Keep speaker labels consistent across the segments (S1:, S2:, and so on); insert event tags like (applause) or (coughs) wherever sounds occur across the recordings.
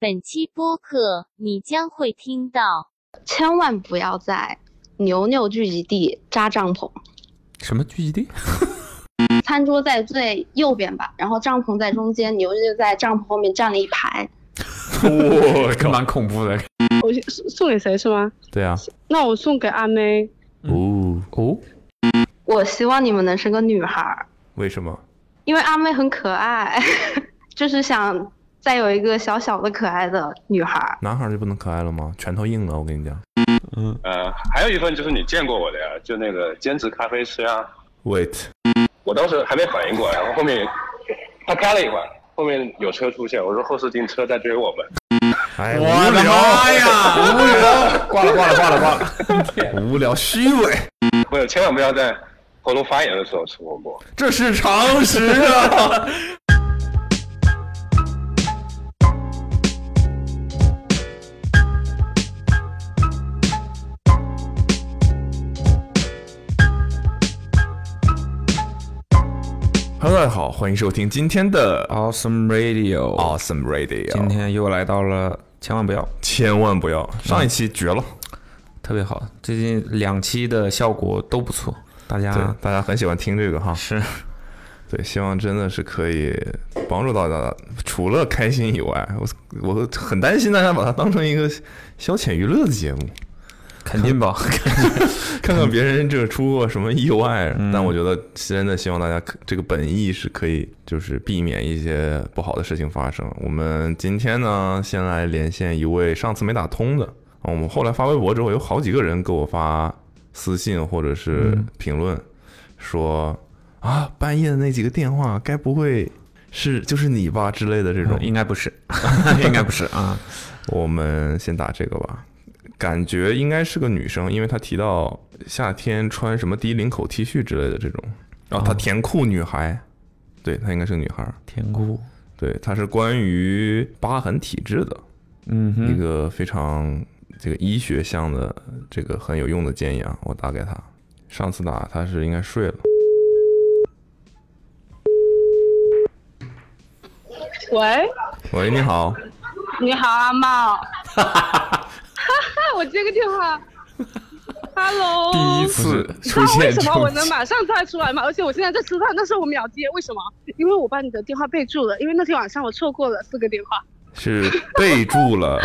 S1: 本期播客你将会听到
S2: 千万不要在牛牛聚集地扎帐篷，
S3: 什么聚集地？
S2: 餐桌在最右边吧，然后帐篷在中间，牛就在帐篷后面站了一排。
S3: 我靠，蛮恐怖的。
S4: 我送送给谁是吗？
S3: 对啊，
S4: 那我送给阿妹，
S5: 哦，
S3: 哦，
S2: 我希望你们能生个女孩儿，
S5: 为什么？
S2: 因为阿妹很可爱， (laughs) 就是想再有一个小小的可爱的女孩儿。
S5: 男孩儿就不能可爱了吗？拳头硬了，我跟你讲，
S3: 嗯，
S6: 呃，还有一份就是你见过我的呀，就那个兼职咖啡师啊，
S5: Wait，
S6: 我当时还没反应过来，然后后面他开了一会儿，后面有车出现，我说后视镜车在追我们，
S5: 哎，
S3: 我
S5: 无
S3: 的
S5: 聊，
S3: 妈呀！
S5: 无
S3: (laughs)
S5: 聊，挂了，挂了，挂了， (laughs) 挂了，无聊，虚伪，
S6: 朋友千万不要在喉咙发炎的时候吃火锅。
S5: 这是常识啊！Hello，大家好，欢迎收听今天的
S3: Awesome Radio，
S5: Awesome Radio。
S3: 今天又来到了，千万不要，
S5: 千万不要，上一期绝了，
S3: 特别好。最近两期的效果都不错，大
S5: 对
S3: 家，
S5: 大家很喜欢听这个哈。
S3: 是
S5: 对，希望真的是可以帮助到大家。除了开心以外，我我很担心大家把它当成一个消遣娱乐的节目，
S3: 肯
S5: (laughs)
S3: 定吧？
S5: 看看别人这出过什么意外。啊
S3: 嗯
S5: 但我觉得真的希望大家可这个本意是可以，就是避免一些不好的事情发生。我们今天呢，先来连线一位上次没打通的。啊我们后来发微博之后，有好几个人给我发私信或者是
S3: 嗯
S5: 评论，说啊，半夜的那几个电话，该不会是就是你吧之类的这种。
S3: 嗯应该
S5: (laughs)
S3: 不是，应该不是啊。
S5: 我们先打这个吧，感觉应该是个女生，因为她提到夏天穿什么低领口 T 恤之类的这种，然后她
S3: 哦
S5: 甜酷女孩，对她应该是个女孩，
S3: 甜菇，
S5: 对，她是关于疤痕体质的
S3: 嗯
S5: 一
S3: 哼，
S5: 个非常这个医学向的这个很有用的建议啊，我打给她，上次打她是应该睡了，
S4: 喂，
S5: 喂，你好，
S4: 你好阿茂，哈哈，我接个电话，Hello，
S5: 次
S4: 你知道为什么我能马上猜出来吗？而且我现在在吃饭，但是我秒接，为什么？因为我把你的电话备注了，因为那天晚上我错过了四个电话，
S5: 是备注了，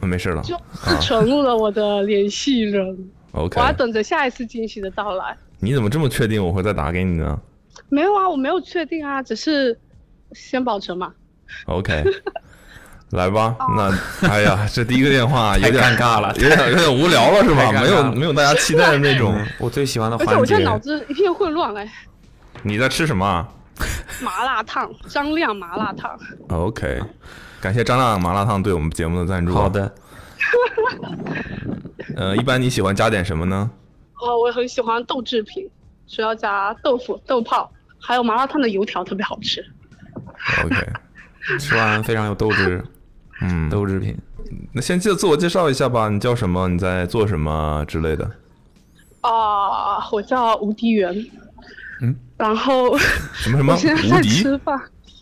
S5: 啊没事了 (laughs)
S4: 就是存入了我的联系人，
S5: ，OK，
S4: 我要等着下一次惊喜的到来。
S5: 你怎么这么确定我会再打给你呢？
S4: 没有啊，我没有确定啊，只是先保存嘛。 (laughs)
S5: OK，来吧，
S4: 哦
S5: 那哎呀，这第一个电
S3: (laughs)
S5: 话有点
S3: 太尴尬了
S5: 有点有点无聊了是吧
S3: (laughs) 太尴尬？了嗯
S5: 没有没有大家期待的那种。
S3: 我最喜欢的
S4: 而且我
S3: 环
S4: 现在脑
S3: 节，
S4: 子一片混乱哎，
S5: 你在吃什么啊
S4: 麻辣烫，张亮麻辣烫。
S5: ？OK，感谢张亮麻辣烫对我们节目的赞助。啊
S3: 好，的，
S5: 呃，一般你喜欢加点什么呢？
S4: 哦，我很喜欢豆制品，主要加豆腐、豆泡，还有麻辣烫的油条特别好吃。
S5: OK，
S3: 吃完非常有斗 (laughs) 志，
S5: 嗯，
S3: 豆制品。
S5: 那先记得自我介绍一下吧，你叫什么？你在做什么之类的？
S4: 啊、我叫吴迪源。
S3: 嗯。
S4: 然后
S5: 什么什么
S4: 我现在在
S5: 无敌
S4: 吃饭。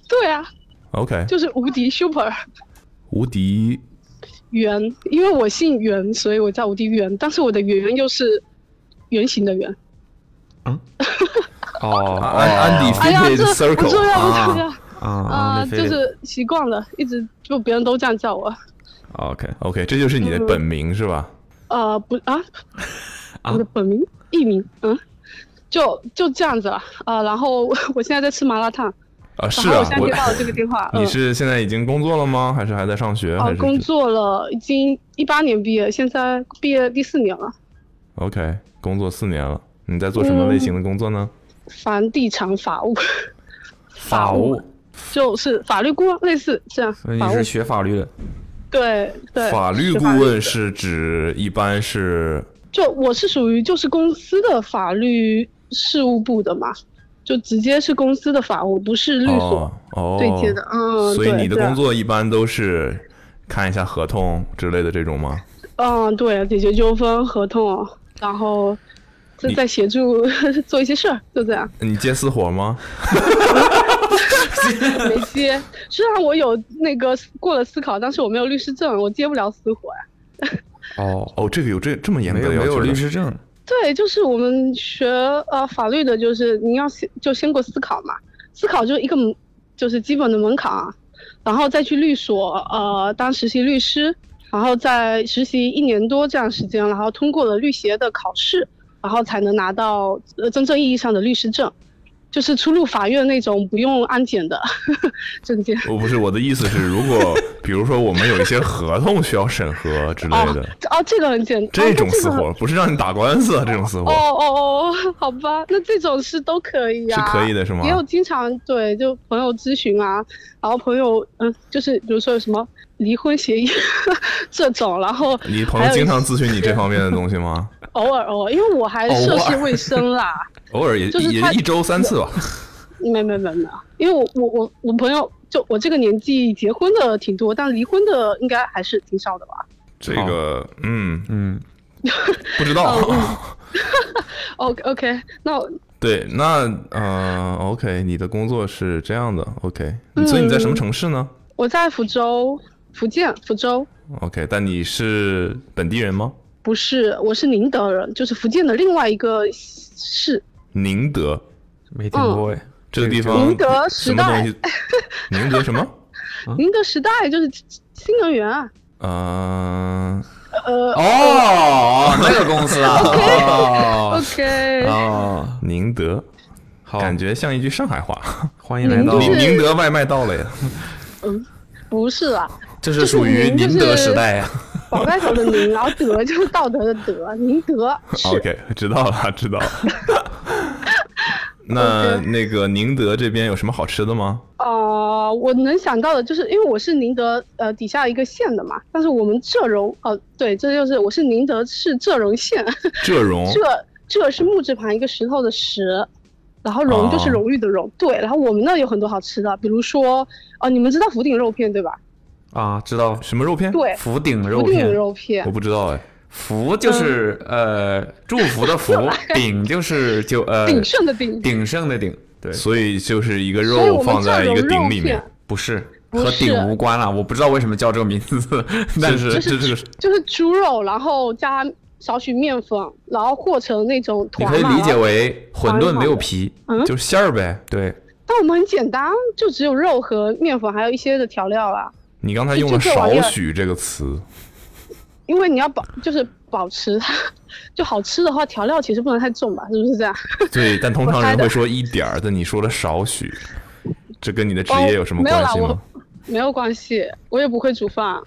S4: 对啊，
S5: ？OK，
S4: 就是无敌 Super
S5: 无敌
S4: 圆，因为我姓圆，所以我叫无敌圆，但是我的圆又是圆形的圆。
S3: 哦，
S5: 安安迪
S4: 哎呀，
S5: Fitted
S4: 这不重
S5: Circle
S4: 要，不重
S3: 啊
S4: 要。啊、
S3: 啊，
S4: 就是习惯了，一直就别人都这样叫我。
S3: OK，
S5: OK，这就是你的本名是吧？
S4: 呃，不啊，
S3: 啊
S4: 我的本名、艺名，嗯，就就这样子了。呃，然后我现在在吃麻辣烫，
S5: 啊，是
S4: 然后
S5: 啊
S4: 我现，在
S5: 我
S4: 接到了这个电话，
S5: (laughs) 你
S4: 嗯，
S5: 是现在已经工作了吗？还是还在上学？
S4: 哦、
S5: 还是
S4: 工作了，已经一八年毕业，现在毕业第四年了，
S5: OK，工作四年了，你在做什么类型的工作
S4: 嗯
S5: 呢？
S4: 房地产法务， (laughs)
S3: 法务，
S4: 就是法律顾问，类似这样，
S3: 所以
S4: 法
S3: 你
S4: 务
S3: 是，学法律的，
S4: 对对，
S5: 法律
S4: 是
S5: 顾
S4: 法
S5: 问是指一般是
S4: 就我是属于就是公司的法律事务部的嘛，就直接是公司的法务，不是律所
S5: 哦哦
S4: 对接的。嗯，
S5: 所以
S4: 对
S5: 你的
S4: 这样
S5: 工作一般都是看一下合同之类的这种吗？
S4: 嗯，对，解决纠纷、合同，然后就 (laughs)
S5: 你
S4: 在协助做一些事儿，就这样。
S5: 你接私活吗？
S4: 没接。虽然我有那个过了思考，但是我没有律师证，我接不了私活呀、
S3: 哦，
S5: 哦，这个有这这么严
S3: 没
S5: 格
S3: 有
S5: 的要
S3: 没
S5: 求
S3: 有
S5: 的
S3: 律师证，
S4: 对，就是我们学呃法律的，就是你要先就先过思考嘛，思考就是一个门就是基本的门槛啊，然后再去律所呃当实习律师，然后再实习一年多这样时间，然后通过了律协的考试，然后才能拿到呃真正意义上的律师证，就是出入法院那种不用安检的 (laughs) 证件。
S5: 我不是我的意思是，如果比如说我们有一些合同需要审核之类
S4: 哦
S5: 的，
S4: 哦，这个很简单，
S5: 这种
S4: 哦
S5: 私。活不是让你打官司啊，这种私
S4: 那这个哦哦
S5: 活
S4: 哦，好吧，那这种是都可以
S5: 是
S4: 啊，
S5: 可以的，是吗
S4: 也？有经常对，就朋友咨询啊，然后朋友嗯，就是比如说有什么离婚协议这种，然后
S5: 你朋友经常咨询你这方面的东西
S4: (laughs)
S5: 吗？
S4: 哦偶尔偶尔，因为我还
S5: 偶尔
S4: 涉世未深啦， (laughs)
S5: 偶尔也
S4: 就是
S5: 也
S4: 他
S5: 一周三次吧。
S4: (laughs) 没没没没，因为我我我我朋友就我这个年纪结婚的挺多，但离婚的应该还是挺少的吧。
S5: 这个嗯，
S4: (laughs)
S3: 嗯，
S5: 不知道。
S4: 哦嗯 OK OK，那我
S5: 对，那呃，OK，你的工作是这样的，OK，所以你在什么城市呢
S4: 我在福州，福建福州
S5: ？OK，但你是本地人吗？
S4: 不是，我是宁德人，就是福建的另外一个市。
S5: 宁德
S3: 没听过哎，
S5: 这个地
S3: 这
S5: 方，
S4: 宁德时
S5: 什么东
S4: (laughs)
S5: 西？宁德什么？
S3: 啊
S4: 宁德时代就是新能源啊，
S5: 嗯、
S4: 呃
S3: 哦，那个公
S4: (laughs)
S3: 司啊，哦
S4: OK，
S3: 哦，
S5: 宁德，
S3: 好，
S5: 感觉像一句上海话。
S3: 欢迎来
S4: 就
S3: 到
S5: 宁
S4: 是
S5: 宁德外卖到了呀！
S4: 不是啦，
S3: 这是属于
S4: 就是
S3: 宁德时代啊呀、
S4: 宝盖头的宁，然后德就是道德的德，宁德 (laughs) 是
S5: OK，知道
S4: (laughs)
S5: 了，知道了。那
S4: OK
S5: 那个宁德这边有什么好吃的吗？
S4: 呃，我能想到的就是，因为我是宁德呃底下一个县的嘛，但是我们浙荣呃对，这就是我是宁德市浙荣县，(laughs)
S5: 浙荣
S4: 浙浙是木字旁一个石头的石，然后荣就是
S5: 哦
S4: 荣誉的荣，对，然后我们那有很多好吃的，比如说哦、你们知道福鼎肉片对吧？
S3: 啊，知道
S5: 什么肉片？
S4: 对，
S3: 福鼎
S4: 福
S3: 肉
S4: 鼎
S3: 片，
S4: 肉片嗯
S5: 我，不知道哎。
S3: 福就是、呃祝福的
S4: (laughs)
S3: 福，鼎就是就呃
S4: 鼎盛的鼎，
S3: 鼎盛的鼎，对，
S5: 所以就是一个
S4: 所以
S5: 肉
S4: 我们
S5: 放
S4: 浙
S5: 在一
S4: 荣
S5: 个
S4: 肉
S5: 鼎里面
S4: 片，
S3: 不是
S4: 不
S3: 和鼎
S4: 是
S3: 无关啊了，我不知道为什么叫这个
S5: (laughs)
S3: 名字，但
S5: 但
S3: 是
S5: 是
S4: 就是
S5: 这是个
S4: 就是猪肉，然后加少许面粉，然后和成那种
S3: 你
S4: 团
S3: 可以
S4: 嘛。
S3: 理解
S4: 然后
S3: 为馄饨没有皮，
S4: 嗯
S5: 就是馅儿呗。
S3: 对，
S4: 但我们很简单，就只有肉和面粉，还有一些的调料啦。
S5: 你刚才用了“
S4: 就这玩意
S5: 少
S4: 儿
S5: 许”这个词，
S4: 因为你要保，就是保持它， (laughs) 就好吃的话，调料其实不能太重吧，是不是这样？
S5: 对，但通
S4: 我
S5: 常
S4: 猜
S5: 人
S4: 的
S5: 会说一点儿，但你说了“少许”，这跟你的职
S4: 哦
S5: 业有什么
S4: 没有
S5: 关
S4: 啦
S5: 系
S4: 我
S5: 吗？
S4: 没有关系，我也不会煮饭。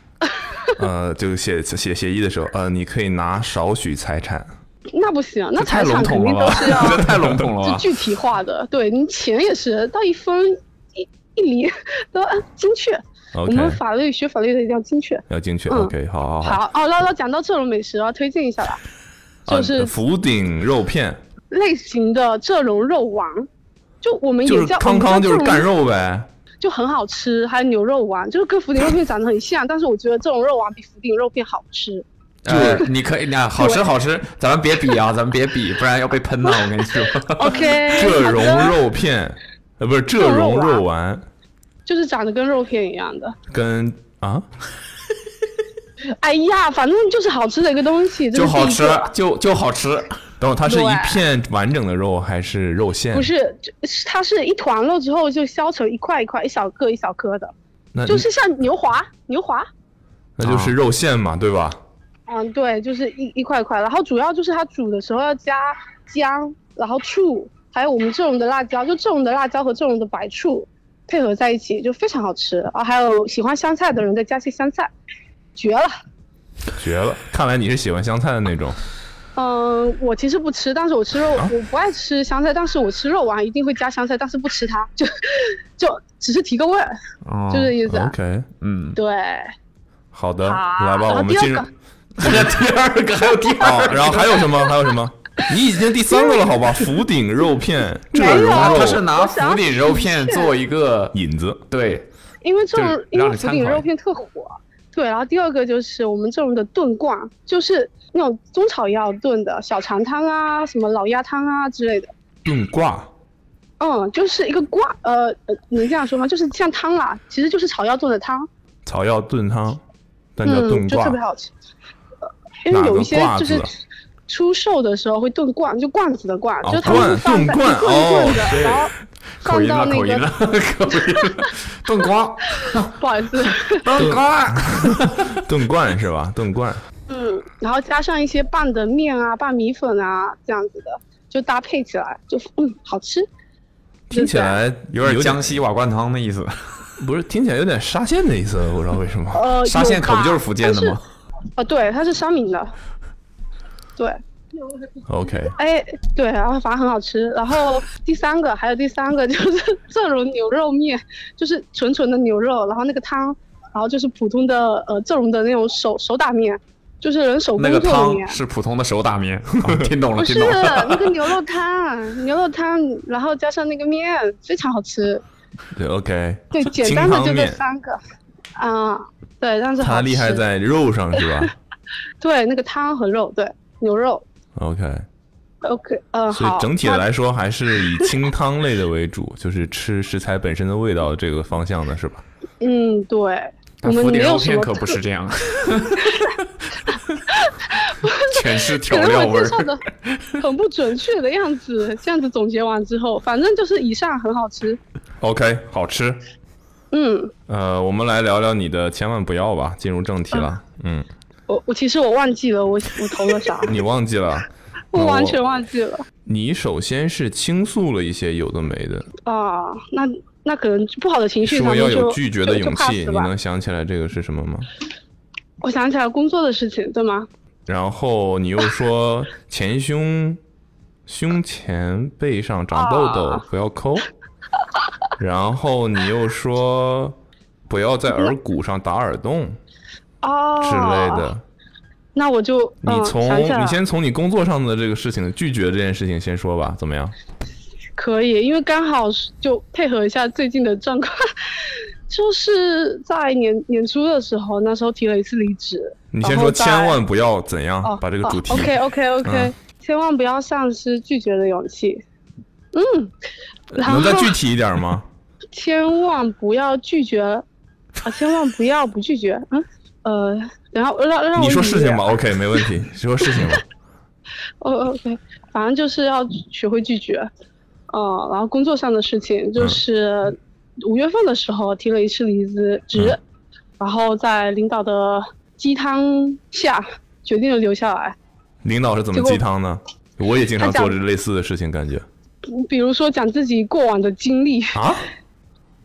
S5: 呃，就写写协议的时候，呃，你可以拿少许财产。
S4: 那不行，啊那
S3: 这
S4: 财
S3: 太笼
S4: 产肯
S3: 统了
S4: 定都
S3: 吧
S4: 是，
S5: (laughs)
S4: 要
S3: 这太笼统了
S4: 就
S3: 吧，
S4: 具体化的。对你钱也是到一分一一厘都嗯精确。我
S5: OK，
S4: 们法律学法律的一定要精确。
S5: 要精确。
S4: 嗯
S5: OK，好好啊好。
S4: 好哦，那那讲到这种美食啊，推荐一下吧，就是
S5: 啊福鼎肉片，
S4: 类型的这种肉丸，就我们
S5: 就
S4: 也
S5: 是
S4: 叫
S5: 康康就是干，
S4: 我们叫这种
S5: 肉呗。
S4: 就很好吃，还有牛肉丸，就是跟福鼎肉片长得很像，但是我觉得这种肉丸比福鼎肉片好
S5: (laughs)
S4: 吃。
S3: 呃，你可以，那好吃好吃，咱们别比啊，咱们别比，不然要被喷呐，我跟你说。
S4: 哦
S3: (laughs)
S4: OK，
S5: 浙荣
S4: 好的
S5: 肉片，呃，不是浙
S4: 肉
S5: 荣
S4: 丸
S5: 肉丸，
S4: 就是长得跟肉片一样的。
S5: 跟啊，
S4: 哎呀，反正就是好吃的一个东西，这
S3: 就是
S4: 第一
S3: 好
S4: 个
S3: 吃，就就好吃。
S5: 等会儿它是一
S4: 对
S5: 片完整的肉还是肉馅？
S4: 不，是，就是它是一团肉之后就削成一块一块、一小颗一小颗的，
S5: 那
S4: 就是像牛滑牛滑。
S5: 那就是肉馅嘛，对吧？
S4: 嗯，对，就是一一块一块，然后主要就是它煮的时候要加姜，然后醋，还有我们这种的辣椒，就这种的辣椒和这种的白醋配合在一起就非常好吃啊。还有喜欢香菜的人再加些香菜，绝了。
S5: 绝了！看来你是喜欢香菜的那种。
S4: 嗯，我其实不吃，但是我吃肉，我不爱吃香菜，但是我吃肉丸一定会加香菜，但是不吃它，就就只是提个味儿，
S3: 哦
S4: 就这意思。
S5: OK，
S3: 嗯，
S4: 对，
S5: 好的，
S4: 好
S5: 来吧，
S4: 然后
S5: 我们
S4: 第二
S5: 进入。 (laughs)
S4: 个
S3: 这第二个还有第
S5: 哦
S3: 二，个，
S5: 然后还有什么？还有什么？你已经第三个了，好吧？福鼎
S4: (laughs)
S5: 肉片，
S4: 没
S5: 这
S4: 有
S5: 荣
S3: 他是
S5: 肉
S3: 拿福鼎肉片做一个
S5: 引子。
S3: 对，
S4: 因为这
S3: 就是
S4: 种因
S3: 让
S4: 为
S3: 你
S4: 福
S3: 参
S4: 鼎
S3: 考
S4: 肉片特火，对。然后第二个就是我们这种的炖罐，就是那种中草药炖的小肠汤啊，什么老鸭汤啊之类的。
S5: 炖挂，
S4: 嗯，就是一个瓜，呃，呃你这样说吗？就是像汤啦，其实就是草药做的汤，
S5: 草药炖汤，但叫
S4: 嗯，
S5: 炖
S4: 就
S5: 挂
S4: 特别，好吃。呃因为
S5: 哪
S4: 有
S5: 个
S4: 一些
S5: 挂
S4: 就
S5: 字
S4: 是
S5: 啊
S4: 出售的时候会炖罐，就罐子的罐，
S5: 哦
S4: 就他们
S5: 罐
S4: 会放在
S5: 炖
S4: 一 (laughs)
S5: 罐
S4: 棍一
S5: 哦
S4: 棍的，
S5: 是
S4: 然后
S3: (laughs) 哦口
S4: 放
S3: 音
S4: 到
S3: 了，
S4: 那
S3: 口音
S4: (laughs)
S3: 啊了，
S4: 个，
S3: 口音了，炖瓜，
S4: 不好意思，
S3: 炖瓜，
S5: 炖罐是吧？炖罐，
S4: 嗯，然后加上一些拌的面啊、拌米粉啊这样子的，就搭配起来，就嗯好吃。
S5: 听起来
S3: 有点江西瓦罐汤的意思。
S5: 不是听起来有点沙县的意思，我不知道为什么。
S4: 呃，
S3: 沙县可不就是福建的
S4: 有吧
S3: 吗？？
S4: 啊、呃，对，它是商明的。对，
S5: OK，
S4: 哎，对，然后反正很好吃。然后第三个，还有第三个就是这种牛肉面，就是纯纯的牛肉，然后那个汤，然后就是普通的呃这种的那种手手打面，就是人手
S3: 那
S4: 工
S3: 个
S4: 做的
S3: 汤
S4: 面。
S3: 是普通的手打面，啊听懂了，
S4: 不
S3: 听
S4: 是啊
S3: 懂了。 (laughs)
S4: 那个牛肉汤，牛肉汤，然后加上那个面，非常好吃。
S5: 对 OK， (laughs)
S4: 对，简
S5: 清
S4: 单的
S5: 汤
S4: 就这
S5: 面
S4: 三个，啊，对，但是好
S5: 它厉害
S4: 吃
S5: 在肉上是
S4: (laughs)
S5: 吧
S4: 对那个汤和肉，对牛肉
S5: ？OK，
S4: ，OK，嗯，
S5: 所以
S4: 好，
S5: 整体
S4: 那
S5: 来说还是以清汤类的为主，就是吃食材本身的味道这个方向的是吧？
S4: 嗯，对，我
S3: 但
S4: 们
S3: 福鼎
S4: 没
S3: 肉
S4: 有什
S3: 片
S4: 么
S3: 可
S4: 特
S3: 不是这
S5: (laughs)
S3: 样， (laughs) 全是调
S4: 可
S3: 料
S4: 能 (laughs) 我
S3: 味儿
S4: 介。绍的很不准确的样子，这样子总结完之后，反正就是以上很好吃，
S5: OK，好吃。
S4: 嗯，
S5: 呃，我们来聊聊你的千万不要吧，进入正题了。嗯，
S4: 我我其实我忘记了我我投了
S5: (laughs)
S4: 啥，
S5: 你忘记了，
S4: (laughs) 我完全
S5: 我
S4: 忘记了
S5: 你首先是倾诉了一些有的没的，
S4: 啊，那那可能不好的情绪
S5: 说
S4: 上
S5: 要
S4: 面
S5: 有
S4: 就
S5: 拒绝的
S4: 就就
S5: 勇气，嗯
S4: pass
S5: 你
S4: 吧。
S5: 能想起来这个是什么吗？
S4: 我想起来工作的事情，对吗？
S5: 然后你又说前胸胸前背上长痘痘
S4: (laughs) 啊，
S5: 不要抠。然后你又说不要在耳骨上打耳
S4: (laughs)
S5: 洞
S4: 哦，
S5: 之类的。
S4: 那我就
S5: 你
S4: 嗯
S5: 从
S4: 想起来
S5: 你
S4: 了
S5: 先从你工作上的这个事情拒绝这件事情先说吧，怎么样？
S4: 可以，因为刚好是就配合一下最近的状况， (laughs) 就是在年年初的时候，那时候提了一次离职。
S5: 你先
S4: 然
S5: 说
S4: 后再
S5: 千万不要怎样
S4: 哦，，
S5: 把这个主题
S4: 哦、OK OK OK，、
S5: 嗯
S4: 千万不要丧失拒绝的勇气。嗯，然后
S5: 能再具体一点吗？
S4: (laughs) 千万不要拒绝，啊，千万不要不拒绝。嗯，呃，然后让让我
S5: 你说
S4: 捋
S5: 事
S4: 一
S5: 情
S4: 下
S5: 吧，OK，没问题。 (laughs) 说事情吧，
S4: 哦哦 OK，反正就是要学会拒绝。哦、然后工作上的事情就
S5: 嗯
S4: 是五月份的时候提了一次离职，职，
S5: 嗯
S4: 然后在领导的鸡汤下决定了留下来。
S5: 领导是怎么
S4: 结果
S5: 鸡汤呢？我也经常
S4: 他
S5: 做
S4: 讲
S5: 这类似的事情，感觉
S4: 比如说讲自己过往的经历，
S5: 啊，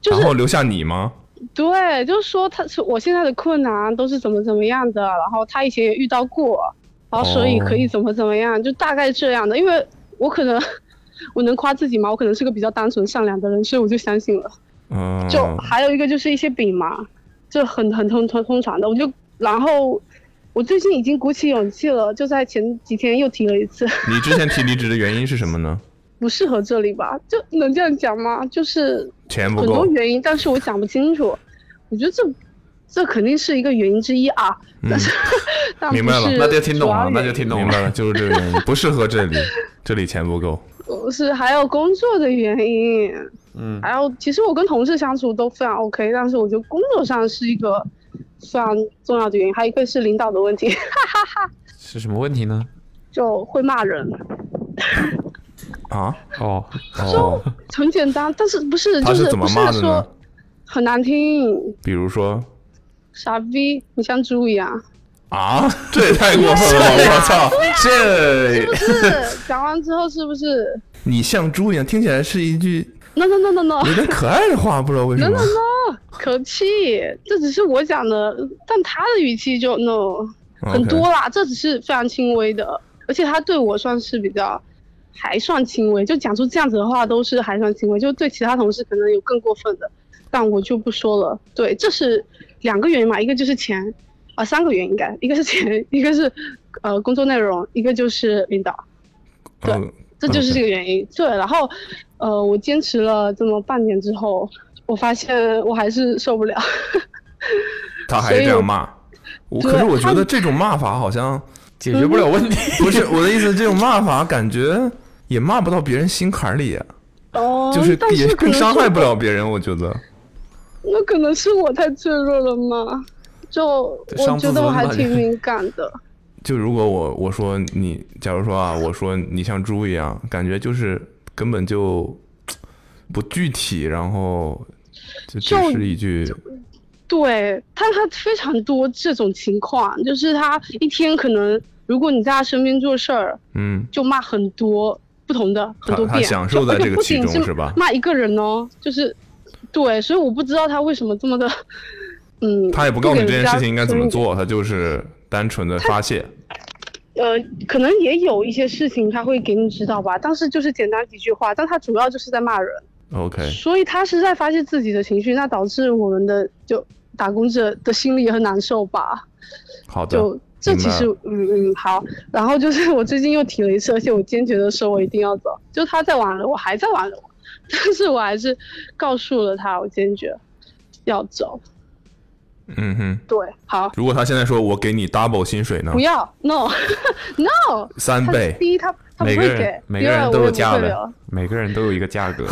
S4: 就
S5: 然
S4: 是
S5: 后留下你吗？
S4: 对，就是说他是我现在的困难啊都是怎么怎么样的，然后他以前也遇到过，然后所以可以
S5: 哦
S4: 怎么怎么样，就大概这样的。因为我可能 (laughs) 我能夸自己吗？我可能是个比较单纯善良的人，所以我就相信了。
S5: 嗯，
S4: 就还有一个就是一些饼嘛，就很很通通通常的。我就然后我最近已经鼓起勇气了，就在前几天又提了一次， (laughs)
S5: 你之前提离职的原因是什么呢？
S4: 不适合这里吧？就能这样讲吗？就是
S5: 钱不
S4: 很
S5: 够
S4: 多，原因，但是我讲不清楚。我觉得这这肯定是一个原因之一啊，
S5: 嗯，
S4: 但不
S5: 明白了
S4: 是
S3: 那就听
S4: 主
S3: 懂
S4: 要
S3: 了，那
S4: 原
S3: 就
S4: 因
S3: 听懂
S5: 明
S3: 了。
S5: 白了，就是这个原因，不适合
S4: (laughs)
S5: 这里，这里钱不够。
S4: 不是还有工作的原因，
S3: 嗯，
S4: 还有其实我跟同事相处都非常 OK，但是我觉得工作上是一个非常重要的原因，还有一个是领导的问题，
S3: 是什么问题呢？
S4: 就会骂人，
S5: 啊？
S3: 哦，
S5: 哦，
S4: 很简单，但是不是
S5: 他
S4: 就是是
S5: 怎么
S4: 不是
S5: 骂的呢
S4: 说？很难听，
S5: 比如说
S4: 傻逼，你像猪一
S5: (laughs)
S4: 样，
S5: 啊，这也太过分了！我操，
S4: 是不
S5: 这
S4: 是？讲完之后是不是
S5: 你像猪一样，听起来是一句
S4: ？No No No No No。
S5: 有点可爱的话，不知道为什
S4: no
S5: 么
S4: no。no，可气，这只是我讲的，但他的语气就 no 很
S5: OK
S4: 多啦，这只是非常轻微的，而且他对我算是比较还算轻微，就讲出这样子的话都是还算轻微，就对其他同事可能有更过分的，但我就不说了。对，这是两个原因嘛，一个就是钱，啊、三个原因应该，一个是钱，一个是呃工作内容，一个就是领导。对
S5: (laughs) 嗯
S4: 这就是这
S5: OK
S4: 个原因。对，然后，呃，我坚持了这么半年之后，我发现我还是受不了。 (laughs)
S5: 他还是这样骂。我
S4: 对
S5: 可是我觉得这种骂法好像
S3: 解决不
S4: 嗯
S3: 了问题。
S5: 不是我的意思，这种骂法感觉也骂不到别人心坎里啊。
S4: 哦，
S5: 就是
S4: 但
S5: 也
S4: 是可
S5: 更
S4: 能
S5: 伤
S4: 是
S5: 害不了别人，我觉得。
S4: 那可能是我太脆弱了嘛，就
S5: 对
S4: 我
S5: 伤
S4: 觉
S5: 不
S4: 得我
S5: 足
S4: 还
S5: 嘛
S4: 挺
S5: 这
S4: 敏感的。
S5: 就如果我我说你，假如说啊，我说你像猪一样，感觉就是根本就不具体，然后就只
S4: 就是
S5: 一句，
S4: 对，但他非常多这种情况，就是他一天可能，如果你在他身边做事儿，
S5: 嗯，
S4: 就骂很多不同的很
S5: 他
S4: 多
S5: 他
S4: 遍，
S5: 享受
S4: 就
S5: 在
S4: 而且
S5: 这个
S4: 不
S5: 其
S4: 仅
S5: 中是吧
S4: 骂一个人哦，就是对，所以我不知道他为什么这么的，嗯，
S5: (laughs) 他也不告诉
S4: 给
S5: 你这
S4: 人
S5: 件
S4: 家
S5: 事情应该怎么
S4: 尊严
S5: 做，他就是单纯的发泄。
S4: 呃，可能也有一些事情他会给你知道吧，但是就是简单几句话，但他主要就是在骂人，
S5: OK，
S4: 所以他是在发泄自己的情绪，那导致我们的就打工者的心里也很难受吧。
S5: 好的，
S4: 就这
S5: 明
S4: 其
S5: 白
S4: 实
S5: 了
S4: 嗯嗯好，然后就是我最近又提了一次，而且我坚决的说我一定要走，就他在挽留我，还在挽留我， (laughs) 但是我还是告诉了他我坚决要走。
S5: 嗯哼。
S4: 对，好，
S5: 如果他现在说我给你 double 薪水呢
S4: 不？要 no (laughs) no，
S5: 三
S4: 他
S5: 倍，
S4: 第一他他不
S3: 每个
S4: 会给
S3: 人，每
S4: 第
S3: 个
S4: 二
S3: 人
S4: 我
S3: 都有
S4: 也不
S3: 价
S4: 会
S3: 的
S4: 留。，
S3: 每个人都有一个
S4: (laughs)
S3: 价格，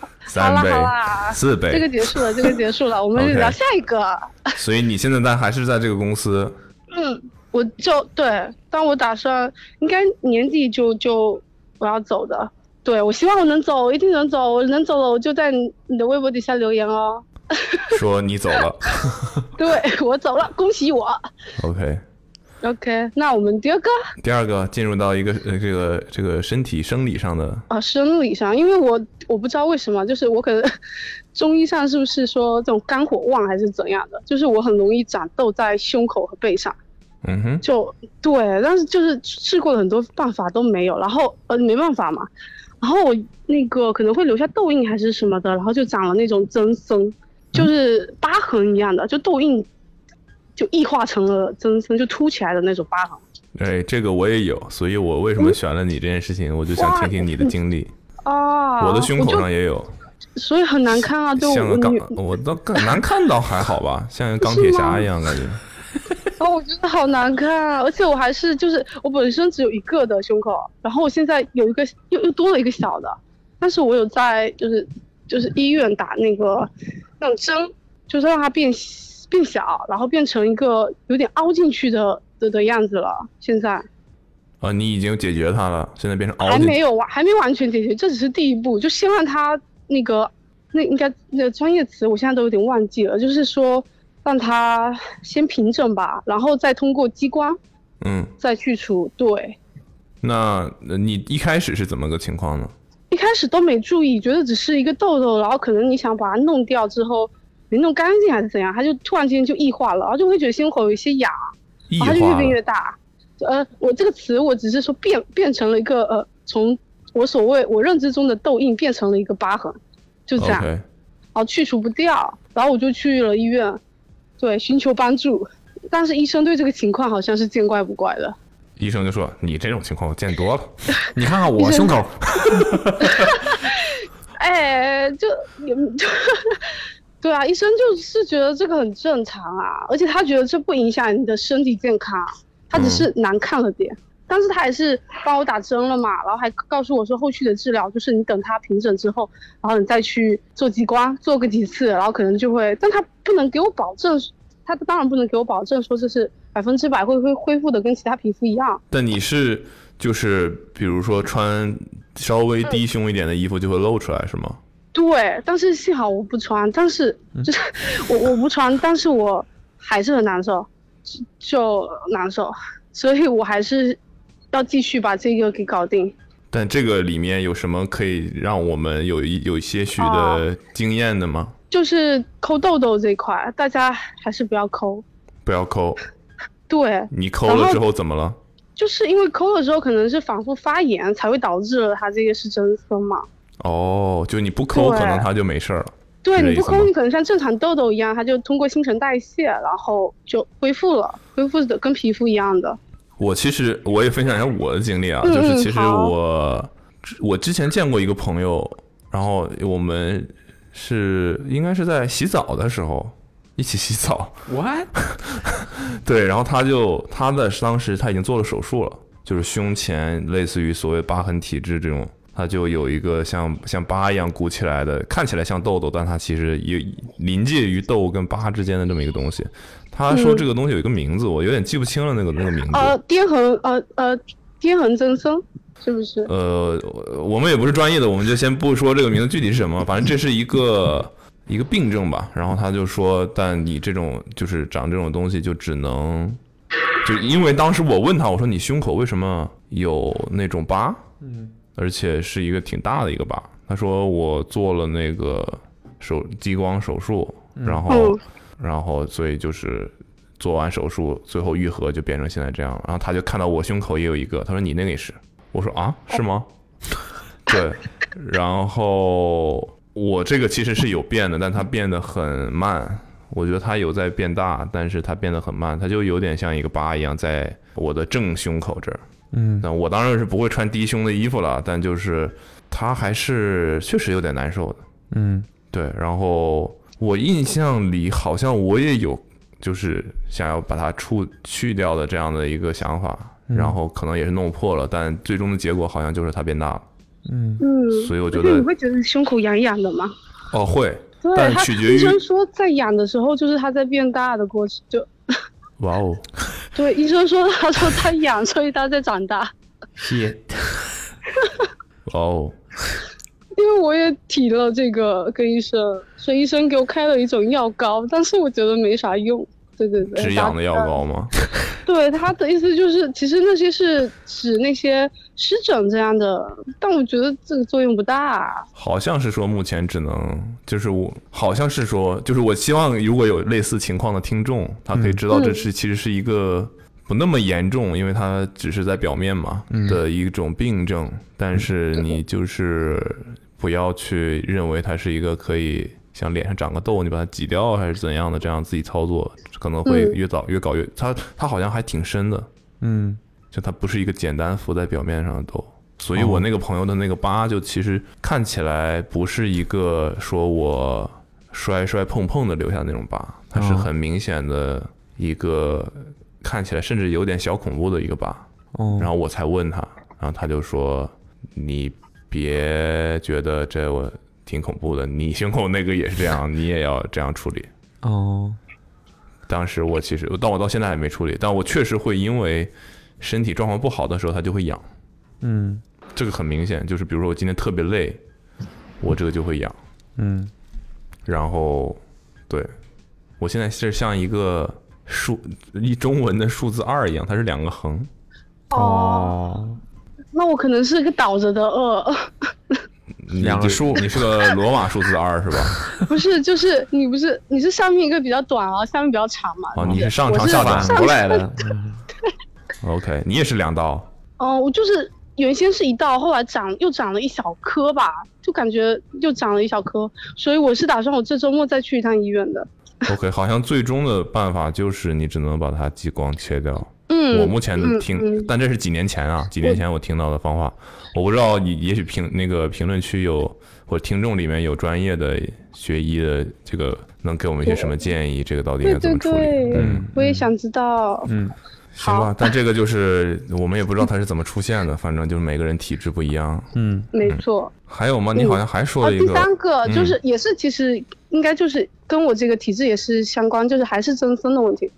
S4: 好
S5: 三
S4: 啦
S5: 倍
S4: 好，啦，
S5: 四
S4: 这个
S5: 倍。
S4: 结束了，这个结束了，我们
S5: OK
S4: 聊下一个。
S5: 所以你现在在还是在这个公司
S4: 嗯，我就对，但我打算应该年底就就我要走的。对，我希望我能走，我一定能走，我能走了，我就在你你的微博底下留言哦。
S5: 说你
S4: (laughs)
S5: 走了
S4: 对我走了，恭喜我。
S5: ，OK。
S4: OK，那我们第二个
S5: 第二个进入到一个呃这个这个身体生理上的，
S4: 啊，生理上，因为我我不知道为什么，就是我可能 (laughs) 中医上是不是说这种肝火旺还是怎样的，就是我很容易长痘在胸口和背上。
S5: 嗯哼，
S4: 就对，但是就是试过了很多办法都没有，然后呃没办法嘛，然后我那个可能会留下痘印还是什么的，然后就长了那种增生，就是疤痕一样的，就痘印就异化成了增生，就凸起来的那种疤痕。
S5: 哎，这个我也有，所以我为什么选了你这件事情，我就想听听你的经历。
S4: 啊，
S5: 我的胸口
S4: 就
S5: 上也有，
S4: 所以很难看啊，对
S5: 像
S4: 我
S5: 个
S4: 女，
S5: 钢，我倒更难看倒还好吧，像个钢铁侠一样感觉。
S4: (laughs) 然后哦我觉得好难看啊，而且我还是就是我本身只有一个的胸口，然后我现在有一个又又多了一个小的，但是我有在就是就是医院打那个那种针，就是让它变变小，然后变成一个有点凹进去的的的样子了。现在
S5: 啊，你已经解决它了，现在变成凹
S4: 还
S5: 进
S4: 没
S5: 去。
S4: 有完，还没完全解决，这只是第一步，就先让它那个那应该那个专业词我现在都有点忘记了，就是说让它先平整吧，然后再通过激光。
S5: 嗯，
S4: 再去除。对，
S5: 那呃你一开始是怎么个情况呢？
S4: 一开始都没注意，觉得只是一个痘痘，然后可能你想把它弄掉之后没弄干净还是怎样，它就突然间就异化了，然后就会觉得胸口有一些痒，
S5: 异
S4: 然
S5: 化
S4: 后它就越
S5: 了
S4: 变越大。呃，我这个词我只是说变变成了一个呃，从我所谓我认知中的痘印变成了一个疤痕，就这样，然
S5: OK，
S4: 后去除不掉，然后我就去了医院，对，寻求帮助。但是医生对这个情况好像是见怪不怪的，
S5: 医生就说你这种情况我见多了。 (laughs)
S3: 你看看我胸口，
S4: 哎，就也 (laughs) 对啊，医生就是觉得这个很正常啊，而且他觉得这不影响你的身体健康啊，他只是难看了点。但是他还是帮我打针了嘛，然后还告诉我说后续的治疗就是你等他平整之后，然后你再去做激光，做个几次，然后可能就会，但他不能给我保证，他当然不能给我保证说这是百分之百会会恢复的跟其他皮肤一样，
S5: 但你是就是比如说穿稍微低胸一点的衣服就会露出来是吗？
S4: 对，但是幸好我不穿，但是就是我我不穿，但是我还是很难受，就就难受，所以我还是要继续把这个给搞定。
S5: 但这个里面有什么可以让我们有一有一些许
S4: 哦
S5: 的经验的吗？
S4: 就是抠痘痘这一块，大家还是不要抠。
S5: 不要抠，
S4: 对，
S5: 你抠了之后怎么了？
S4: 就是因为抠了之后可能是反复发炎，才会导致了它这个是增生嘛。
S5: 哦，就你不抠，
S4: 对
S5: 可能它就没事儿了。
S4: 对，
S5: 是这
S4: 你不
S5: 意思吗
S4: 抠，你可能像正常痘痘一样，它就通过新陈代谢，然后就恢复了，恢复的跟皮肤一样的。
S5: 我其实我也分享一下我的经历啊，
S4: 嗯
S5: 就是其
S4: 嗯
S5: 实
S4: 好
S5: 我我之前见过一个朋友，然后我们是应该是在洗澡的时候一起洗澡，
S3: (laughs)
S5: (laughs)
S3: what？
S5: 对，然后他就他的当时他已经做了手术了，就是胸前类似于所谓疤痕体质这种，它就有一个像像疤一样鼓起来的，看起来像痘痘，但它其实有临界于痘跟疤之间的这么一个东西。他
S4: 嗯
S5: 说这个东西有一个名字，我有点记不清了那个那个名字。
S4: 呃，滇横呃呃滇横增生是不是？
S5: 呃，我我们也不是专业的，我们就先不说这个名字具体是什么， (laughs) 反正这是一个一个病症吧。然后他就说，但你这种就是长这种东西，就只能，就因为当时我问他，我说你胸口为什么有那种疤？
S3: 嗯，
S5: 而且是一个挺大的一个疤。他说我做了那个手激光手术，然后、
S4: 嗯
S5: 然后所以就是做完手术，最后愈合就变成现在这样了。然后他就看到我胸口也有一个，他说你那个也是。我说啊，是吗？ (laughs) 对，然后我这个其实是有变的，但它变得很慢。我觉得它有在变大，但是它变得很慢，它就有点像一个疤一样，在我的正胸口这儿。
S3: 嗯，
S5: 那我当然是不会穿低胸的衣服了，但就是它还是确实有点难受的。
S3: 嗯，
S5: 对，然后我印象里好像我也有就是想要把它处去掉的这样的一个想法，然后可能也是弄破了，但最终的结果好像就是它变大了。
S3: 嗯，
S4: 嗯，
S5: 所以我觉
S4: 而且
S5: 得
S4: 你会觉得胸口痒痒的吗？
S5: 哦，会，
S4: 对，
S5: 但
S4: 他
S5: 取
S4: (laughs)
S5: 决于
S4: 医生说在痒的时候就是它在变大的过程，就 (laughs)
S5: 哇哦，
S4: 对医生说他说它痒，所以它在长大。 (laughs)
S3: 谢，
S5: 哇哦，
S4: 因为我也提了这个跟医生，所以医生给我开了一种药膏，但是我觉得没啥用。对对对，
S5: 止痒的药膏吗？
S4: 对，他的意思就是，其实那些是指那些湿疹这样的，但我觉得这个作用不大。啊
S5: 好像是说目前只能，就是我好像是说，就是我希望如果有类似情况的听众，他可以知道这是其实是一个不那么严重，因为它只是在表面嘛的一种病症，但是你就是不要去认为它是一个可以。像脸上长个痘，你把它挤掉还是怎样的？这样自己操作可能会
S4: 嗯
S5: 越早越搞越它它好像还挺深的，
S3: 嗯，
S5: 就它不是一个简单浮在表面上的痘。所以
S3: 哦
S5: 我那个朋友的那个疤，就其实看起来不是一个说我摔摔碰碰的留下的那种疤，它是
S3: 哦
S5: 很明显的一个看起来甚至有点小恐怖的一个疤。
S3: 哦，
S5: 然后我才问他，然后他就说：“你别觉得这我挺恐怖的，你胸口那个也是这样，你也要这样处理。”
S3: 哦，
S5: 当时我其实，但我到现在还没处理，但我确实会因为身体状况不好的时候，它就会痒，
S3: 嗯，
S5: 这个很明显，就是比如说我今天特别累，我这个就会痒，
S3: 嗯，
S5: 然后对我现在是像一个数一中文的数字二一样，它是两个横，
S3: 哦，
S4: 那我可能是个倒着的饿， (laughs)
S5: 你
S3: 两个
S5: 就
S3: 数
S5: 你是个罗马数字二是吧？
S4: 不是，就是你不是你是上面一个比较短，然后下面比较长嘛？
S5: 哦，你是上
S4: 我
S5: 长
S4: 是
S5: 下短
S3: 反过来的，
S5: (laughs)
S3: 嗯
S5: ，OK，你也是两道，
S4: 哦、我就是原先是一道，后来长又长了一小颗吧，就感觉又长了一小颗，所以我是打算我这周末再去一趟医院的。
S5: (laughs) OK，好像最终的办法就是你只能把它激光切掉。
S4: 嗯
S5: 我目前
S4: 嗯
S5: 听，
S4: 嗯
S5: 但这是几年前啊，几年前我听到的方法，我不知道你，也许评那个评论区有或者听众里面有专业的学医的，这个能给我们一些什么建议？这个到底应
S4: 对
S5: 该
S4: 嗯
S5: 怎
S4: 对
S5: 么处理？
S4: 对，
S5: 嗯，
S4: 我也想知道。
S3: 嗯，
S5: 行吧，但这个就是我们也不知道它是怎么出现的，反正就是每个人体质不一样。
S3: 嗯，
S4: 没错。
S5: 还有吗？你好像还说
S4: 啊，
S5: 了一
S4: 第
S5: 个，
S4: 三个
S5: 嗯
S4: 就是也是其实应该就是跟我这个体质也是相关，就是还是增生的问题，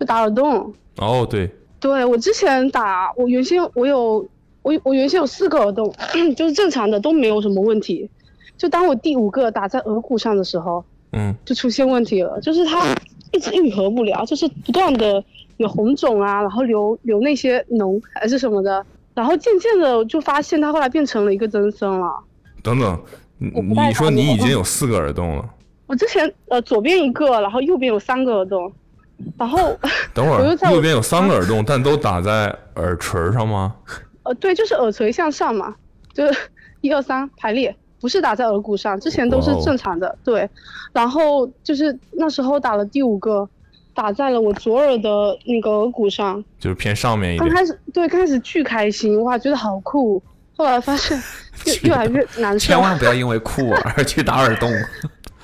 S4: 就打耳洞。
S5: 哦，对，
S4: 对我之前打，我原先我有我我原先有四个耳洞，就是正常的都没有什么问题，就当我第五个打在额骨上的时候，
S5: 嗯，
S4: 就出现问题了，就是它一直愈合不了，就是不断的有红肿啊，然后流流那些脓还是什么的，然后渐渐的我就发现它后来变成了一个增生了。
S5: 等等，你
S4: 我不太
S5: 你说
S4: 了解
S5: 你已经有四个耳洞了，
S4: 我之前呃左边一个，然后右边有三个耳洞，然后 (laughs)
S5: 等会
S4: 我又
S5: 儿
S4: 在我啊
S5: 右边有三个耳洞，但都打在耳垂上吗？
S4: 呃对，就是耳垂向上嘛，就是一二三排列，不是打在耳骨上，之前都是
S5: 哇哦
S4: 正常的。对，然后就是那时候打了第五个，打在了我左耳的那个耳骨上。
S5: 就是偏上面一
S4: 刚
S5: 点。
S4: 开始对，刚开始巨开心，哇，觉得好酷。后来发现 (laughs) 越越来越难受
S3: 千，万不要因为酷而去打耳洞，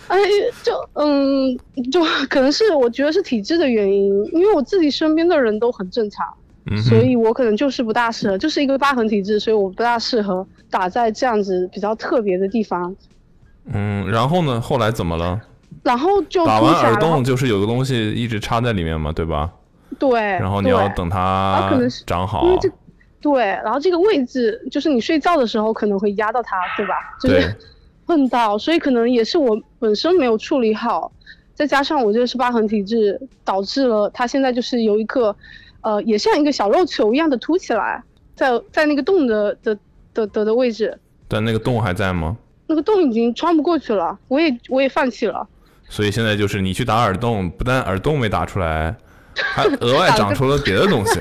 S4: 哎，就嗯，就可能是我觉得是体质的原因，因为我自己身边的人都很正常，
S5: 嗯
S4: 所
S5: 哼，
S4: 以我可能就是不大适合，就是一个疤痕体质，所以我不大适合打在这样子比较特别的地方。
S5: 嗯，然后呢？后来怎么了？
S4: 然后就
S5: 打
S4: 估
S5: 完
S4: 下
S5: 耳
S4: 然后
S5: 洞就是有个东西一直插在里面嘛，对吧？
S4: 对，
S5: 然后你要
S4: 对
S5: 等
S4: 啊
S5: 它
S4: 可能是
S5: 长好
S4: 因为，这对，然后这个位置就是你睡觉的时候可能会压到它，对吧？就
S5: 对
S4: 是碰到，所以可能也是我本身没有处理好，再加上我这个是疤痕体质，导致了它现在就是有一个，呃，也像一个小肉球一样的凸起来，在在那个洞的的的的的位置，
S5: 但那个洞还在吗？
S4: 那个洞已经穿不过去了，我也我也放弃了。
S5: 所以现在就是你去打耳洞，不但耳洞没打出来，还额外长出了别的东西，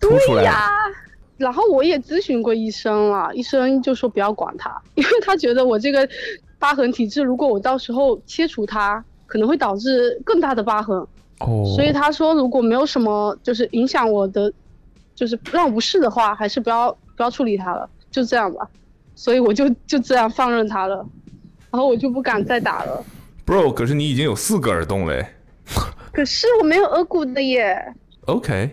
S5: 凸出来了。
S4: (laughs) 然后我也咨询过医生了，医生就说不要管它， (laughs) 因为他觉得我这个疤痕体质，如果我到时候切除它，可能会导致更大的疤痕。
S3: 哦
S4: 所以他说，如果没有什么就是影响我的，就是让我不适的话，还是不要不要处理它了，就这样吧。所以我就就这样放任它了，然后我就不敢再打了。
S5: Bro，可是你已经有四个耳洞嘞。
S4: 可是我没有额骨的耶，
S5: OK，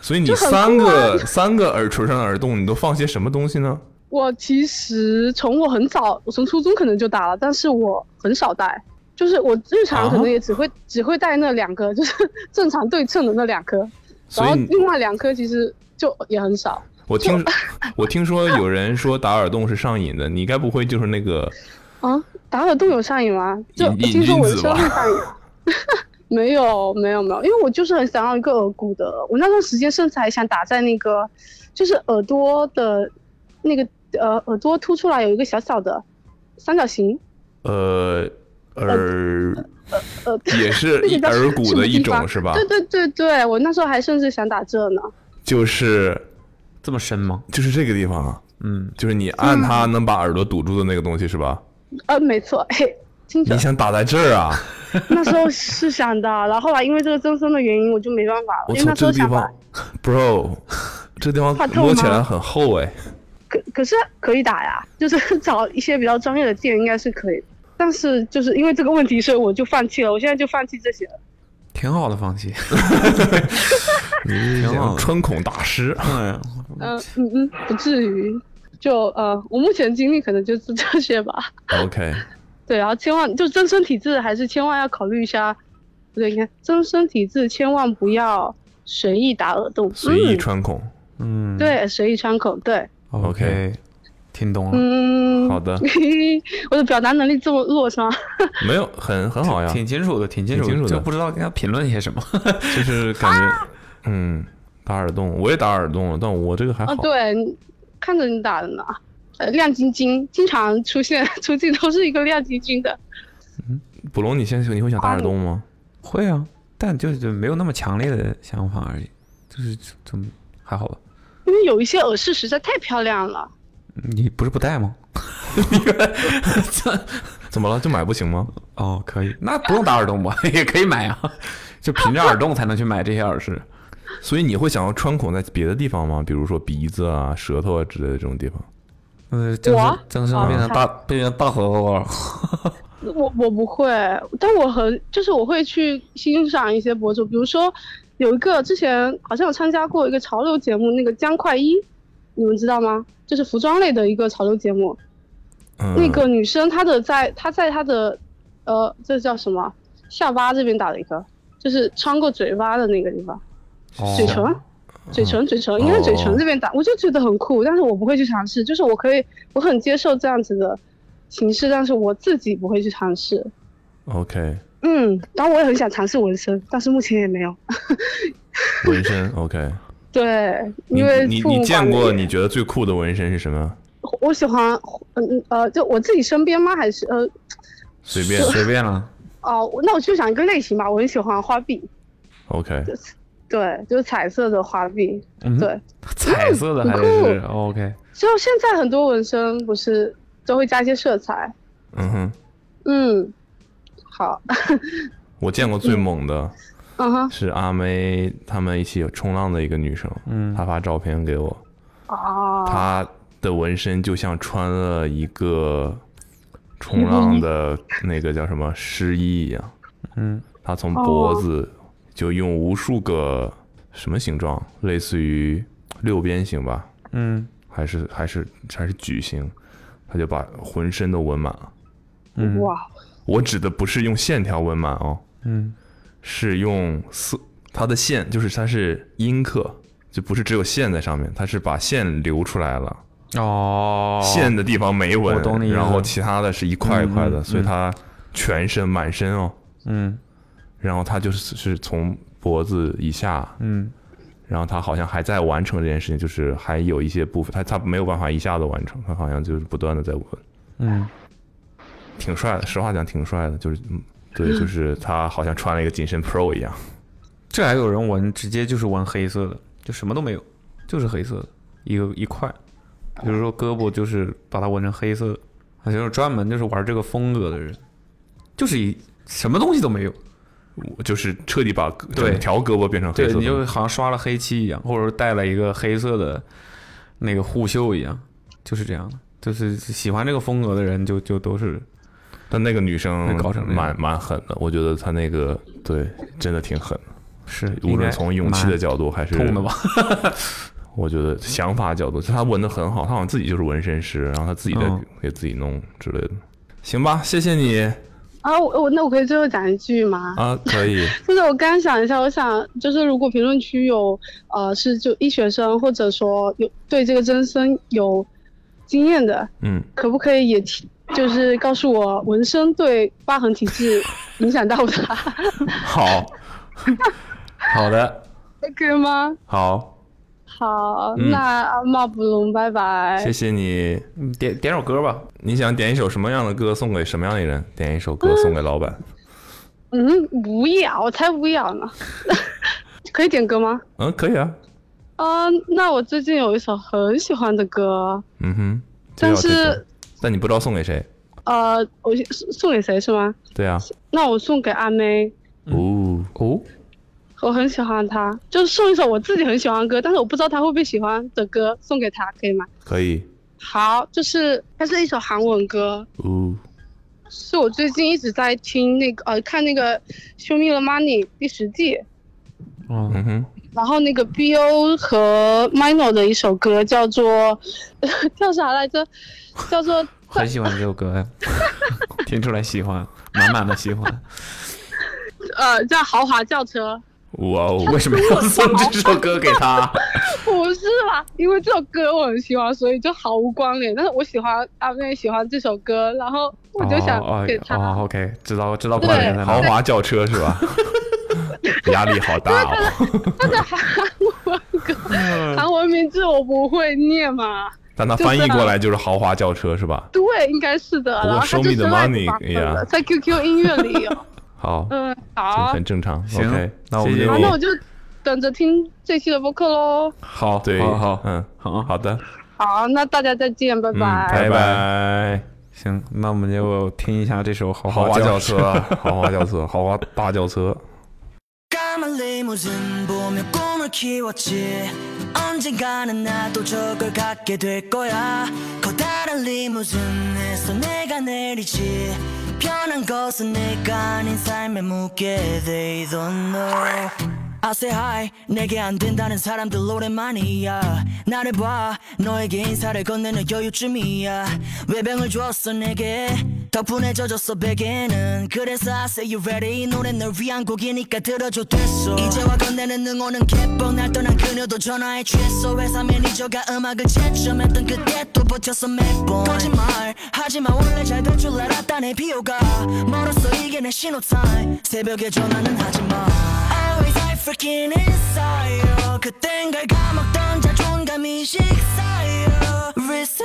S5: 所以你
S4: 就很
S5: 三
S4: 酷啊
S5: 个三个耳垂上的耳洞，你都放些什么东西呢？
S4: 我其实从我很早，我从初中可能就打了，但是我很少戴，就是我日常可能也
S5: 啊
S4: 只会、只会戴那两颗，就是正常对称的那两颗，
S5: 所
S4: 然后
S5: 以你
S4: 另外两颗其实就也很少。
S5: 我听我听说有人说打耳洞是上瘾的，你该不会就是那个
S4: 啊，打耳洞有上瘾吗？就
S5: 瘾瘾
S4: 听说
S5: 君
S4: 纹
S5: 子
S4: 身
S5: 吧
S4: 会上瘾。 (laughs) 没有没有没有，因为我就是很想要一个耳骨的，我那段时间甚至还想打在那个，就是耳朵的，那个呃耳朵凸出来有一个小小的三角形，
S5: 呃耳
S4: 呃
S5: 也是
S4: (laughs) 那个叫
S5: 耳骨
S4: 什么
S5: 的一
S4: 地
S5: 种
S4: 方
S5: 是吧？
S4: 对对对对，我那时候还甚至想打这呢。
S5: 就是
S3: 这么深吗？
S5: 就是这个地方啊，
S3: 嗯，
S5: 就是你按它能把耳朵堵住的那个东西是吧？
S4: 呃，没错，嘿，精准
S5: 你。想打在这儿啊？
S4: 那时候是想的，然后后来因为这个增生的原因，我就没办法了。
S5: 我
S4: 因为
S5: 操，
S4: 那时
S5: 这
S4: 候
S5: 个地
S4: 想法
S5: 方，bro，这地方
S4: 怕痛
S5: 摸起
S4: 吗
S5: 来很厚哎。
S4: 可可是可以打呀， (laughs) 就是找一些比较专业的店应该是可以的。但是就是因为这个问题，所以我就放弃了。我现在就放弃这些了。
S7: 挺好的，放弃。
S5: 你是
S7: 挺好
S5: 想
S7: 的
S5: 穿孔大师？
S7: 嗯，
S4: 嗯嗯嗯，不至于。就呃，我目前经历可能就是这些吧。 (laughs)
S5: OK，
S4: 对，然后千万就增生体质，还是千万要考虑一下。不对，你看增生体质千万不要随意打耳洞，
S5: 随意
S4: 嗯
S5: 穿孔。
S7: 嗯，
S4: 对，随意穿孔，对，
S7: ，OK，听懂了，
S4: 嗯，
S5: 好的
S4: (laughs) 我的表达能力这么弱是吗？
S5: (laughs) 没有，很很好呀，
S7: 挺清楚的，挺清楚
S5: 挺清楚的
S7: 就不知道跟他评论些什么。
S5: (laughs) 就是感觉，嗯，打耳洞，我也打耳洞了，但我这个还好
S4: 啊，。对，你看着你打的呢，呃，亮晶晶，经常出现， (laughs) 出镜都是一个亮晶晶的。
S5: 捕龙，你现在你会想打耳洞吗？
S7: 会啊，但就就没有那么强烈的想法而已，就是就就还好吧。
S4: 因为有一些耳饰实在太漂亮
S5: (laughs)
S4: 了，
S7: 你不是不戴吗？
S5: 怎么了？就买不行吗？
S7: 哦，可以，那不用打耳洞吧， (laughs) 也可以买啊，就凭着耳洞才能去买这些耳饰。
S5: 所以你会想要穿孔在别的地方吗？比如说鼻子啊、舌头啊之类的这种地方。
S7: 呃，增
S4: (laughs) 我
S7: 生增
S4: 哦
S7: 生
S5: 哦
S7: 变成大变成大舌头了。
S4: 我我不会，但我很就是我会去欣赏一些博主，比如说有一个之前好像有参加过一个潮流节目，那个江快一，你们知道吗？就是服装类的一个潮流节目，
S5: 嗯，
S4: 那个女生她的在她在她的，呃，这叫什么？下巴这边打了一个，就是穿过嘴巴的那个地方，
S5: 哦
S4: 嘴
S2: 啊
S4: 唇，嘴唇，嘴唇，应该是嘴唇这边打，我就觉得很酷，但是我不会去尝试，就是我可以，我很接受这样子的形式，但是我自己不会去尝试。
S5: OK，
S4: 嗯，然后我也很想尝试纹身，但是目前也没有。 (laughs)
S5: 纹身 OK。
S4: 对，
S5: 你
S4: (laughs) 因为
S5: 你
S4: 父母
S5: 你见
S4: 管
S5: 过
S4: 得
S5: 你
S4: 严
S5: 觉得最酷的纹身是什么？
S4: 我喜欢，嗯呃，就我自己身边吗？还是呃
S5: 随便
S7: 随便了。
S4: 哦、那我就想一个类型吧，我很喜欢花臂。
S5: OK，
S4: 对，就是彩色的花臂。
S7: 嗯
S4: 对，嗯
S7: 彩色的还是哦 OK？
S4: 就现在很多纹身不是都会加一些色彩。
S5: 嗯哼，
S4: 嗯，好， (laughs)
S5: 我见过最猛的
S4: 嗯哼，
S5: 是阿梅他们一起冲浪的一个女生，
S7: 嗯
S5: 她发照片给我，
S4: 啊，
S5: 她的纹身就像穿了一个冲浪的那个叫什么湿衣一样，
S7: 嗯，
S5: 她从脖子就用无数个什么形状？类似于六边形吧，
S7: 嗯
S5: 还是还是还是矩形？他就把浑身都纹满了。
S7: 嗯
S4: 哇，
S5: 我指的不是用线条纹满哦，
S7: 嗯
S5: 是用色，它的线就是它是阴刻，就不是只有线在上面，它是把线留出来了，
S7: 哦，
S5: 线的地方没纹，
S7: 我懂你意思
S5: 然后其他的是一块一块的，
S7: 嗯嗯
S5: 所以它全身满身哦，
S7: 嗯
S5: 然后它就是是从脖子以下，
S7: 嗯
S5: 然后他好像还在完成这件事情，就是还有一些部分，他他没有办法一下子完成，他好像就是不断的在纹，
S7: 嗯
S5: 挺帅的，实话讲挺帅的，就是嗯，
S7: (laughs)
S5: 对，就是他好像穿了一个紧身 Pro 一样，
S7: 这还有人纹，直接就是纹黑色的，就什么都没有，就是黑色的一个一块。比如说胳膊就是把它纹成黑色的，好像就是专门就是玩这个风格的人，就是一什么东西都没有，
S5: 我就是彻底把
S7: 对
S5: 整条胳膊变成黑
S7: 对
S5: 色
S7: 你就
S5: 的，
S7: 好像刷了黑漆一样，或者说戴了一个黑色的那个护袖一样，就是这样的。就是喜欢这个风格的人就就都是
S5: 但那个女生
S7: 那搞成那样
S5: 蛮蛮狠的，我觉得她那个对真的挺狠的，
S7: 是，
S5: 无论从勇气的
S7: 角
S5: 角度还是
S7: 痛的吧，
S5: (laughs) 我觉得想法角度，就他纹的很好，他好像自己就是纹身师，然后他自己在
S7: 嗯
S5: 给自己弄之类的。行吧，谢谢你
S4: 啊，我我那我可以最后讲一句吗？
S5: 啊，可
S7: (laughs)
S5: 以，
S4: 就是我刚想一下，我想就是如果评论区有呃是就医学生或者说有对这个增生有经验的，
S5: 嗯。
S4: 可不可以也提就是告诉我纹身对疤痕体质影响到它，
S5: 好，好的，
S4: (laughs) 可以吗？
S5: 好，
S4: 好，
S5: 嗯
S4: 那阿茂布隆，拜拜。
S5: 谢谢你。
S7: 嗯点点首歌吧，
S5: 你想点一首什么样的歌送给什么样的人？点一首歌送给老板。
S4: 嗯，不要，我才不要呢。 (laughs) 可以点歌吗？
S5: 嗯，可以啊。
S4: 啊、那我最近有一首很喜欢的歌，
S5: 嗯哼。就
S4: 但
S5: 要这
S4: 是
S5: 首，但你不知道送给谁。
S4: 呃，我送送给谁是吗？
S5: 对啊。
S4: 那我送给阿妹，
S5: 哦，
S7: 哦，
S4: 我很喜欢她，就是送一首我自己很喜欢的歌，但是我不知道她会不会喜欢的歌，送给她可以吗？
S5: 可以。
S4: 好，就是它是一首韩文歌，
S5: 哦，
S4: 是我最近一直在听那个呃看那个《Show Me the Money》第十季，
S3: 哦
S7: 嗯
S5: 嗯哼。
S4: 然后那个 B.O 和 Mino 的一首歌叫做 (laughs) 叫啥来着？叫做
S7: 很喜欢这首
S5: (laughs)
S7: 歌呀，听出来喜欢，满满的喜欢。
S4: 呃叫豪华轿车，
S5: 哇哦，为什
S4: (laughs)
S5: 么要送这首歌给他？
S4: 不是啦，因为这首歌我很喜欢，所以就毫无关联。但是我喜欢阿妹喜欢这首歌，然后 (laughs) 我就
S7: 哦
S5: 哎
S4: 想给她。
S7: 哦哦，OK，知道知道
S4: 对
S7: 关联在哪
S5: 豪
S7: 里。
S5: 华轿车是
S4: (laughs)
S5: 吧？压力好大哦。
S4: 但是韩文歌，韩文名字我不会念嘛。
S5: 但他翻译过来就是豪华轿车是吧？
S4: 对，应该是的。
S5: 不过
S4: 然后他
S5: Show
S4: 就
S5: me the
S4: 是外国
S5: money，
S4: 版本
S5: 哎呀
S4: 的在 QQ 音乐里有。
S5: (laughs) 好，
S4: 嗯，
S5: 这
S4: 好，
S5: 很正常。
S7: 行
S5: OK，
S7: 那我们
S5: 谢谢
S7: 就
S4: 好，
S5: 你
S4: 那我就等着听这期的播客喽。
S7: 好，
S5: 对，
S7: 好好，
S5: 嗯，
S7: 好啊
S5: 好的，
S4: 好，那大家再见，拜
S5: 嗯，拜
S4: (laughs)
S5: 拜。
S7: 行，那我们就听一下这首《豪
S5: 豪
S7: 华
S5: 华轿
S7: 轿
S5: 车，啊
S7: (laughs)
S5: 豪华轿车，豪华大轿车。
S8: 까만 리무진 보며 꿈을 키웠지 언젠가는 나도 저걸 갖게 될 거야 커다란 리무진에서 내가 내리지 편한 것은 내가 아닌 삶에 묻게 They don't know I say hi 내게 안 된다는 사람들 오랜만이야 나를 봐 너에게 인사를 건네는 여유쯤이야 외병을 줬어 내게 덕분에 젖었어 베개는 그래서 I say you ready 이 노래 널 위한 곡이니까 들어줘 됐어 이제와 건네는 응원은 개뻥 날 떠난 그녀도 전화에 취했어 회사 매니저가 음악을 채점했던 그때 또 버텼어 매번 거짓말 하지마 원래 잘 될 줄 알았다 내 비호가 멀었어 이게 내 신호타임 새벽에 전화는 하지마 always I freaking inside 그땐 걸 까먹던 자존감이 식사요 Reset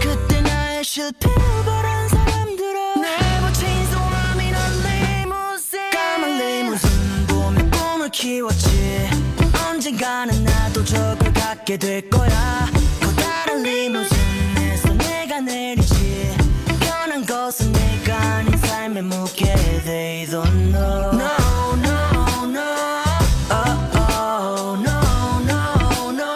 S8: 그때 나의 실패버린 사람들아 내버 친소함이 난 리무진 까만 리무진 봄에 꿈을 키웠지 언젠가는 나도 저걸 갖게 될 거야 커다란 리무진에서 내가 내리지 변한 것은 내가 아닌 삶에 묻게 They don't know No no no Oh oh no no no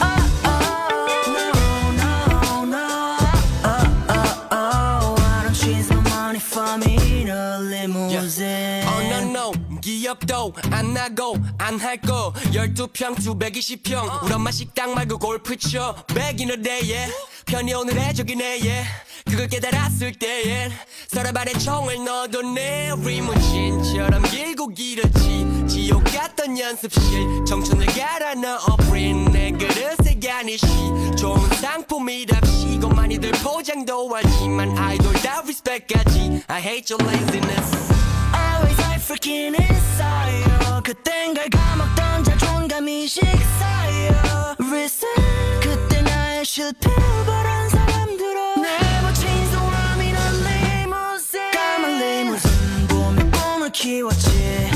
S8: Oh oh no no Oh oh oh Why don't you use my money for me in a limousine
S9: Oh no no 기억 밥도 안 나고 안 할거 12평 220평 우리 엄마 식당 말고 골프 쳐 Back in the day yeah. 편이 오늘의 적이네 yeah. 그걸 깨달았을 때엔 서랍 안에 총을 넣어도 내 리무진처럼 길고 길었지 지옥 같던 연습실 청춘을 갈아 넣어 버린 내 그릇에 가니시 좋은 상품이랍시고 많이들 포장도 하지만 아이돌 다 리스펙까지 I hate your laziness
S8: Always I freaking 있어요 그땐 걸 까먹던 자존감이 식사요 Reset 그때 나의 실패버린 사람들아 내 멋진 소원이 난 리무진 까만 리무진 봄에 꿈을 키웠지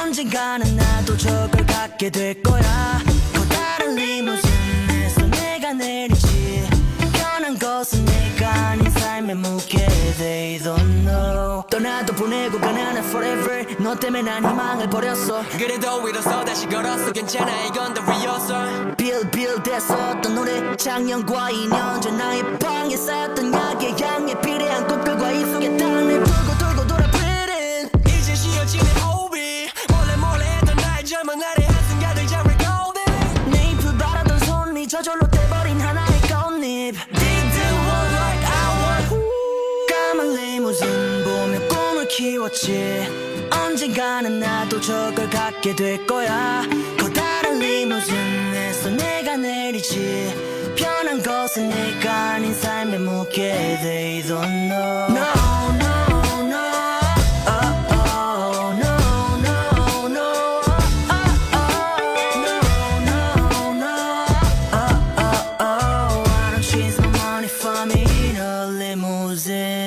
S8: 언젠가는 나도 저걸 갖게 될 거야 커다란 리무진에서 내가 내리지 변한 것은 내가 아닌 삶의 무게 They don't know 떠나도 보내고 가난한 forever 너 때문에 난 희망을 버렸어
S9: 그래도 일어서 다시 걸었어 괜찮아 이건 더 리허설
S8: 빌빌대서 어떤 노래 작년과 2년 전 나의 방에 쌓였던 약의 양에 비례한 꿈들과 입속에 땅을 불고 돌고 돌아 pretty
S9: 이제 쉬어지는 호흡이 몰래 몰래 했던 나의 젊은 날의 한순간을 잘 recalling
S8: 내 입을 바라던 손이 저절로 떼버린 하나의 꽃잎
S9: Did the world like I want
S8: 까만 리무진 보며 꿈을 키웠지 언젠가는 나도 저걸 갖게 될 거야 커다란 리무진에서 내가 내리지 변한 것은 내가 아닌 삶의 무게 They don't know No no no Oh, oh, no, no, no. Oh, oh. No, no, no. Oh, oh, oh. Why don't you use my money for me in a limousine?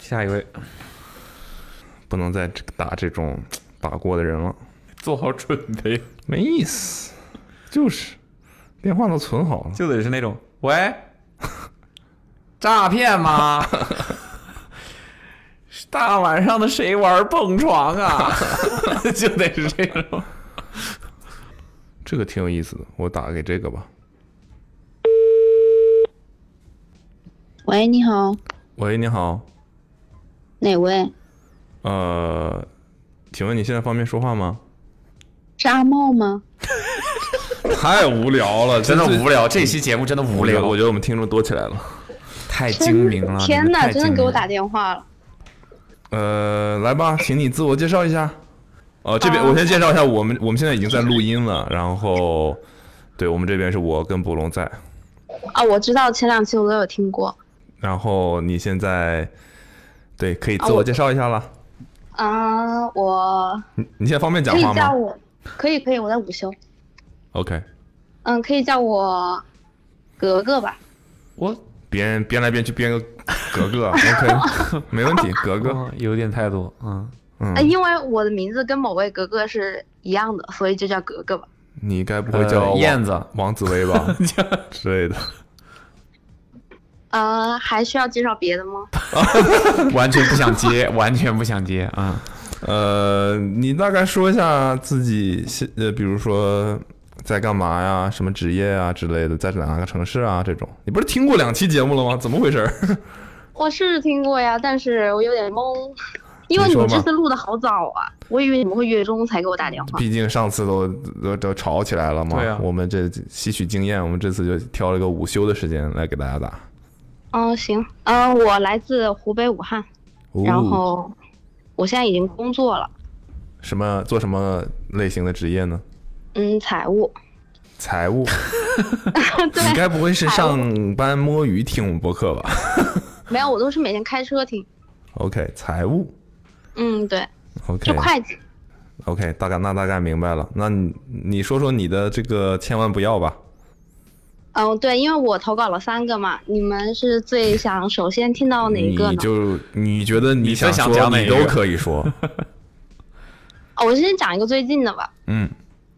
S7: 下一位，
S5: 不能再打这种打过的人了，
S7: 做好准备，
S5: 没意思。就是电话都存好了，
S7: 就得是那种
S5: (laughs)
S7: 喂，诈骗吗？大晚上的谁玩蹦床
S5: (laughs)
S7: 啊？ (laughs) 就得是这种。
S5: 这个挺有意思的。我打给这个吧。
S10: 喂，你好，
S5: 喂，你好，
S10: 哪位？
S5: 呃，请问你现在方便说
S7: (laughs)
S5: 话吗？
S10: 扎帽吗？
S5: 太无聊了，
S3: 真的无聊，这期节目真的无聊，
S5: 我觉得我们听众多起来了。
S3: 太精明
S10: 啊
S3: 了。
S2: 天
S3: 哪，
S2: 哪，真的给我打电话了。
S5: 呃，来吧，请你自我介绍一下。哦，这边
S2: 啊
S5: 我先介绍一下，我们我们现在已经在录音了，然后，对我们这边是我跟博龙在，
S2: 啊，我知道前两期我都有听过
S5: 然后你现在，对，可以自
S2: 啊
S5: 我
S2: 我
S5: 介绍一下了。
S2: 啊、我
S5: 你你现在方便讲
S2: 可以
S5: 话
S2: 叫
S5: 吗
S2: 我，可以可以，我在午休，
S5: ？OK，
S2: 嗯，可以叫我格格吧，
S7: 我
S5: 别人编来编去编个格
S2: (laughs)
S5: 格啊，OK，没问题，格格， (laughs)
S7: 哥有点太多，嗯，
S2: 呃，
S5: 嗯，
S2: 因为我的名字跟某位格格是一样的，所以就叫格格吧。
S5: 你该不会叫
S7: 呃
S5: 王
S7: 燕子
S5: 王紫薇 (laughs) 吧之类的？
S2: 呃，还需要介绍别的吗？
S3: (laughs) 完全不想接，完全不想接啊、
S5: 呃，你大概说一下自己现呃，比如说在干嘛呀，什么职业啊之类的，在哪个城市啊这种。你不是听过两期节目了吗？怎么回事
S3: (laughs)
S5: 儿？
S2: 我是听过呀，但是我有点懵，因为
S5: 你
S2: 你
S5: 说
S2: 们这
S5: 吧
S2: 次录的好早啊，我以为你们会月中才给我打电话。
S5: 毕竟上次都都都吵起来了嘛。
S7: 对啊
S5: 我们这吸取经验，我们这次就挑了个午休的时间来给大家打。
S2: 嗯、行，嗯、我来自湖北武汉，
S5: 哦
S2: 然后我现在已经工作了，
S5: 什么做什么类型的职业呢？
S2: 嗯，财务，(laughs)
S5: 财务。你该不会是上班摸鱼听我们播客吧
S2: 没有，我都是每天开车听。
S5: ？OK，财务。
S2: 嗯，对，
S5: OK，
S2: 就会计。
S5: OK，大概那大概明白了。那你你说说你的这个千万不要吧。
S2: 嗯，对，因为我投稿了三个嘛，你们是最想首先听到哪一个
S5: 嗯你
S2: 呢？
S5: 就你觉得你
S3: 你
S5: 想
S3: 最想
S5: 说
S3: 讲哪
S5: 你
S3: 个
S5: 都可以说。
S2: 哦，我先讲一个最近的吧。
S5: 嗯，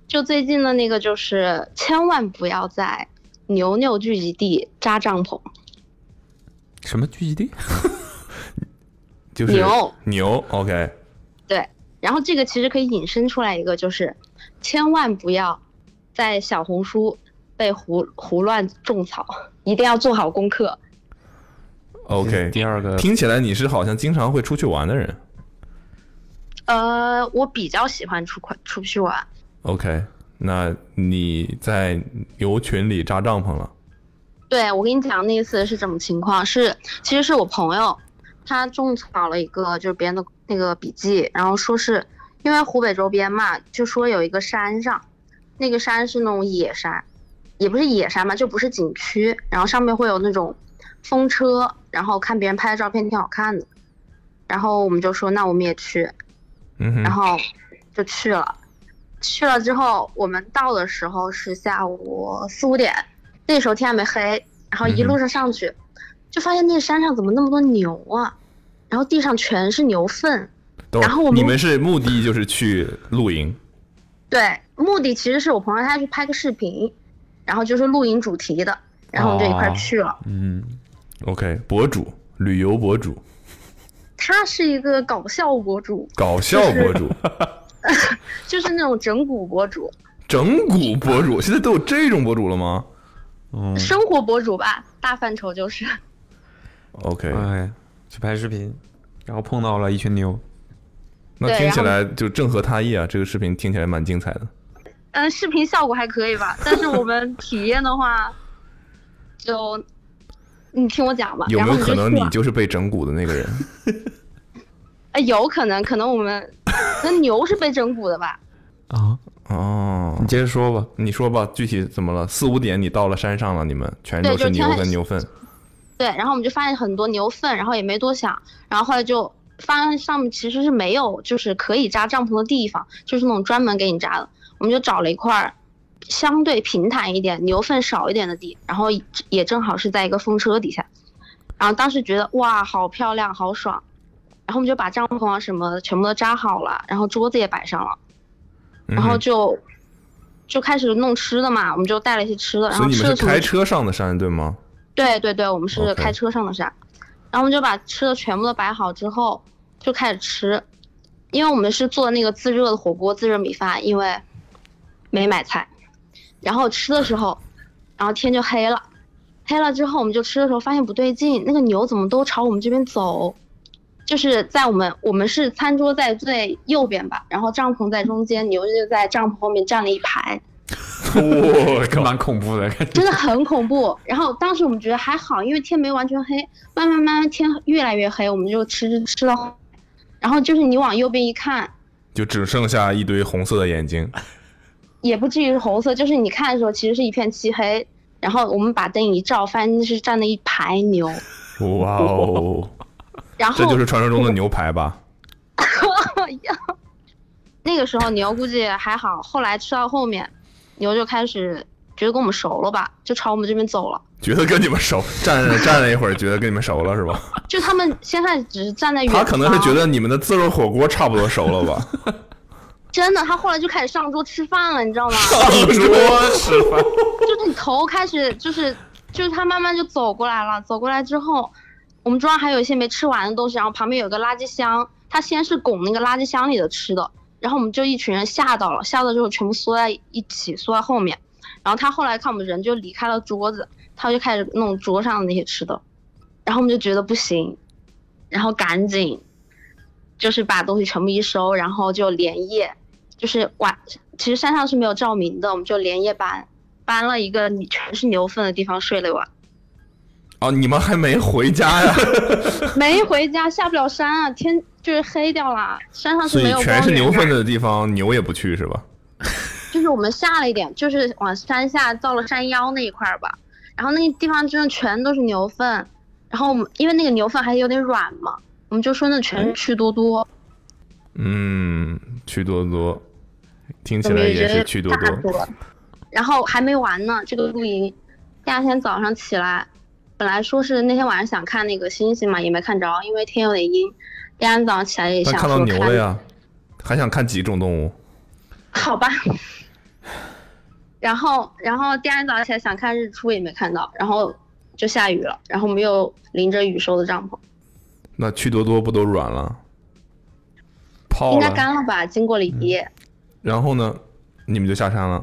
S2: 就最近的那个，就是千万不要在牛牛聚集地扎帐篷。
S7: 什么聚集
S5: (laughs)
S7: 地？
S5: 就是
S2: 牛
S5: 牛 OK，
S7: (laughs)
S2: 对，然后这个其实可以引申出来一个，就是千万不要在小红书被胡胡乱种草，一定要做好功课。
S5: OK，
S7: 第二个
S5: 听起来你是好像经常会出去玩的人。
S2: 呃，我比较喜欢出快出去玩，
S5: OK，那你在牛群里扎帐篷了？
S2: 对，我跟你讲，那一次是什么情况？是其实是我朋友，他种草了一个就是别人的那个笔记，然后说是因为湖北周边嘛，就说有一个山上，那个山是那种野山，也不是野山吧，就不是景区，然后上面会有那种风车，然后看别人拍的照片挺好看的，然后我们就说那我们也去，
S5: 嗯哼，
S2: 然后就去了。去了之后，我们到的时候是下午四五点，那时候天还没黑。然后一
S5: 嗯
S2: 路上上去，就发现那山上怎么那么多牛啊？然后地上全是牛粪。
S5: 等会儿
S2: 然后我们
S5: 你们是目的就是去露营，
S2: 对，目的其实是我朋友他去拍个视频，然后就是露营主题的，然后我们就一块儿去了。
S5: 嗯，OK，博主，旅游博主，
S2: 他是一个搞笑博主，
S5: 搞笑博
S2: (laughs)
S5: 主，
S2: 就是那种整蛊博主、
S5: 整蛊博主，现在都有这种博主了吗？
S7: 嗯
S2: 生活博主吧，大范畴就是。
S5: ，OK，
S7: 哎，去拍视频，然后碰到了一群牛，
S5: 那
S2: 对
S5: 听
S2: 然
S5: 起
S2: 后
S5: 来就正合他意啊！这个视频听起来蛮精彩的。
S2: 嗯，视频效果还可以吧，但是我们体验的话，就你听我讲吧。
S5: 有没有
S2: 然后
S5: 可能
S2: 你就去
S5: 你
S2: 了
S5: 就是被整蛊的那个
S2: (laughs)
S5: 人？
S2: 哎，有可能，可能我
S5: (laughs)
S2: 们那牛是被整蛊的吧？
S5: 哦，
S7: 你接着说吧。
S5: 你说吧，具体怎么了？四五点你到了山上了，你们全
S2: 对
S5: 都
S2: 就是是
S5: 牛
S2: 天黑
S5: 跟牛粪。
S2: 对，然后我们就发现很多牛粪，然后也没多想，然后后来就发现上面其实是没有就是可以扎帐篷的地方，就是那种专门给你扎的。我们就找了一块儿相对平坦一点、牛粪少一点的地，然后也正好是在一个风车底下，然后当时觉得哇，好漂亮，好爽，然后我们就把帐篷啊什么的全部都扎好了，然后桌子也摆上了，然后
S5: 嗯
S2: 就。就开始弄吃的嘛，我们就带了一些吃的，然
S5: 所
S2: 后
S5: 以你
S2: 吃
S5: 们
S2: 的
S5: 是
S2: 什么
S5: 开车上的山，对吗？
S2: 对对对，我们是
S5: OK
S2: 开车上的山然后我们就把吃的全部都摆好之后，就开始吃，因为我们是做那个自热的火锅、自热米饭，因为没买菜。然后吃的时候，然后天就黑了，黑了之后我们就吃的时候发现不对劲，那个牛怎么都朝我们这边走，就是在我们我们是餐桌在最右边吧，然后帐篷在中间，牛就在帐篷后面站了一排，
S5: 我
S7: 这蛮恐怖的，
S2: 真的很恐怖。然后当时我们觉得还好，因为天没完全黑，慢慢慢慢天越来越黑，我们就吃吃吃到，然后就是你往右边一看，
S5: 就只剩下一堆红色的眼睛。
S2: 也不至于是红色，就是你看的时候其实是一片漆黑，然后我们把灯一照，发现那是站了一排牛，
S5: 哇哦，
S2: (laughs) 然后
S5: 这就是传说中的牛排吧？
S2: (laughs) 那个时候牛估计还好，后来吃到后面，牛就开始觉得跟我们熟了吧，就朝我们这边走了。
S5: 觉得跟你们熟，站着站了一会儿，觉得跟你们熟了
S2: (laughs)
S5: 是吧？
S2: 就他们先开始只是站在远
S5: 他
S2: 方，
S5: 可能是觉得你们的自热火锅差不多熟了吧？
S2: 真的，他后来就开始上桌吃饭了，你
S5: (laughs)
S2: 知道吗？
S5: 说实话，
S2: 就是你头开始就是就是他慢慢就走过来了，走过来之后，我们桌上还有一些没吃完的东西，然后旁边有个垃圾箱，他先是拱那个垃圾箱里的吃的，然后我们就一群人吓到了，吓到之后全部缩在一起，缩在后面，然后他后来看我们人就离开了桌子，他就开始弄桌上的那些吃的，然后我们就觉得不行，然后赶紧就是把东西全部一收，然后就连夜就是晚，其实山上是没有照明的，我们就连夜搬搬了一个全是牛粪的地方睡了一
S5: (laughs)
S2: 晚，
S5: 哦，你们还没回家呀？
S2: 没回家，下不了山啊，天就是黑掉了，山上是
S5: (laughs) 所
S2: 没
S5: 以
S2: 有
S5: 全
S2: 光
S5: 是牛
S2: 源
S5: 粪
S2: 的。
S5: 的地方，牛也不去是吧？
S2: 就是我们下了一点，就是往山下到了山腰那一块儿吧，然后那个地方真的全都是牛粪，然后我们因为那个牛粪还有点软嘛，我们就说那
S5: 哎
S2: 全是蛆多多，
S5: 嗯，趣多多，听起
S2: 我
S5: 来
S2: 们
S5: 也
S2: 觉
S5: 是
S2: 得
S5: 趣多
S2: 大
S5: 多。 (laughs)
S2: 多。然后还没完呢，这个露营，第二天早上起来，本来说是那天晚上想看那个星星嘛，也没看着，因为天有点阴。第二天早上起来也
S5: 但
S2: 想
S5: 看
S2: 说
S5: 到牛了呀，还想看几种动物？
S2: 好吧。然后，然后第二天早上起来想看日出也没看到，然后就下雨了，然后我们又淋着雨收的帐篷，
S5: 那趣多多不都软了？
S7: 泡
S2: 应该
S7: 了，
S5: 嗯
S2: 干了吧？经过了一夜，
S5: 然后呢？你们就下山了。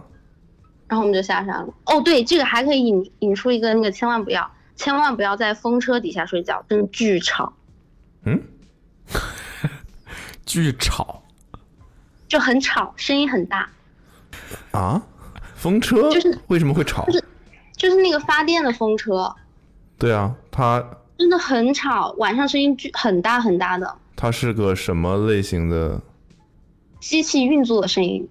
S2: 然后我们就下山了。哦，对，这个还可以引引出一个那个，千万不要，千万不要在风车底下睡觉，真的巨吵，
S3: 巨吵
S2: 就很吵，声音很大，
S5: 啊？风车
S2: 就是
S5: 为什么会吵？
S2: 就是那个发电的风车，
S5: 对啊，它
S2: 真的很吵，晚上声音巨很大很大的，
S5: 它是个什么类型的？
S2: 机器运作的声音。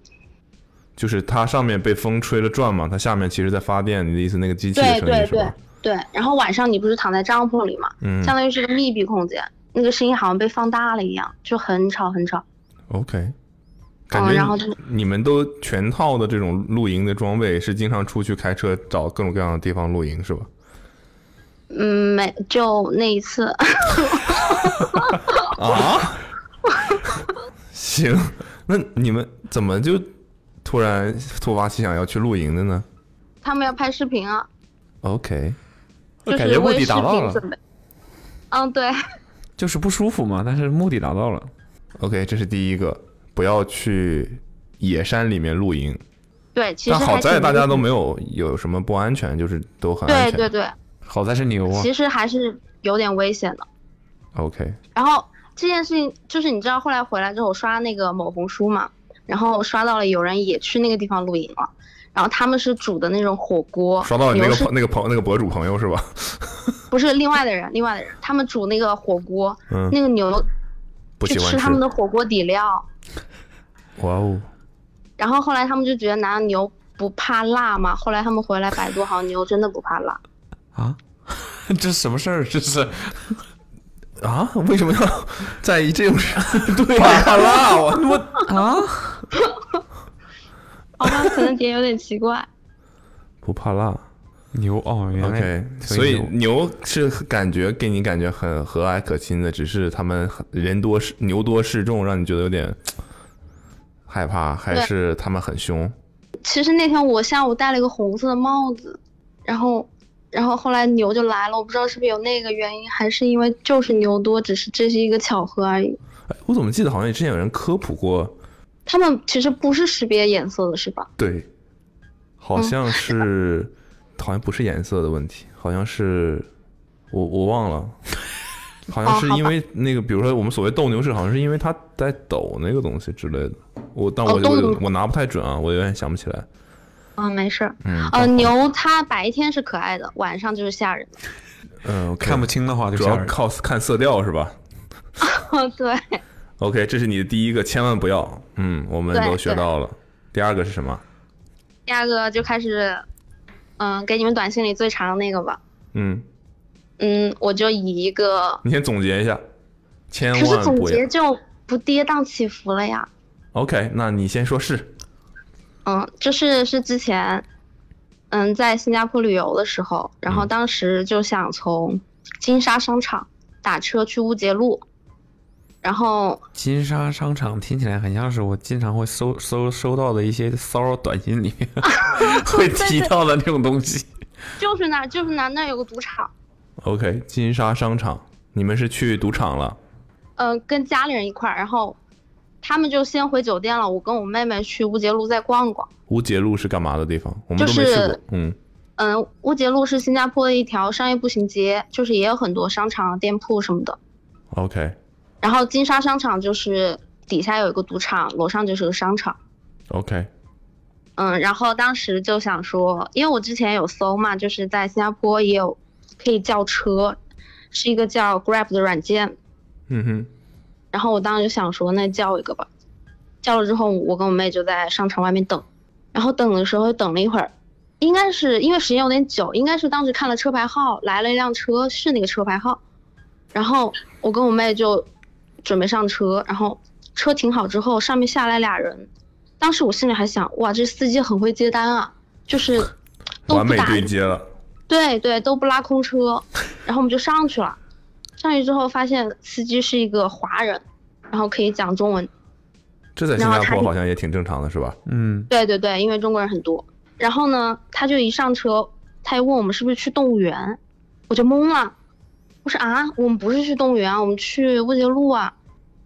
S5: 就是它上面被风吹了转嘛，它下面其实在发电。你的意思那个机器的
S2: 对
S5: 声音
S2: 对
S5: 是
S2: 对
S5: 吧？
S2: 对，然后晚上你不是躺在帐篷里嘛，
S5: 嗯
S2: 相当于是个密闭空间，那个声音好像被放大了一样，就很吵很吵。
S5: OK，感觉
S2: 哦
S5: 你、
S2: 然后就是
S5: 你们都全套的这种露营的装备，是经常出去开车找各种各样的地方露营是吧？
S2: 嗯，没就那一次， (laughs)
S5: 啊？ (laughs) 行，那你们怎么就突然突发奇想要去露营的呢
S2: 他们要拍视频啊，
S5: ？OK，
S2: 就
S7: 感
S2: 是
S7: 觉目
S2: 为
S7: 的
S2: 视
S7: 达到
S2: 频
S7: 了，
S2: 准备。嗯，对，
S7: 就是不舒服嘛，但是目的达到了。
S5: OK，这是第一个，不要去野山里面露营。
S2: 对，其实
S5: 但好
S2: 还
S5: 在
S2: 挺
S5: 大家
S2: 危
S5: 都
S2: 险
S5: 没有有什么不安全，就是都很安
S2: 对
S5: 全。
S2: 对对，
S7: 好在是牛啊
S2: 其，实还是有点危险的。
S5: OK，
S2: 然后这件事情就是你知道，后来回来之后我刷那个某红书嘛，然后刷到了有人也去那个地方露营了，然后他们是煮的那种火锅，
S5: 刷到你那
S2: 牛
S5: 个
S2: 是
S5: 朋那个朋那个博主朋友是吧？
S2: 不是另外的人，另外的人，他们煮那个火锅，
S5: 嗯
S2: 那个牛
S5: 不
S2: 去
S5: 喜欢
S2: 吃他们的火锅底料，
S5: 哇哦，
S2: 然后后来他们就觉得拿牛不怕辣嘛，后来他们回来百度好像牛真的不怕辣，
S7: 这什么事儿？这是
S5: 啊，为什么要在意这种事？对呀、啊，辣我我
S2: 好吧，哦可能点有点奇怪，
S5: 不怕辣。
S7: 牛哦，原来
S5: OK，所以
S7: 牛
S5: 牛是感觉给你感觉很和蔼可亲的，只是他们很人多势牛多势众，让你觉得有点害怕，还
S2: 对
S5: 是他们很凶？
S2: 其实那天我下午戴了一个红色的帽子，然后，然后后来牛就来了，我不知道是不是有那个原因，还是因为就是牛多，只是这是一个巧合而已。
S5: 哎我怎么记得好像之前有人科普过，
S2: 他们其实不是识别颜色的，是吧？
S5: 对，
S2: 嗯
S5: 好像是、好像不是颜色的问题，好像是我我忘了，好像
S2: 哦
S5: 是因为那个，比如说我们所谓斗牛士，好像是因为他在抖那个东西之类的。我但我、
S2: 哦斗
S5: 我
S2: 牛
S5: 我拿不太准啊，我有点想不起来。
S2: 嗯，没事儿。
S5: 嗯，
S2: 呃，牛它白天是可爱的，晚上就是吓人的。
S5: 嗯、OK
S7: 看不清的话就
S5: 主
S7: 吓
S5: 要
S7: 人。
S5: 靠看色调是吧
S2: 哦， (laughs) 对，
S5: ？OK，这是你的第一个，千万不要。嗯，我们
S2: 对
S5: 都学
S2: 对
S5: 到了。第二个是什么？
S2: 第二个就开始，嗯、给你们短信里最长的那个吧。
S5: 嗯，
S2: 嗯，我就以一个，
S5: 你先总结一下，千
S2: 可是
S5: 万
S2: 总
S5: 不要
S2: 结。就不跌宕起伏了呀。
S5: OK，那你先说是。
S7: (laughs)
S2: 嗯，就是是之前，嗯，在新加坡旅游的时候，然后
S5: 嗯
S2: 当时就想从金沙商场打车去乌节路，然后
S7: 金沙商场听起来很像是我经常会收收收到的一些骚扰短信里面 (laughs) 会提到的那种东西。
S2: 就是那儿就是那儿那儿有个赌场，
S5: OK，金沙商场，你们是去赌场了？
S2: 嗯，跟家里人一块儿，然后他们就先回酒店了，我跟我妹妹去乌节路再逛逛。
S5: 乌节路是干嘛的地方？我们
S2: 就
S5: 都没去过。
S2: 是
S5: 嗯
S2: 嗯，乌节路是新加坡的一条商业步行街，就是也有很多商场、店铺什么的。
S5: ，OK
S2: 然后金沙商场就是底下有一个赌场，楼上就是个商场。
S5: OK，
S2: 嗯，然后当时就想说，因为我之前有搜嘛，就是在新加坡也有可以叫车，是一个叫 Grab 的软件。
S5: 嗯哼，
S2: 然后我当时就想说，那叫一个吧。叫了之后，我跟我妹就在商场外面等，然后等的时候等了一会儿，应该是因为时间有点久，应该是当时看了车牌号，来了一辆车，是那个车牌号。然后我跟我妹就准备上车，然后车停好之后，上面下来俩人。当时我心里还想，哇，这司机很会接单啊，就是都
S5: 完
S2: 不
S5: 美
S2: 打
S5: 对接了。
S2: 对对，都不拉空车，然后我们就上去了。上去之后发现司机是一个华人，然后可以讲中文。
S5: 这在新
S2: 然后
S5: 加
S2: 他
S5: 坡好像也挺正常的，是吧？
S7: 嗯，
S2: 对对对，因为中国人很多。然后呢，他就一上车，他就问我们是不是去动物园，我就懵了。我说啊，我们不是去动物园啊，我们去乌节路啊。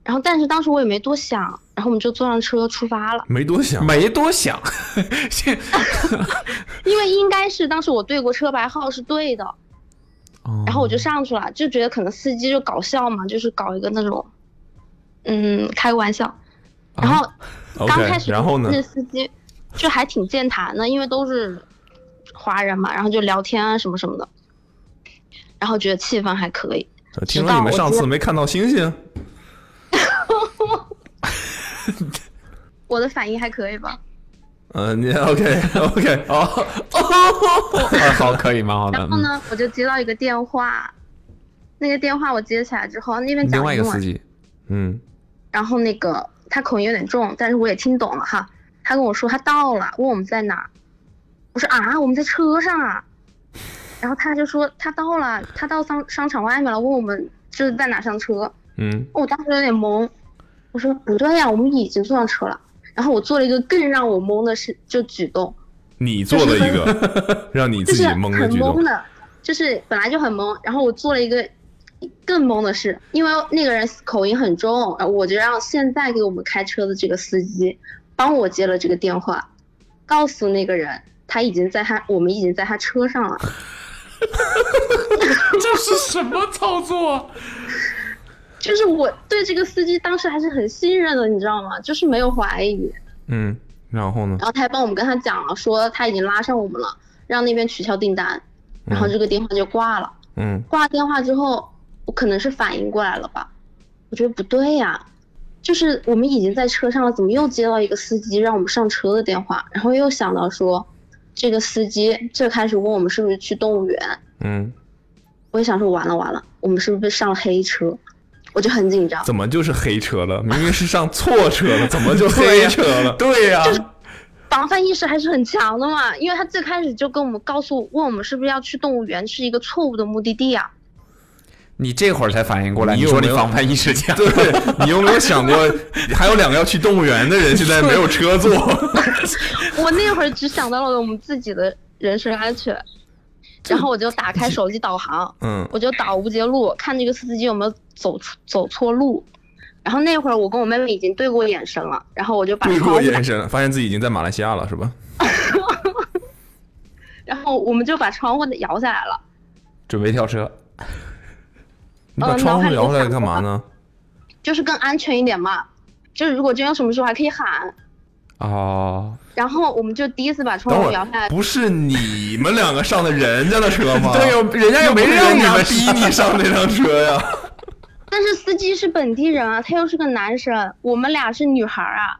S2: 然后但是当时我也没多想，然后我们就坐上车出发了。
S5: (laughs) 没多想，
S7: 没多
S5: (laughs)
S7: 想，
S2: 因为应该是当时我对过车牌号是对的，然后我就上去了，就觉得可能司机就搞笑嘛，就是搞一个那种，嗯，开个玩笑。然后刚
S5: OK，
S2: 开始
S5: 然后呢
S2: 那司机就还挺健谈的，因为都是华人嘛，然后就聊天啊什么什么的，然后觉得气氛还可以。
S5: 呃听说你们上次没看到星星，
S2: 我的反应还可以
S7: (laughs)
S2: 吧？
S5: 嗯，你 OK OK，哦，
S7: 好，可以，蛮好的
S2: 然。后呢，我就接到一个电话，那个电话我接起来之后，那边
S7: 嗯
S2: 讲
S7: 另外一
S2: 英
S7: 个
S2: 文
S7: 司，机，
S5: 嗯，
S2: 然后那个他口音有点重，但是我也听懂了哈。他跟我说他到了，问我们在哪儿，我说啊，我们在车上啊。然后他就说他到了，他到商商场外面了，问我们就是在哪上车。哦
S5: 嗯，
S2: 我当时有点懵，我说不对呀、我们已经坐上车了。然后我做了一个更让我懵的事，就举动，
S5: 你做了一个让你
S2: 就
S5: 自己
S2: 是
S5: 懵的
S2: 很
S5: 举
S2: 懵
S5: 动，
S2: 的，就是本来就很懵，然后我做了一个更懵的事，因为那个人口音很重，然后我就让现在给我们开车的这个司机帮我接了这个电话，告诉那个人他已经在他我们已经在他车上了，
S7: 这 (laughs) 是什么操作？啊
S2: (laughs) 就是我对这个司机当时还是很信任的，你知道吗？就是没有怀疑，
S5: 嗯，然后呢
S2: 然？后他还帮我们跟他讲了，说他已经拉上我们了，让那边取消订单，然后这个电话就挂了。
S5: 嗯，
S2: 挂电话之后，我可能是反应过来了吧，我觉得不对呀、就是我们已经在车上了，怎么又接到一个司机让我们上车的电话？然后又想到说，这个司机最开始问我们是不是去动物园，
S5: 嗯，
S2: 我也想说完了完了，我们是不是被上了黑车？我就很紧张，
S5: 怎么就是黑车了？明明是上错车了，怎么就黑车
S2: (laughs)
S5: 了？
S7: 对呀、
S2: 防范意识还是很强的嘛，因为他最开始就跟我们告诉问我们是不是要去动物园是一个错误的目的地啊，
S7: 你这会儿才反应过来，
S5: 你
S7: 你
S5: 有
S7: 说你
S5: 没有
S7: 防范意识强，
S5: 对你有没有想过，还有两个要去动物园的人现在没有
S2: (laughs)
S5: 车坐？
S2: 我那会儿只想到了我们自己的人身安全，然后我就打开手机导航，
S5: 嗯
S2: 我就导无节路，看这个司机有没有走出走错路。然后那会儿我跟我妹妹已经对过眼神了，然后我就把
S5: 对
S2: 窗
S5: 过
S2: 户，
S5: 眼神，发现自己已经在马来西亚了，是吧？
S2: 然后我们就把窗户摇下来了。
S7: 准备跳车。
S5: 你把
S2: 呃
S5: 窗
S2: 脑
S5: 户
S2: 海里
S5: 摇下来
S2: 想
S5: 干嘛
S2: 过
S5: 呢？
S2: 就是更安全一点嘛。就是如果真有什么事，我还可以喊。
S7: 哦，
S2: 然后我们就第一次把
S5: 啊等
S2: 窗户
S5: 会
S2: 摇下
S5: 儿
S2: 来，
S5: 不是你们两个上的人家的车吗？
S7: (laughs) 对呀人家又没
S5: 不是
S7: 让
S5: 你
S7: 你
S5: 们
S7: 们
S5: 逼你上那辆
S7: (laughs)
S5: 车呀。
S2: 但是司机是本地人啊，他又是个男生，我们俩是女孩儿啊。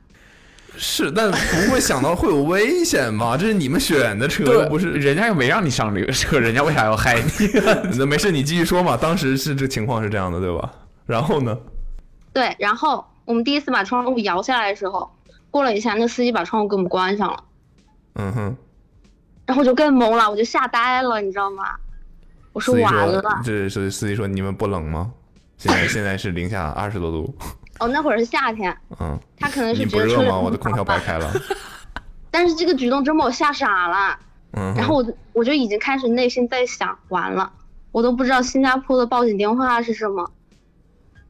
S5: 是，但不会想到会有危险吧？这是你们选的车，又不是
S7: 人家又没让你上这个车，人家为啥要害你？
S5: (laughs) 那没事，你继续说嘛。当时是这情况是这样的，对吧？然后呢？
S2: 对，然后我们第一次把窗户摇下来的时候，过了一下，那司机把窗户给我们关上了，
S5: 嗯哼，
S2: 然后我就更懵了，我就吓呆了，你知道吗？我说
S5: 司机
S2: 完了
S5: 说，，这是司机说你们不冷吗？现在现在是零下二十多度，
S2: 哦，那会儿是夏天，
S5: 嗯，
S2: 他可能
S5: 你
S2: 是
S5: 不
S2: 觉得车
S5: 热
S2: 里
S5: 吗？我的空调白开
S2: (laughs)
S5: 了，
S2: 但是这个举动真把我吓傻了，
S5: 嗯哼，
S2: 然后我就我就已经开始内心在想，完了，我都不知道新加坡的报警电话是什么，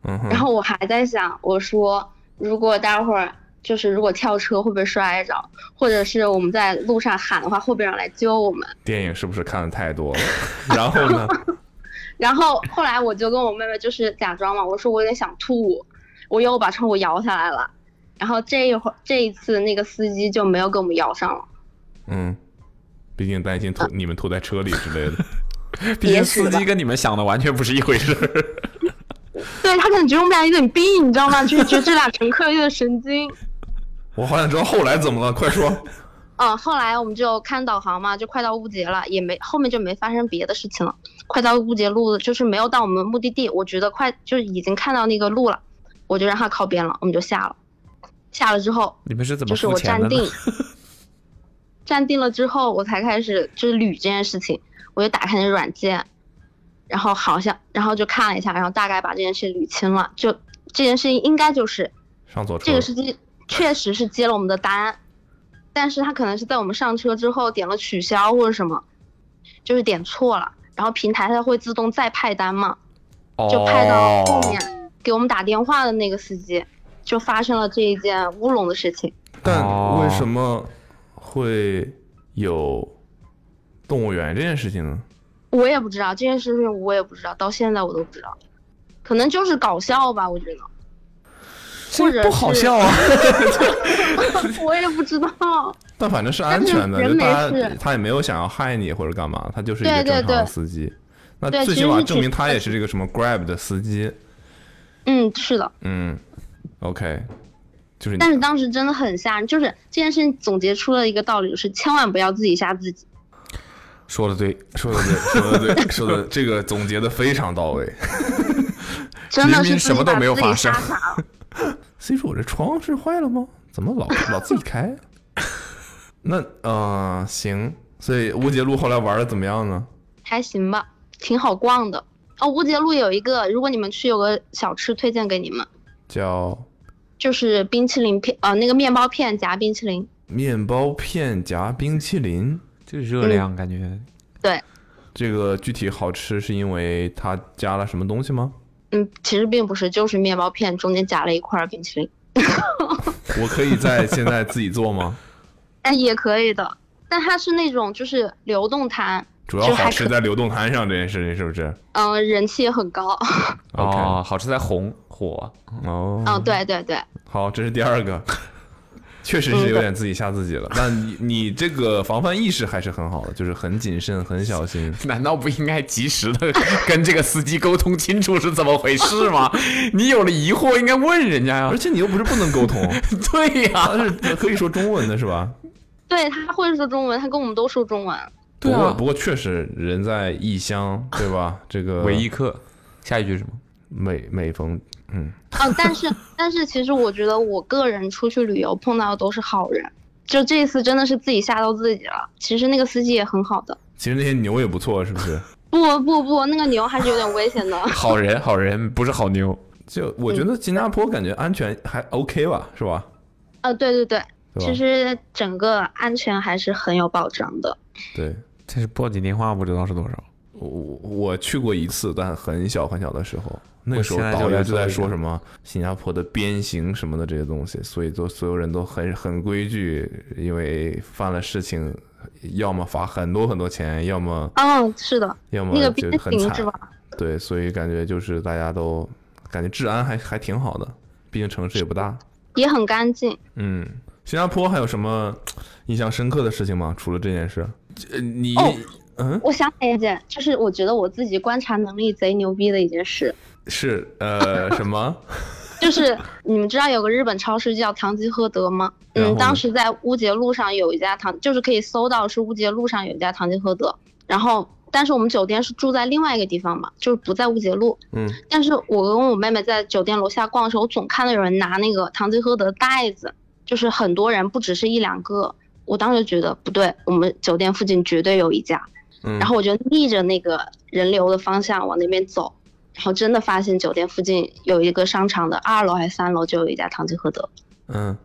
S5: 嗯哼，
S2: 然
S4: (laughs)
S2: 后我还在想，我说如果待会儿。就是如果跳车会不会摔着，或者是我们在路上喊的话，会不会有人来救我们？
S5: 电影是不是看的太 (laughs) 多了？然后呢？
S2: 然后后来我就跟我妹妹就是假装嘛，我说我有点想吐，我又把窗户摇下来了。然后这一会儿这一次那个司机就没有给我们摇上了，
S5: 嗯，毕竟担心吐你们吐在车里之
S2: (laughs)
S5: 类的。
S7: 毕竟
S2: 呃也许
S7: 司
S2: 吧
S7: 机跟你们想的完全不是一回事儿。
S2: 对他可能觉得我们俩有点病，你知道吗？就是觉得这俩乘客有点神经。
S5: (laughs) 我好想知道后来怎么了，快说。
S2: 嗯，后来我们就看导航嘛，就快到乌节了，也没后面就没发生别的事情了。快到乌节路，就是没有到我们目的地，我觉得快就是已经看到那个路了，我就让他靠边了，我们就下了。下了之后，
S7: 你们是怎
S2: 就
S7: 么
S2: 是
S7: 付
S2: 我
S7: 钱
S2: 站
S7: 的呢？
S2: 定，
S7: (laughs)
S2: 站定了之后，我才开始就是捋这件事情。我就打开那软件，然后好像，然后就看了一下，然后大概把这件事捋清了。就这件事情应该就是
S5: (laughs) 上错车
S2: 这
S5: 了
S2: 个司机确实是接了我们的单，但是他可能是在我们上车之后点了取消或者什么，就是点错了，然后平台它会自
S5: 哦
S7: 哦
S2: 动再派单嘛，就派到后面给我们打电话的那个司机，就发生了这一件乌龙的事情。
S5: 但为什么会有动物园这件事情呢？
S2: 我也不知道这件事情，我也不知道，到现在我都不知道，可能就是搞笑吧，我觉得，或者
S3: 不好笑啊！
S2: (laughs)
S3: (laughs)
S2: 我也不知道。
S5: 但反正是安全的，
S2: 但是人
S5: 就
S2: 没
S5: 大
S2: 事
S5: 家他也没有想要害你或者干嘛，他就是一
S2: 对
S5: 个
S2: 对
S5: 正常的
S2: 对
S5: 司机。那
S2: 对
S5: 最
S2: 其实
S5: 起码
S2: 是
S5: 证明
S2: 挺
S5: 他也是这个什么 Grab 的司机。
S2: 嗯，是的，
S5: 嗯，OK，就是你
S2: 但是当时真的很吓人，就是这件事情总结出了一个道理，就是千万不要自己吓自己。
S3: 说的对，
S5: 说的对，说的对，说的这个总结的非常到位。
S2: (laughs) 真的
S3: 明
S2: 是
S3: 明
S2: 自
S3: 什
S2: 己
S3: 么都
S2: 把
S3: 没有
S2: 自己
S3: 发
S2: 吓
S3: 生
S2: 傻
S11: (laughs)
S2: 了。
S5: 所以说我这窗是坏了吗？怎么老老自己开？那呃行，所以乌节路后来玩的怎么样呢？
S2: 还行吧，挺好逛的。哦，乌节路有一个，如果你们去有个小吃推荐给你们，
S5: 叫
S2: 就是冰淇淋片，呃，那个面包片夹冰淇淋。
S5: 面包片夹冰淇淋，
S7: 这热
S2: 嗯
S7: 量感觉
S2: 对，
S5: 这个具体好吃是因为它加了什么东西吗？
S2: 嗯，其实并不是，就是面包片中间夹了一块冰淇淋，
S5: (laughs) 我可以在现在自己做
S3: (laughs)
S5: 吗？
S2: 哎，也可以的。但它是那种就是流动摊，
S5: 主要
S2: 就
S5: 好
S2: 还
S5: 吃
S2: 可
S5: 在流动摊上这件事情是不是
S2: 嗯、人气也很高。
S5: ？OK，
S7: 哦，好吃在红火，
S2: (laughs)
S5: 哦，
S2: 嗯，对对对，
S5: 好，这是第二
S3: (laughs)
S5: 个，确实是有点自己吓自己了。但你你这个防范意识还是很好的，就是很谨慎、很小心。
S3: (laughs) 难道不应该及时的跟这个司机沟通清楚是怎么回事 (laughs) 吗？你有了疑惑应该问人家呀
S5: 而。且你又不是不能沟通，
S3: (laughs) 对呀、
S5: 他是可以说中文的是吧？
S2: 对他会说中文，他跟我们都说中文。
S5: 不
S3: 对啊
S5: 过不过确实人在异乡，对
S3: (laughs)
S5: 吧？这个
S7: 唯一课。下一句是什么？
S5: 每每逢嗯，
S2: 嗯，但是但是其实我觉得我个人出去旅游碰到的都是好人，就这一次真的是自己吓到自己了。其实那个司机也很好的，
S5: 其实那些牛也不错，是不是？
S2: 不不不，那个牛还是有点危险的。(laughs)
S3: (laughs) 好人好人不是好妞，
S5: 就我觉得新加坡感觉安全还 OK 吧，是吧？
S2: 呃，对对对，
S5: 对吧
S2: 其实整个安全还是很有保障的。
S5: 对。
S7: 这是报警电话不知道是多少。
S5: 我我我去过一次，但很小很小的时候，那个
S7: 我
S5: 时候
S7: 现在就
S5: 导游
S7: 来
S5: 就
S7: 做
S5: 在
S7: 一
S5: 说
S7: 个
S5: 什么新加坡的鞭刑什么的这些东西，所以都所有人都很很规矩，因为犯了事情，要么罚很多很多钱，要么
S2: 嗯，是的，
S5: 要么
S2: 那个
S5: 就
S2: 冰
S5: 很
S2: 淇
S5: 惨
S2: 是。吧？
S5: 对，所以感觉就是大家都感觉治安还还挺好的，毕竟城市也不大。
S2: 也很干净。
S5: 嗯，新加坡还有什么印象深刻的事情吗？除了这件事，
S3: 呃你、
S2: 哦
S5: 嗯，
S2: 我想起一件，就是我觉得我自己观察能力贼牛逼的一件事，
S5: 是呃什么？ (laughs)
S2: 就是你们知道有个日本超市叫唐吉诃德吗？
S5: 然后
S2: 嗯，
S5: 呢
S2: 当时在乌节路上有一家唐，就是可以搜到是乌节路上有一家唐吉诃德。然后，但是我们酒店是住在另外一个地方嘛，就是不在乌节路。
S5: 嗯，
S2: 但是我跟我妹妹在酒店楼下逛的时候，我总看到有人拿那个唐吉诃德袋子，就是很多人，不只是一两个。我当时觉得不对，我们酒店附近绝对有一家。
S5: 嗯
S2: 然后我就逆着那个人流的方向往那边走，然后真的发现酒店附近有一个商场的二楼还是三楼就有一家唐吉诃德。
S5: (laughs) 嗯。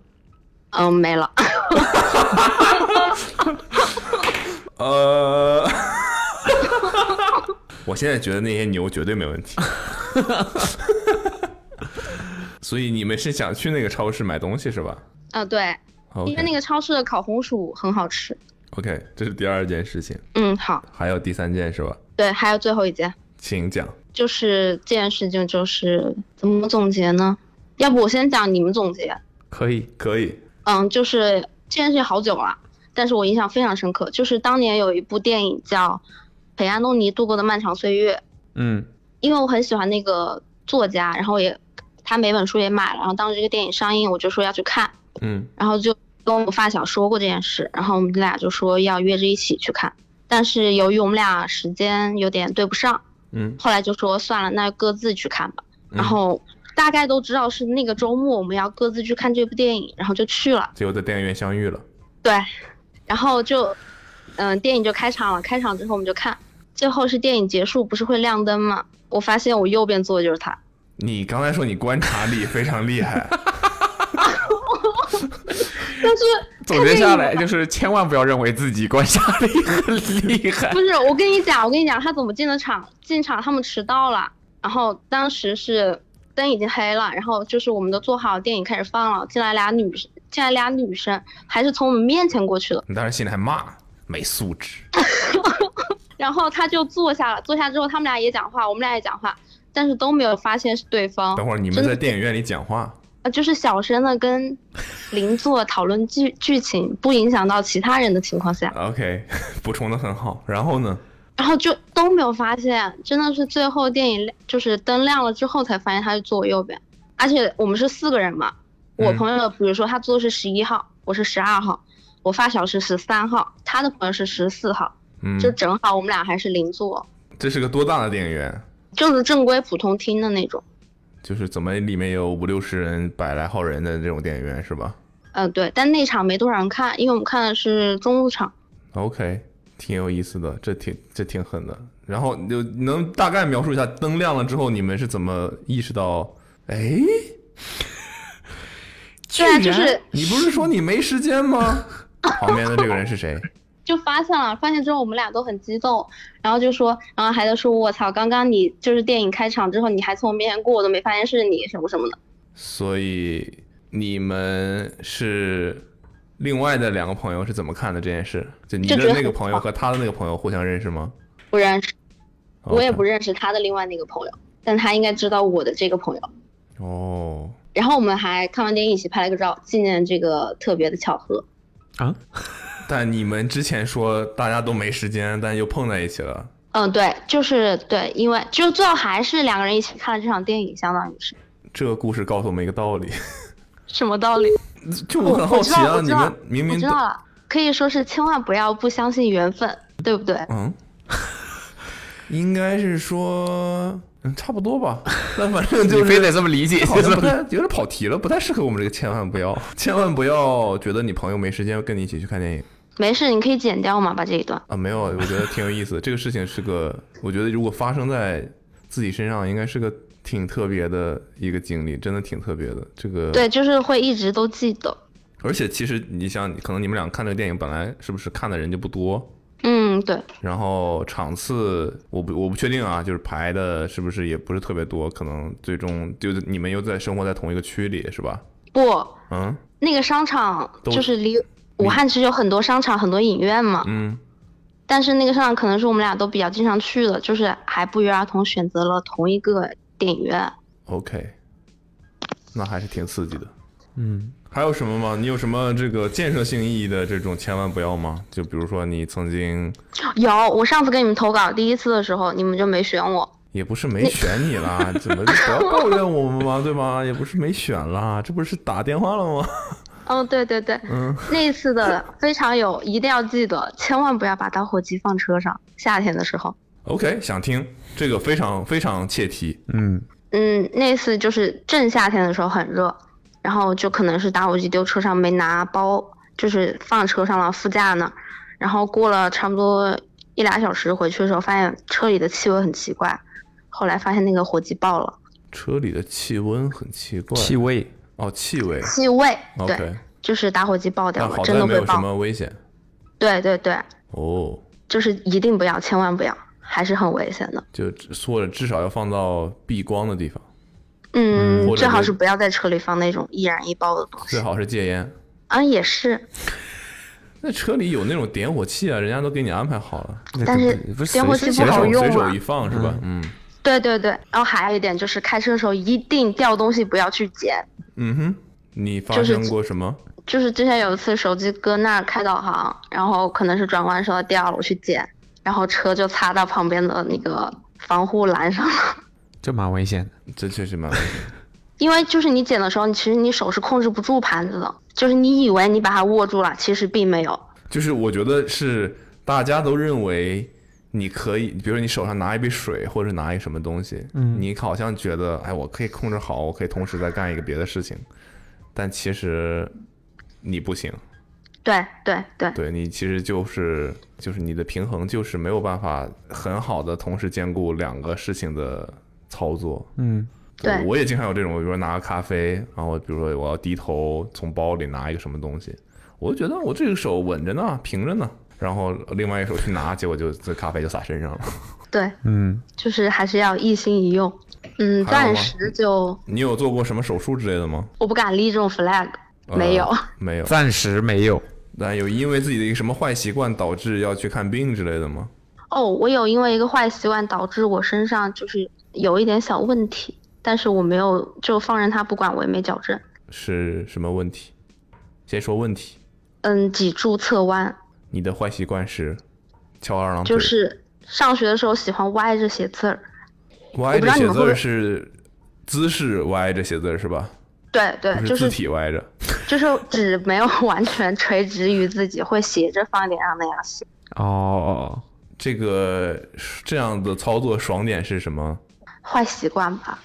S2: 嗯，没了。 (laughs)
S5: 呃， (laughs) 我现在觉得那些牛绝对没问题。 (laughs) 所以你们是想去那个超市买东西是吧
S2: 啊，对，因为那
S5: ？OK
S2: 个超市的烤红薯很好吃。
S5: OK，这是第二件事情，
S2: 嗯，好，
S5: 还有第三件是吧？
S2: 对，还有最后一件，
S5: 请讲。
S2: 就是这件事情，就是怎么总结呢？要不我先讲，你们总结。
S7: 可以，
S5: 可以，
S2: 嗯，就是这件事情好久了，但是我印象非常深刻，就是当年有一部电影叫《陪安东尼度过的漫长岁月》，
S7: 嗯，
S2: 因为我很喜欢那个作家，然后也他每本书也买了，然后当时这个电影上映，我就说要去看，
S5: (laughs) 嗯
S2: 然后就跟我发小说过这件事，然后我们俩就说要约着一起去看，但是由于我们俩时间有点对不上，
S5: 嗯
S2: 后来就说算了，那各自去看吧。
S5: 嗯
S2: 然后大概都知道是那个周末我们要各自去看这部电影，然后就去了。
S5: 结果在电影院相遇了。
S2: 对，然后就，嗯、电影就开场了。开场之后我们就看，最后是电影结束，不是会亮灯吗？我发现我右边坐的就是他，
S5: 你刚才说你观察力非常厉害，
S2: 但是
S3: 总结下来就是千万不要认为自己观察力很
S5: (laughs)
S3: 厉害
S2: (laughs) 不。是我跟你讲，我跟你讲，他怎么进的场？进场他们迟到了，然后当时是灯已经黑了，然后就是我们都做好，电影开始放了，进来俩女，进来俩女生，还是从我们面前过去的。
S5: 你当时心里还骂，没素质。
S2: 然后他就坐下了，坐下之后他们俩也讲话，我们俩也讲话，但是都没有发现是对方。
S5: 等会儿你们在电影院里讲话，
S2: 呃，就是小声的跟邻座讨论剧剧情，不影响到其他人的情况
S5: (laughs)
S2: 下，
S5: OK，补充的很好。然后呢？
S2: 然后就都没有发现，真的是最后电影亮就是灯亮了之后才发现他是坐我右边，而且我们是四个人嘛，我
S5: 嗯
S2: 朋友比如说他坐的是十一号，我是十二号，我发小是十三号，他的朋友是十四号，
S5: 嗯，
S2: 就正好我们俩还是邻座，
S5: 这是个多大的电影院？
S2: 就是正规普通厅的那种，
S5: 就是怎么里面有五六十人、百来号人的这种电影院是吧
S2: 嗯、对，但那场没多少人看，因为我们看的是中午场，
S5: ？OK，挺有意思的，这挺这挺狠的。然后你就你能大概描述一下灯亮了之后你们是怎么意识到？哎，
S2: 对啊，就是
S5: 你不是说你没时间吗？旁边的这个人是谁？
S2: 就发现了，发现之后我们俩都很激动，然后就说，然后还在说，我操，刚刚你就是电影开场之后，你还从我面前过，我都没发现是你什么什么的。
S5: 所以你们是另外的两个朋友是怎么看的这件事？就你的
S2: 就觉得
S5: 那个
S2: 很
S5: 朋友和他的那个朋友互相认识吗？
S2: 不认识，我也
S5: OK
S2: 不认识他的另外那个朋友，但他应该知道我的这个朋友。
S5: 哦，
S2: 然后我们还看完电影一起拍了个照，纪念这个特别的巧合。
S7: 啊，
S5: 但你们之前说大家都没时间，但又碰在一起了。
S2: 嗯，对，就是对，因为就最后还是两个人一起看了这场电影，相当于是
S5: 这个故事告诉我们一个道
S3: (laughs)
S5: 理，
S2: 什么道理？
S5: 嗯就我很好奇
S2: 我
S5: 啊，
S2: 我知
S5: 你
S2: 道
S5: 们明
S2: 我
S5: 明
S2: 知道了，可以说是千万不要不相信缘分，对不对？
S5: 嗯，应该是说嗯差不多
S3: (laughs)
S5: 吧，但反正就是
S3: 你非得这么理解，
S5: 好像不太有点跑题了，不太适合我们这个。千万不要，千万不要觉得你朋友没时间跟你一起去看电影
S2: 没事，你可以剪掉嘛，把这一段。
S5: 啊，没有，我觉得挺有意思。这个事情是个，我觉得如果发生在自己身上，应该是个挺特别的一个经历，真的挺特别的。这个
S2: 对，就是会一直都记得。
S5: 而且其实你想，可能你们俩看这个电影本来是不是看的人就不多，
S2: 嗯，对，
S5: 然后场次我不我不确定啊，就是排的是不是也不是特别多，可能最终就是你们又在生活在同一个区里是吧？
S2: 不，
S5: 嗯
S2: 那个商场
S5: 都
S2: 就是离武汉其实有很多商场、很多影院嘛，
S5: 嗯，
S2: 但是那个商场可能是我们俩都比较经常去的，就是还不约而同选择了同一个电影院。
S5: OK，那还是挺刺激的。
S7: 嗯，
S5: 还有什么吗？你有什么这个建设性意义的这种千万不要吗？就比如说你曾经
S2: 有，我上次给你们投稿第一次的时候，你们就没选我。
S5: 也不是没选你
S2: (laughs)
S5: 啦，怎么就不要抱怨我们嘛，对吧？也不是没选啦，这不是打电话了吗？ (laughs)
S2: 哦，对对对，
S5: 嗯，
S2: 那一次的非常有，一定要记得，千万不要把打火机放车上，夏天的时候。
S5: OK，想听这个非常非常切题。
S7: 嗯，
S2: 嗯，那次就是正夏天的时候很热，然后就可能是打火机丢车上没拿包，就是放车上了副驾那儿，然后过了差不多一俩小时回去的时候，发现车里的气味很奇怪，后来发现那个火机爆了，
S5: 车里的气温很奇怪，
S7: 气味，
S5: 哦，气味。
S2: 气味，对，
S5: OK，
S2: 就是打火机爆掉
S5: 但
S2: 了，
S5: 好
S2: 真
S5: 在
S2: 的
S5: 没
S2: 会
S5: 有什
S2: 爆，
S5: 么危险
S2: 对对对，
S5: 哦，
S2: 就是一定不要，千万不要，还是很危险的，
S5: 就或者至少要放到避光的地方，
S2: 嗯，
S5: 或者
S2: 最好
S5: 就是
S2: 不要在车里放那种易燃易爆的东西，
S5: 最好是戒烟。
S2: 啊，也是，
S5: 那车里有那种点火器啊，人家都给你安排好了，
S2: 但是
S7: 不是
S2: 点火
S7: 随
S2: 器
S7: 身
S2: 不
S5: 随
S2: 好
S5: 手
S2: 用
S5: 随手
S2: 啊
S5: 一放是吧？嗯
S2: 对对对，然后还有一点就是开车的时候一定掉东西不要去捡，
S5: 嗯哼，你发
S2: 就是
S5: 生过什么？
S2: 就是之前有一次手机搁那儿开导航，然后可能是转弯时候掉了，我去捡，然后车就擦到旁边的那个防护栏上了。
S7: 这蛮危险的。
S5: 这确实蛮危险的。
S2: 因为就是你捡的时候，你其实你手是控制不住盘子的，就是你以为你把它握住了，其实并没有。
S5: 就是我觉得是大家都认为你可以，比如说你手上拿一杯水或者拿一个什么东西，
S7: 嗯
S5: 你好像觉得哎，我可以控制好，我可以同时在干一个别的事情，但其实你不行，
S2: 对对对
S5: 对你其实就是就是你的平衡就是没有办法很好的同时兼顾两个事情的操作。
S7: 嗯，
S2: 对
S5: 我也经常有这种，比如说拿个咖啡，然后比如说我要低头从包里拿一个什么东西，我就觉得我这个手稳着呢，平着呢，然后另外一手去拿，结果就这咖啡就洒身上了。
S2: 对，
S7: (laughs) 嗯，
S2: 就是还是要一心一用。嗯，
S5: 还
S2: 暂
S5: 有吗
S2: 时就
S5: 你有做过什么手术之类的吗？
S2: 我不敢立这种 flag，
S5: 呃
S2: 没有。
S5: 没有。
S7: 暂时没有。
S5: 但有因为自己的一个什么坏习惯导致要去看病之类的吗？
S2: 哦，我有因为一个坏习惯导致我身上就是有一点小问题，但是我没有就放任他不管，我也没矫正。
S5: 是什么问题？先说问题，
S2: 嗯，脊柱侧弯，
S5: 你的坏习惯是翘二郎腿，
S2: 就是上学的时候喜欢歪着写字儿。我
S5: 歪着
S2: 不知道
S5: 写
S2: 你们
S5: 字
S2: 会不
S5: 儿
S2: 会
S5: 是姿势歪着写字儿是吧？
S2: 对对，
S5: 不
S2: 就是是
S5: 字体歪着。
S2: 就是纸没有 (laughs) 完全垂直于自己，会斜着放一点让那样写。
S7: 哦哦，
S5: 这个这样的操作爽点是什么？
S2: 坏习惯吧，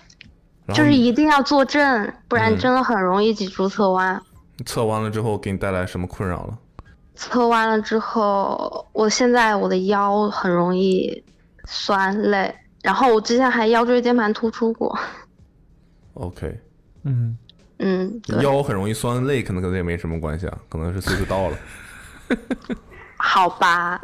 S5: 然
S2: 就
S5: 后
S2: 是一定要坐正，不然
S5: 嗯
S2: 真的很容易脊柱侧弯。
S5: 测完了之后给你带来什么困扰了？
S2: 测完了之后，我现在我的腰很容易酸累，然后我之前还腰椎间盘突出过。
S5: OK，
S7: 嗯，
S2: 嗯，对，
S5: 腰很容易酸累，可能跟这也没什么关系啊，可能是岁
S2: (laughs)
S5: 数到了。
S2: 好
S5: (laughs)
S2: 吧。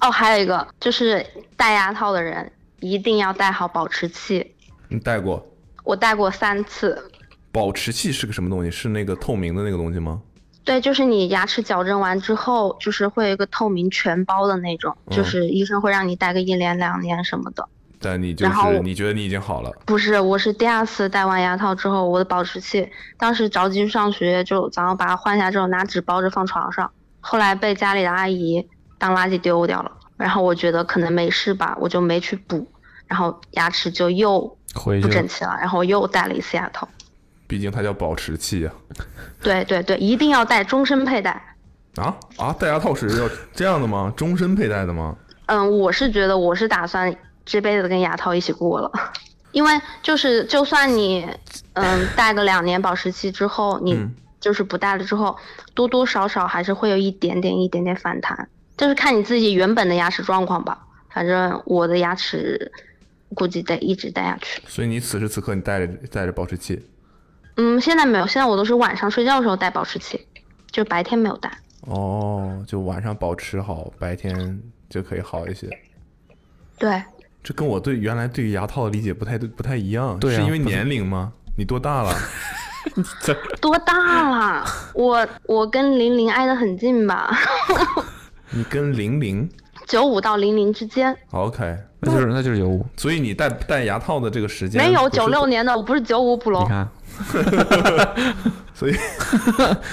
S2: 哦，还有一个就是戴牙套的人一定要戴好保持器，
S5: 你戴过
S2: 我戴过三次。
S5: 保持器是个什么东西？是那个透明的那个东西吗？
S2: 对，就是你牙齿矫正完之后，就是会有一个透明全包的那种，
S5: 嗯
S2: 就是医生会让你戴个一年两年什么的。
S5: 但你就
S2: 然后
S5: 是
S2: 我
S5: 你觉得你已经好了，
S2: 不是，我是第二次戴完牙套之后，我的保持器当时着急去上学，就早上把它换下之后拿纸包着放床上，后来被家里的阿姨当垃圾丢掉了。然后我觉得可能没事吧，我就没去补，然后牙齿就又
S7: 回
S2: 不
S7: 去了
S2: 整齐了，然后我又戴了一次牙套。
S5: 毕竟它叫保持器啊。
S2: 对对对，一定要戴，终身佩戴。
S5: 啊啊！戴牙套是要这样的吗？ (laughs) 终身佩戴的吗？
S2: 嗯，我是觉得我是打算这辈子跟牙套一起过了， (laughs) 因为就是就算你嗯戴个两年保持期之后，你
S5: 嗯
S2: 就是不戴了之后，多多少少还是会有一点点一点点反弹，就是看你自己原本的牙齿状况吧。反正我的牙齿估计得一直戴下去。
S5: 所以你此时此刻你戴着戴着保持器
S2: 嗯，现在没有，现在我都是晚上睡觉的时候戴保持器，就白天没有戴。
S5: 哦，就晚上保持好，白天就可以好一些。
S2: 对，
S5: 这跟我对原来对于牙套的理解不太对，不太一样。
S7: 对啊
S5: 是因为
S7: 不是
S5: 年龄吗？你多大
S7: (laughs)
S5: 了？
S2: 多大了？我我跟玲玲挨得很近吧，
S5: 你跟零零
S2: 九五到零零之间。
S5: ？OK，
S7: 那就是那就是有我。
S5: 所以你戴戴牙套的这个时间
S2: 没有
S5: 不是
S2: 九六，年的，我不是九五捕
S7: 你
S2: 龙，
S7: 看，
S5: (laughs)
S7: (laughs)
S5: 所以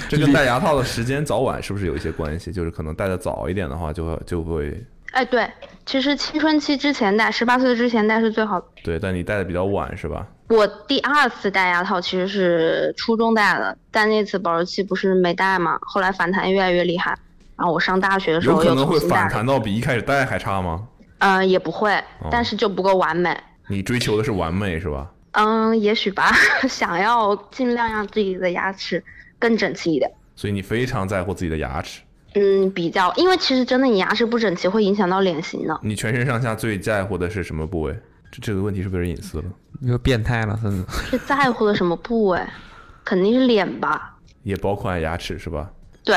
S5: 这跟戴牙套的时间早晚是不是有一些关系？就是可能戴的早一点的话，就会就会
S2: 哎，对，其实青春期之前戴，十八岁之前戴是最好的。
S5: 对，但你戴的比较晚是吧？
S2: 我第二次戴牙套其实是初中戴的，但那次保质期不是没戴嘛，后来反弹越来越厉害，然后我上大学的时
S5: 有
S2: 候
S5: 可
S2: 又
S5: 能
S2: 重
S5: 会
S2: 新戴
S5: 反
S2: 了。
S5: 弹到比一开始戴还差吗？
S2: 嗯、也不会，但是就不够完美。
S5: 你追求的是完美是吧？
S2: 嗯，也许吧， (laughs) 想要尽量让自己的牙齿更整齐一点。
S5: 所以你非常在乎自己的牙齿，
S2: 嗯，比较，因为其实真的你牙齿不整齐会影响到脸型的。
S5: 你全身上下最在乎的是什么部位？这这个问题是不是有点隐私了？
S7: 你说变态了，孙子。
S2: 是在乎的什么部位？肯定是脸吧？
S5: 也包括牙齿是吧
S2: 对，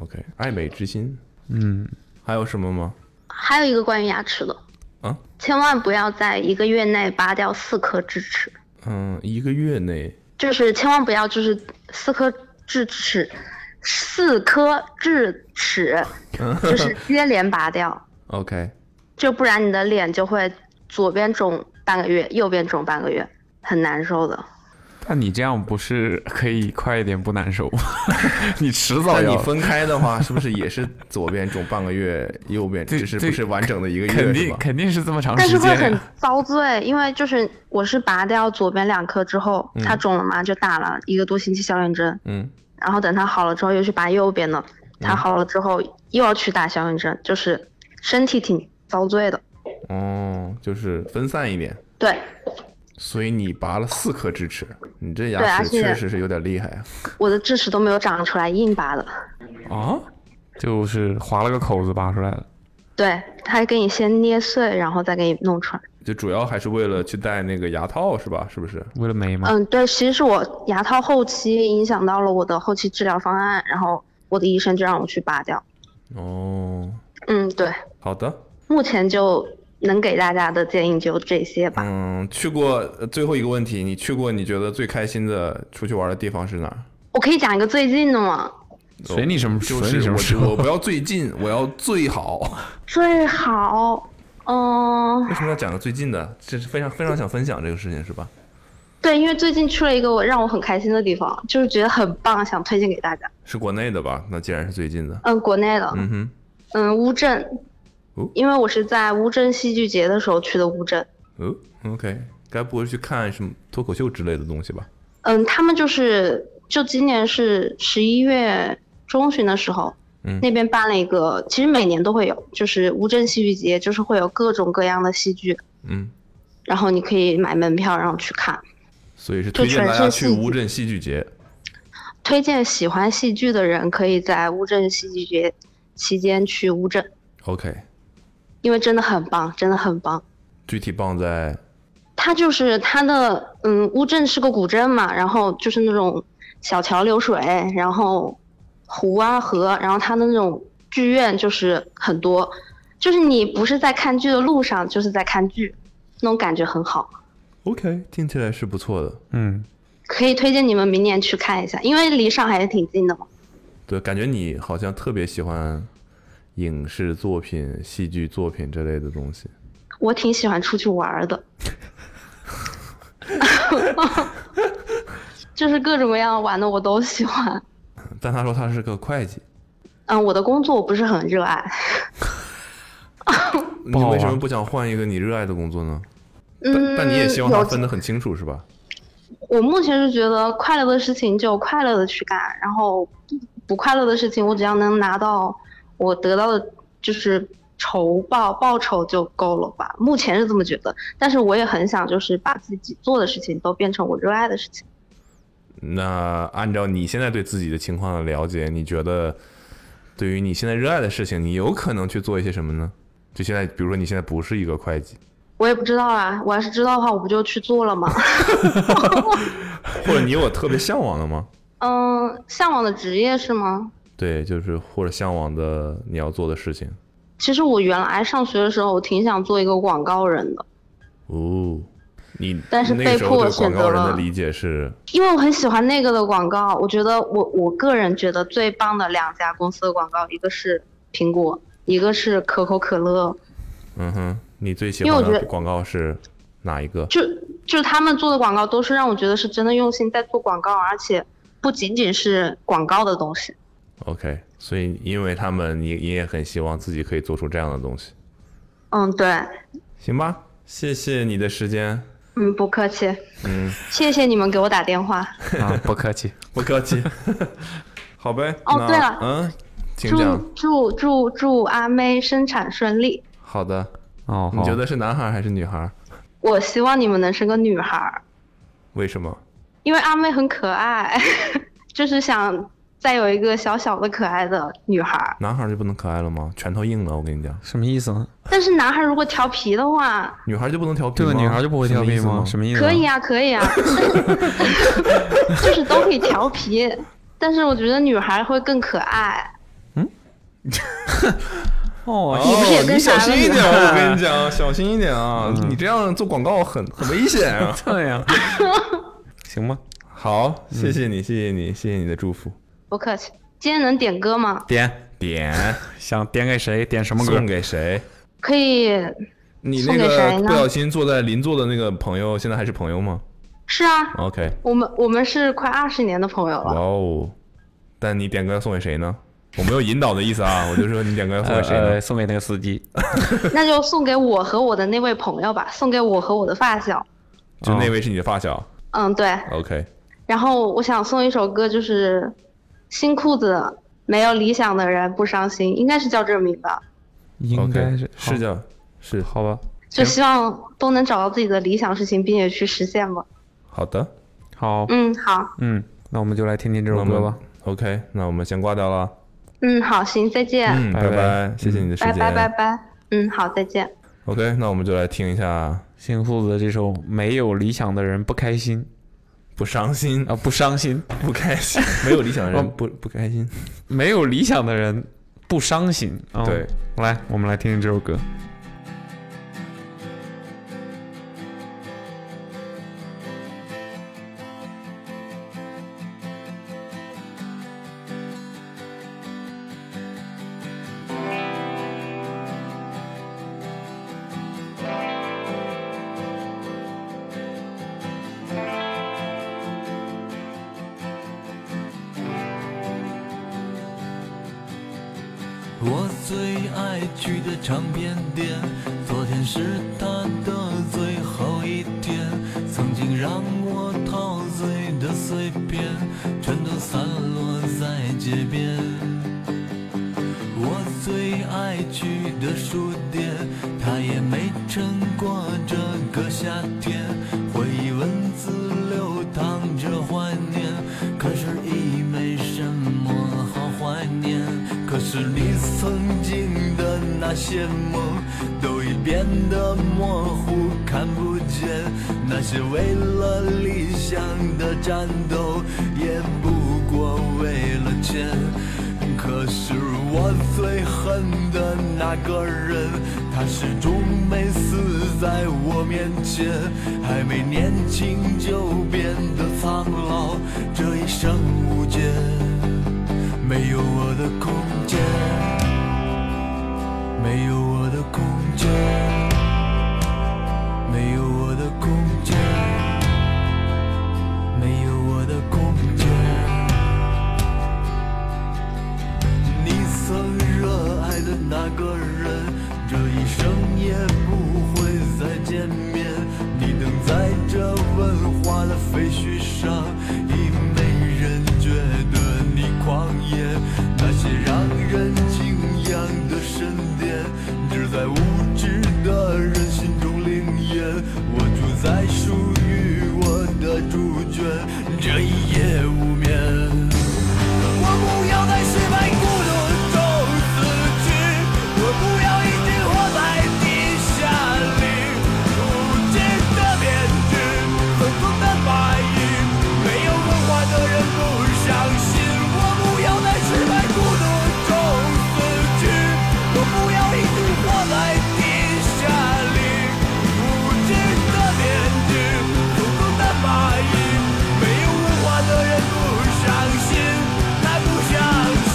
S5: ？OK，爱美之心
S7: 嗯，
S5: 还有什么吗？
S2: 还有一个关于牙齿的，
S5: 啊，
S2: 千万不要在一个月内拔掉四颗智齿，
S5: 嗯，一个月内
S2: 就是千万不要就是四颗智齿，四颗智
S7: (laughs)
S2: 齿就是接连拔掉，
S5: OK，
S2: 就不然你的脸就会左边肿半个月，右边肿半个月，很难受的。
S7: 但你这样不是可以快一点不难受吗？你迟早
S5: 那
S7: 要
S5: 你分开的话，是不是也是左边肿半个月，右
S7: (laughs)
S5: 边
S7: 对
S5: 只是
S7: 对
S5: 不是完整的一个
S7: 肯
S5: 月是
S7: 定
S5: 吧？
S7: 肯定是这么长
S2: 但是
S7: 时
S2: 会
S7: 间
S2: 很
S7: 呀。
S2: 遭罪，因为就是我是拔掉左边两颗之后，
S7: 嗯
S2: 它肿了嘛，就打了一个多星期消炎针，
S5: 嗯，
S2: 然后等它好了之后又去拔右边的，
S7: 嗯
S2: 它好了之后又要去打消炎针，就是身体挺遭罪的。
S5: 哦，就是分散一点。
S2: 对
S5: 所以你拔了四颗智齿，你这
S2: 对
S5: 牙
S2: 而
S5: 齿
S2: 且
S5: 确实是有点厉害啊！
S2: 我的智齿都没有长出来，硬拔的。
S5: 啊，
S7: 就是划了个口子拔出来了。
S2: 对，它还给你先捏碎，然后再给你弄出来。
S5: 就主要还是为了去戴那个牙套是吧？是不是？
S7: 为了美吗？
S2: 嗯，对，其实是我牙套后期影响到了我的后期治疗方案，然后我的医呃生就让我去拔掉。
S5: 哦，
S2: 嗯，对，
S5: 好的，
S2: 目前就能给大家的建议就这些吧。
S5: 嗯，去过呃最后一个问题，你去过你觉得最开心的出去玩的地方是哪儿？
S2: 我可以讲一个最近的吗？
S3: 随你什么
S5: 就
S3: 随你
S5: 是
S3: 什么时
S5: 我
S3: 候
S5: 我不
S3: (laughs)
S5: 要最近，我要最好。 (laughs)
S2: 最好，嗯、
S5: 为什么要讲个最近的？这是非常非常想分享这个事情是吧？
S2: 对，因为最近去了一个我让我很开心的地方，就是觉得很棒，想推荐给大家。
S5: 是国内的吧？那既然是最近的，
S2: 嗯，国内的，
S5: 嗯哼，
S2: 嗯，乌镇
S5: 哦，
S2: 因为我是在乌镇戏剧节的时候去的乌镇。
S5: 哦，OK，该不会是去看什么脱口秀之类的东西吧？
S2: 嗯，他们就是就今年是十一月中旬的时候，
S5: 嗯
S2: 那边办了一个，其实每年都会有，就是乌镇戏剧节，就是会有各种各样的戏剧，
S5: 嗯，
S2: 然后你可以买门票然后去看。
S5: 所以是推荐大家去乌镇戏剧节。
S2: 推荐喜欢戏剧的人可以在乌镇戏剧节期间去乌镇，
S5: OK，
S2: 因为真的很棒，真的很棒。
S5: 具体棒在
S2: 它就是它的，嗯，乌镇是个古镇嘛，然后就是那种小桥流水，然后湖啊河，然后它的那种剧院就是很多，就是你不是在看剧的路上，就是在看剧，那种感觉很好，
S5: OK，听起来是不错的。
S7: 嗯，
S2: 可以推荐你们明年去看一下，因为离上海也挺近的嘛。
S5: 对，感觉你好像特别喜欢影视作品、戏剧作品之类的东西。
S2: 我挺喜欢出去玩儿的， (laughs) 就是各种各样玩的我都喜欢。
S5: 但他说他是个会计，
S2: 嗯，我的工作我不是很热爱。
S5: 你
S7: 不好玩
S5: 为什么不想换一个你热爱的工作呢？但
S2: 嗯，
S5: 但你也希望他
S2: 有
S5: 分得很清楚是吧？
S2: 我目前是觉得快乐的事情就快乐的去干，然后不快乐的事情，我只要能拿到我得到的就是酬报报酬就够了吧。目前是这么觉得，但是我也很想就是把自己做的事情都变成我热爱的事情。
S5: 那按照你现在对自己的情况的了解，你觉得对于你现在热爱的事情，你有可能去做一些什么呢？就现在，比如说你现在不是一个会计，
S2: 我也不知道啊，我要是知道的话，我不就去做了吗？ (laughs)
S5: 或者你有特别向往的吗？
S2: 嗯，向往的职业是吗？
S5: 对，就是或者向往的你要做的事情。
S2: 其实我原来上学的时候，我挺想做一个广告人的，
S5: 哦，你
S2: 但是
S5: 那个时候
S2: 被迫
S5: 对广
S2: 选择
S5: 告人的
S2: 了
S5: 理解是
S2: 因为我很喜欢那个的广告。我觉得我我个人觉得最棒的两家公司的广告，一个是苹果，一个是可口可乐，
S5: 嗯哼，你最喜
S2: 因为
S5: 欢
S2: 我觉
S5: 的
S2: 得
S5: 广告是哪一个？
S2: 就就是他们做的广告都是让我觉得是真的用心在做广告，而且不仅仅是广告的东西。
S5: OK，所以因为他们，你你也很希望自己可以做出这样的东西，
S2: 嗯，对，
S5: 行吧？谢谢你的时间，
S2: 嗯，不客气，
S5: 嗯，
S2: 谢谢你们给我打电话。
S7: (laughs) 啊，不客气。
S5: (laughs) 不客
S7: (laughs)
S5: 气，好呗。
S2: 哦
S5: 那
S2: 对了
S5: 嗯，请
S2: 祝
S5: 讲。
S2: 祝祝祝阿妹生产顺利。
S5: 好的，
S7: 哦，
S5: 你
S7: 好
S5: 觉得是男孩还是女孩？
S2: 我希望你们能生个女孩儿，
S5: 为什么？
S2: 因为阿妹很可爱， (laughs) 就是想再有一个小小的可爱的女孩儿。
S5: 男孩就不能可爱了吗？拳头硬了，我跟你讲，
S7: 什么意思呢？
S2: 但是男孩如果调皮的话，
S5: 女孩就不能调皮
S7: 对
S5: 吗？
S7: 吧？女孩就不会
S5: 什
S7: 调
S5: 么意
S7: 皮
S5: 思
S7: 吗？什么意思？
S2: 可以。啊，可以啊， (laughs) 就是都可以调皮。但是我觉得女孩会更可爱。
S7: 哦，！
S2: 你不是也跟
S5: 你小
S2: 啥了
S5: 心
S2: 你
S5: 一点，啊我跟你讲，小心一点啊！你这样做广告很很危险啊
S7: 嗯 (laughs) 对
S5: (laughs)
S7: 呀。行嗯吧，
S5: 好，谢谢你，谢谢你，谢谢你的祝福。
S2: 不客气。今天能点歌吗？
S7: 点
S5: (laughs) 点
S7: 想点给谁？点什么歌
S5: 送？给谁？
S2: 可以。
S5: 你那
S2: 送给谁
S5: 个
S2: 呢
S5: 不小心坐在邻座的那个朋友，现在还是朋友吗
S2: 是啊，
S5: ？OK，
S2: 我们我们是快二十年的朋友
S5: 哇
S2: 了。
S5: 哦！但你点歌要送给谁呢？我没有引导的意思啊，我就说你点歌要送
S7: 呃
S5: 给谁呢
S7: (laughs) 呃，？送给那个司机。
S2: 那就送给我和我的那位朋友吧，送给我和我的发小。
S5: 就
S7: 哦
S5: 那位是你的发小。
S2: 嗯，对。
S5: OK，
S2: 然后我想送一首歌，就是新裤子没有理想的人不伤心，应该是叫这个名吧。
S7: 应
S5: OK，
S7: 该是
S5: 是
S7: 的，
S5: 叫是
S7: 好吧，
S2: 就希望都能找到自己的理想事情，并且去实现吧。
S5: (laughs) 好的，
S7: 好，
S2: 嗯，好，
S7: 嗯，那我们就来听听这
S5: 那
S7: 首
S5: 我
S7: 歌
S5: 们
S7: 吧。
S5: OK，那我们先挂掉了。
S2: 嗯，好，行，再见，
S5: 嗯，
S7: 拜
S5: 拜
S7: 拜
S5: 拜，谢谢你的时
S2: 拜
S5: 间。
S2: 拜拜拜，嗯，好，再见。
S5: OK，那我们就来听一下
S7: 新裤子的这首《没有理想的人不开心
S5: 不伤心》
S7: 啊，不伤心，
S5: 不
S7: (laughs)
S5: 开心，没有理想的
S7: 哦
S5: 人不不开心。
S7: 没有理想的人不伤心。啊
S5: 对，
S7: 来，我们来听听这首歌。
S11: 来去的唱片店，昨天是他的最后一天，曾经让我陶醉的碎片，全都散落在街边。我最爱去的书店，它也没撑过这个夏天。回忆文字流淌着怀念，可是已没什么好怀念。可是你曾经的那些梦，都已变得模糊，看不见。那些为了理想的战斗，也不过为了钱。可是我最恨的那个人，他始终没死在我面前，还没年轻就变得苍老，这一生无解，没有我的空间，没有我的空间，没有我的空间，没有我的空间。你曾热爱的那个人，这一生也不会再见面。你等在这文化的废墟上，已没人觉得你狂野。那些让人敬仰的神殿，只在无知的人心中灵验。我住在属于我的猪圈，这一夜无眠。我不要在失败孤独中死去，我不要一直活在地下里，无知的面具，疯狂的蚂蚁，没有文化的人不相信。我不要在失败孤独中死去，我不要一直活在地下里，无知的面具，疯狂的蚂蚁，没有文化的人不相信。他不相信。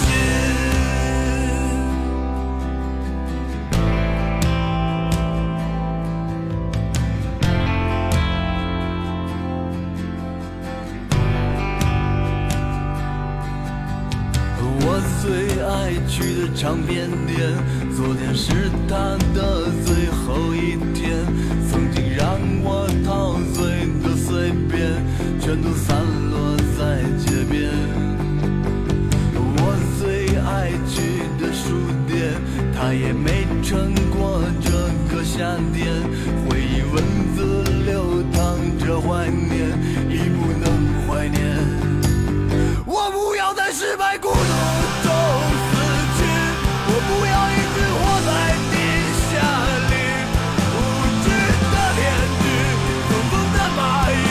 S11: 我最爱去的唱片店，昨天是他的最后一天，曾经让我陶醉的碎片，全都散落在街边。我最爱去的书店，它也没撑过这个夏天。回忆文字流淌着怀念，已不能怀念。我不要在失败孤独中死去，我不要一直活在地下里。无知的面具，疯狂的蚂蚁，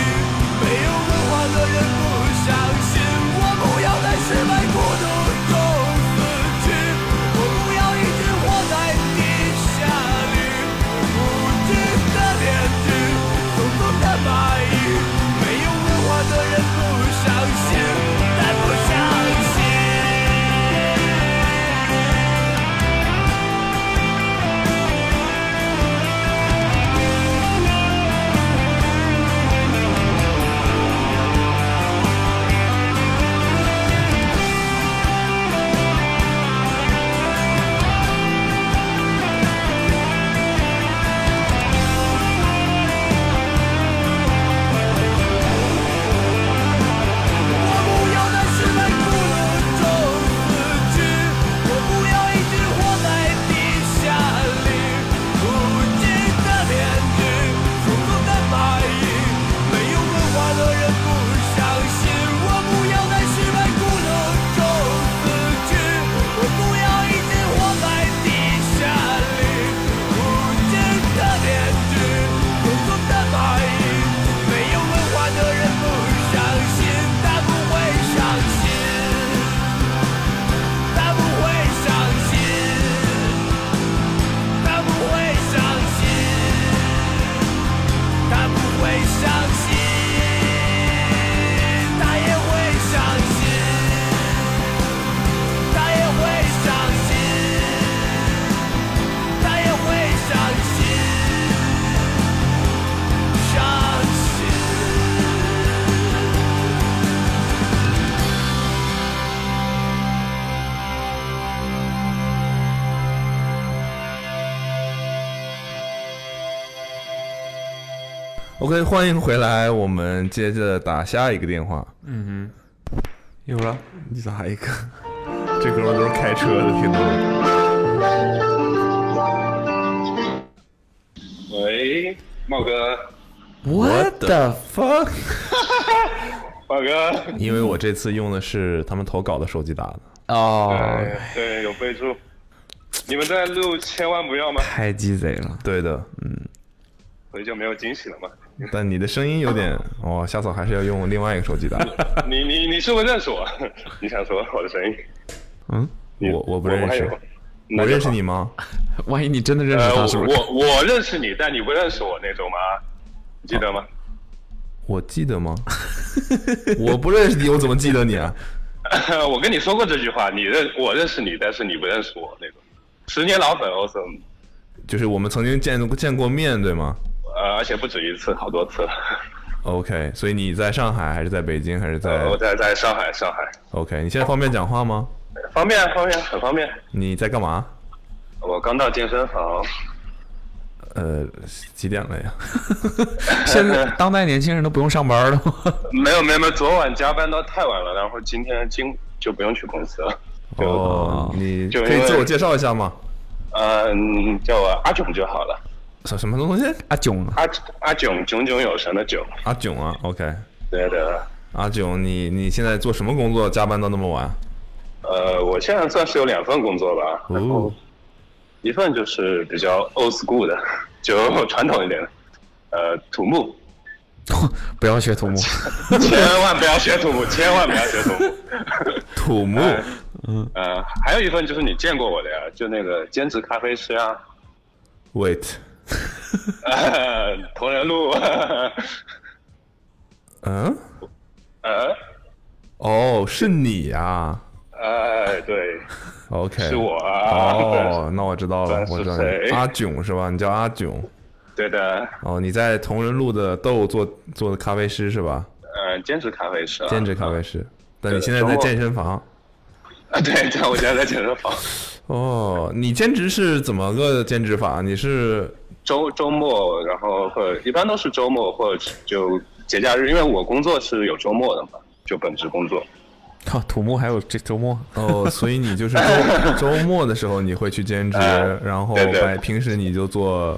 S11: 没有文化的人不相信。我不要在失败孤独中死去，我不要一直活在地下里。无
S5: OK，欢迎回来，我们接着打下一个电话。
S7: 嗯
S5: 有了，你
S7: (laughs)
S5: 咋一个？这哥们都是开车的，听到没？
S6: 喂，茂
S5: (laughs)
S6: 哥，
S7: 哼，What the fuck？
S6: 茂哥，
S5: 因为我这次用的是他们投稿的手机打的。哎
S7: 哦
S5: 啊
S6: 对哎对，有备注。你们在录，千万不要吗？
S5: 太鸡贼了。对的，嗯。
S6: 所以就没有惊喜了嘛。
S5: 但你的声音有点，哦，下次还是要用另外一个手机打。
S6: 你你你是不是认识我？你想说我的声音？
S5: 嗯，我我不
S6: 我
S5: 认
S6: 还有
S5: 识，我认识你吗？
S3: (laughs) 万一你真的认识他，是不是？
S6: 呃、我我认识你，但你不认识我那种吗？你记得吗？
S5: (laughs)
S6: (laughs)
S5: 我记得
S3: (laughs)
S5: 吗？我不认识你，我怎么记得你啊？
S6: 我跟你说过这句话，你认我认识你，但是你不认识我那种。十年老粉 awesome，
S5: 就是我们曾经见过见过面，对吗
S6: 呃，而且不止一次，好多次了。
S5: ？OK，所以你在上海还是在北京还是在
S6: 呃我在在上海，上海
S5: ？OK，你现在方便讲话吗？
S6: 方便方便很方便。
S5: 你在干嘛？
S6: 我刚到健身房，
S5: 呃，几点了呀？
S3: 现在当代年轻人都不用上
S7: (laughs)
S3: 班了吗？
S6: 没有没有没有，昨晚加班到太晚了，然后今天今就不用去公司了。
S5: 哦，你
S6: 就
S5: 可以
S6: 因为
S5: 自我介绍一下吗？
S6: 嗯、叫我阿囧就好了。
S5: 什什么东西？阿囧
S3: 啊
S6: 阿阿囧，炯炯有神的囧。
S5: 阿囧啊，OK。
S6: 对的。
S5: 阿囧，你你现在做什么工作？加班到那么晚？
S6: 呃，我现在算是有两份工作吧，
S5: 哦，
S6: 一份就是比较 old school 的，就传统一点的，呃，土 (laughs) 木，
S3: 不要学土木，
S6: 千万不要学土木，千万不要学土木。
S5: 土木，
S6: 哎
S5: 嗯
S6: 呃，还有一份就是你见过我的呀，就那个兼职咖啡师啊，
S5: ，wait，
S6: 呃同仁路， (laughs)
S5: 嗯，
S6: 呃
S5: 哦，是你呀、
S6: 呃，对，
S5: OK，
S6: 是我啊
S5: 哦，那我知道了，
S6: 不然
S5: 我
S6: 是
S5: 知道
S6: 谁
S5: 了阿囧是吧？你叫阿囧。
S6: 对的，
S5: 哦，你在同仁路的豆做做的咖啡师是吧？
S6: 呃，兼职咖啡师、啊，
S5: 兼职咖啡师。但
S6: 对
S5: 你现在在
S6: 周末
S5: 健身房。
S6: 啊， (laughs) 对，对，我现在在健身房， (laughs)
S5: 哦，你兼职是怎么个兼职法？你是
S6: 周周末，然后或者一般都是周末或者就节假日，因为我工作是有周末的嘛，就本职工作。
S7: 靠，哦土木还有这
S6: (laughs)
S7: 周末
S5: 哦，所以你就是周周末的时候你会去兼职，然后
S6: 哎对对
S5: 白平时你就做。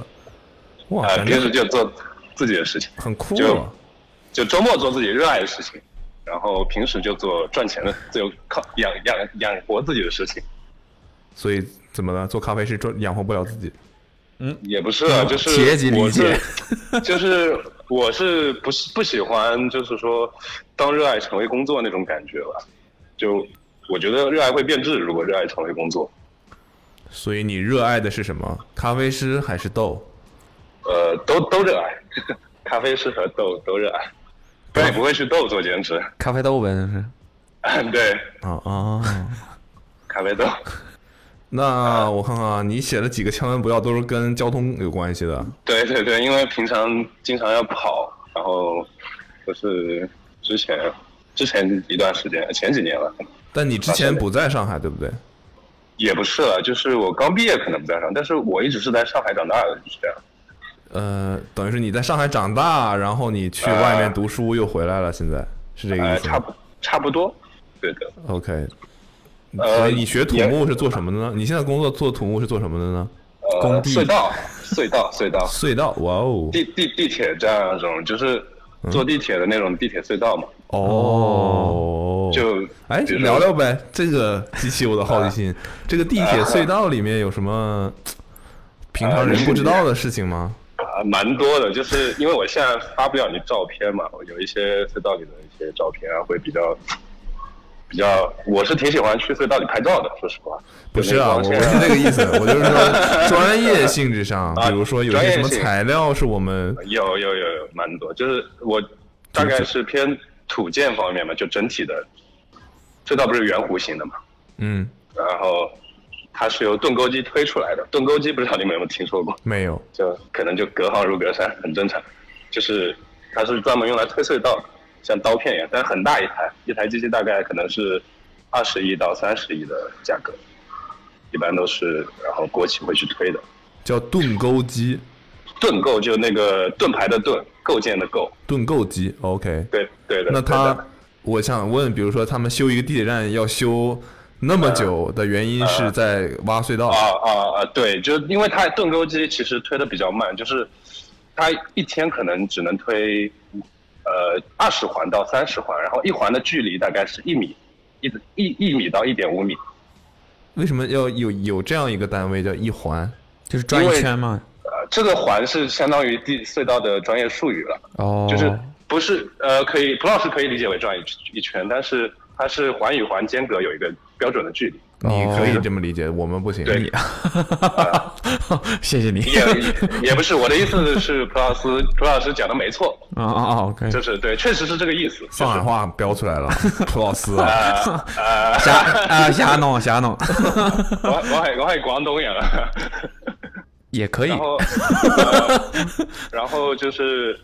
S5: 哇，
S6: 呃，
S5: 感觉
S6: 平时就做自己的事情，
S5: 很酷
S6: 就
S5: 啊。
S6: 就周末做自己热爱的事情，然后平时就做赚钱的，就靠养养养活自己的事情，
S5: 所以怎么了？做咖啡师赚养活不了自己。
S6: 也不是
S5: 嗯
S6: 啊，就是
S5: 企业级理
S6: 我是 (laughs)
S5: 解，
S6: 就是我是不是不喜欢，就是说当热爱成为工作那种感觉吧，就我觉得热爱会变质，如果热爱成为工作，
S5: 所以你热爱的是什么？咖啡师还是豆？
S6: 呃，都都热爱， (laughs) 咖啡师和豆都热爱，但也不会去豆做兼职， (laughs)
S7: 咖啡豆呗，就是。
S6: 对，
S5: 啊啊！ (laughs)
S6: 咖啡豆。
S5: 那我看看啊，你写了几个千万不要，都是跟交通有关系的。
S6: 对对对，因为平常经常要跑，然后就是之前之前一段时间，前几年了，
S5: 但你之前不在上海，对不对？
S6: 也不是了，就是我刚毕业可能不在上，但是我一直是在上海长大的，就是这样。
S5: 呃，等于是你在上海长大，然后你去外面读书又回来了，现在是这个意
S6: 呃，
S5: 思
S6: 差
S5: 吗
S6: 不差不多，对的。
S5: ？OK。
S6: 呃
S5: 所以你学土木
S6: 也
S5: 是做什么的呢？你现在工作做土木是做什么的呢？
S6: 呃，
S5: 工地
S6: 隧道，隧道，隧道，
S5: (laughs) 隧道，哇哦！
S6: 地地地铁站那种，就是坐地铁的那种地铁隧道嘛。
S5: 哦，
S6: 就
S5: 哎，
S6: 比如啊
S5: 聊聊呗，这个激起我的好奇心。这个地铁隧道里面有什么平常人不知道的事情吗？
S6: 啊，蛮多的，就是因为我现在发不了你照片嘛，我有一些隧道里的一些照片啊，会比较比较，我是挺喜欢去隧道里拍照的，说实话。
S5: 不是啊，我
S6: 就
S5: 不
S6: 那
S5: 是
S6: 个光线
S5: 这个意思，我就是
S6: (laughs)
S5: 说专业性质上，比如说有些什么
S6: 啊专业性
S5: 材料是我们
S6: 有有有有蛮多，就是我大概是偏土建方面嘛，就整体的隧道不是圆弧形的嘛，
S5: 嗯
S6: 然后它是由盾构机推出来的，盾构机不知道你们有没有听说过？
S5: 没有
S6: 就可能就隔行如隔山，很正常。就是它是专门用来推隧道，像刀片一样，但是很大一台，一台机器大概可能是二十亿到三十亿的价格，一般都是然后国企会去推的。
S5: 叫盾钩机，
S6: 盾构就那个盾牌的盾，构建的构。
S5: 盾构机，OK。
S6: 对对的。
S5: 那
S6: 对
S5: 他
S6: 的，
S5: 我想问，比如说他们修一个地铁站要修那么久的原因是在挖隧道
S6: 啊啊啊！对，就是因为它盾构机其实推的比较慢，就是它一天可能只能推呃二十环到三十环，然后一环的距离大概是一米，一一一米到一点五米。
S5: 为什么要有有这样一个单位叫一环？
S7: 就是
S6: 转一圈
S7: 嘛。
S6: 呃，这个环是相当于地隧道的专业术语了。
S7: 哦，
S6: 就是不是呃，可以蒲老师可以理解为转一一圈，但是它是环与环间隔有一个标准的距离。
S5: 你可以这么理解，我们不行。
S6: 对，
S7: 谢谢你。
S6: 也也不是我的意思是，蒲老师蒲老师讲的没错，
S7: 啊啊啊！OK，
S6: 就是对，确实是这个意思。
S5: 上海话飙出来了，蒲老师
S6: 啊
S5: 啊，
S6: 啊！
S7: 瞎啊瞎弄瞎弄， (laughs)
S6: 我我系我系广东人啊。
S7: 也 (laughs) 可以
S6: 然。后，呃、然后就是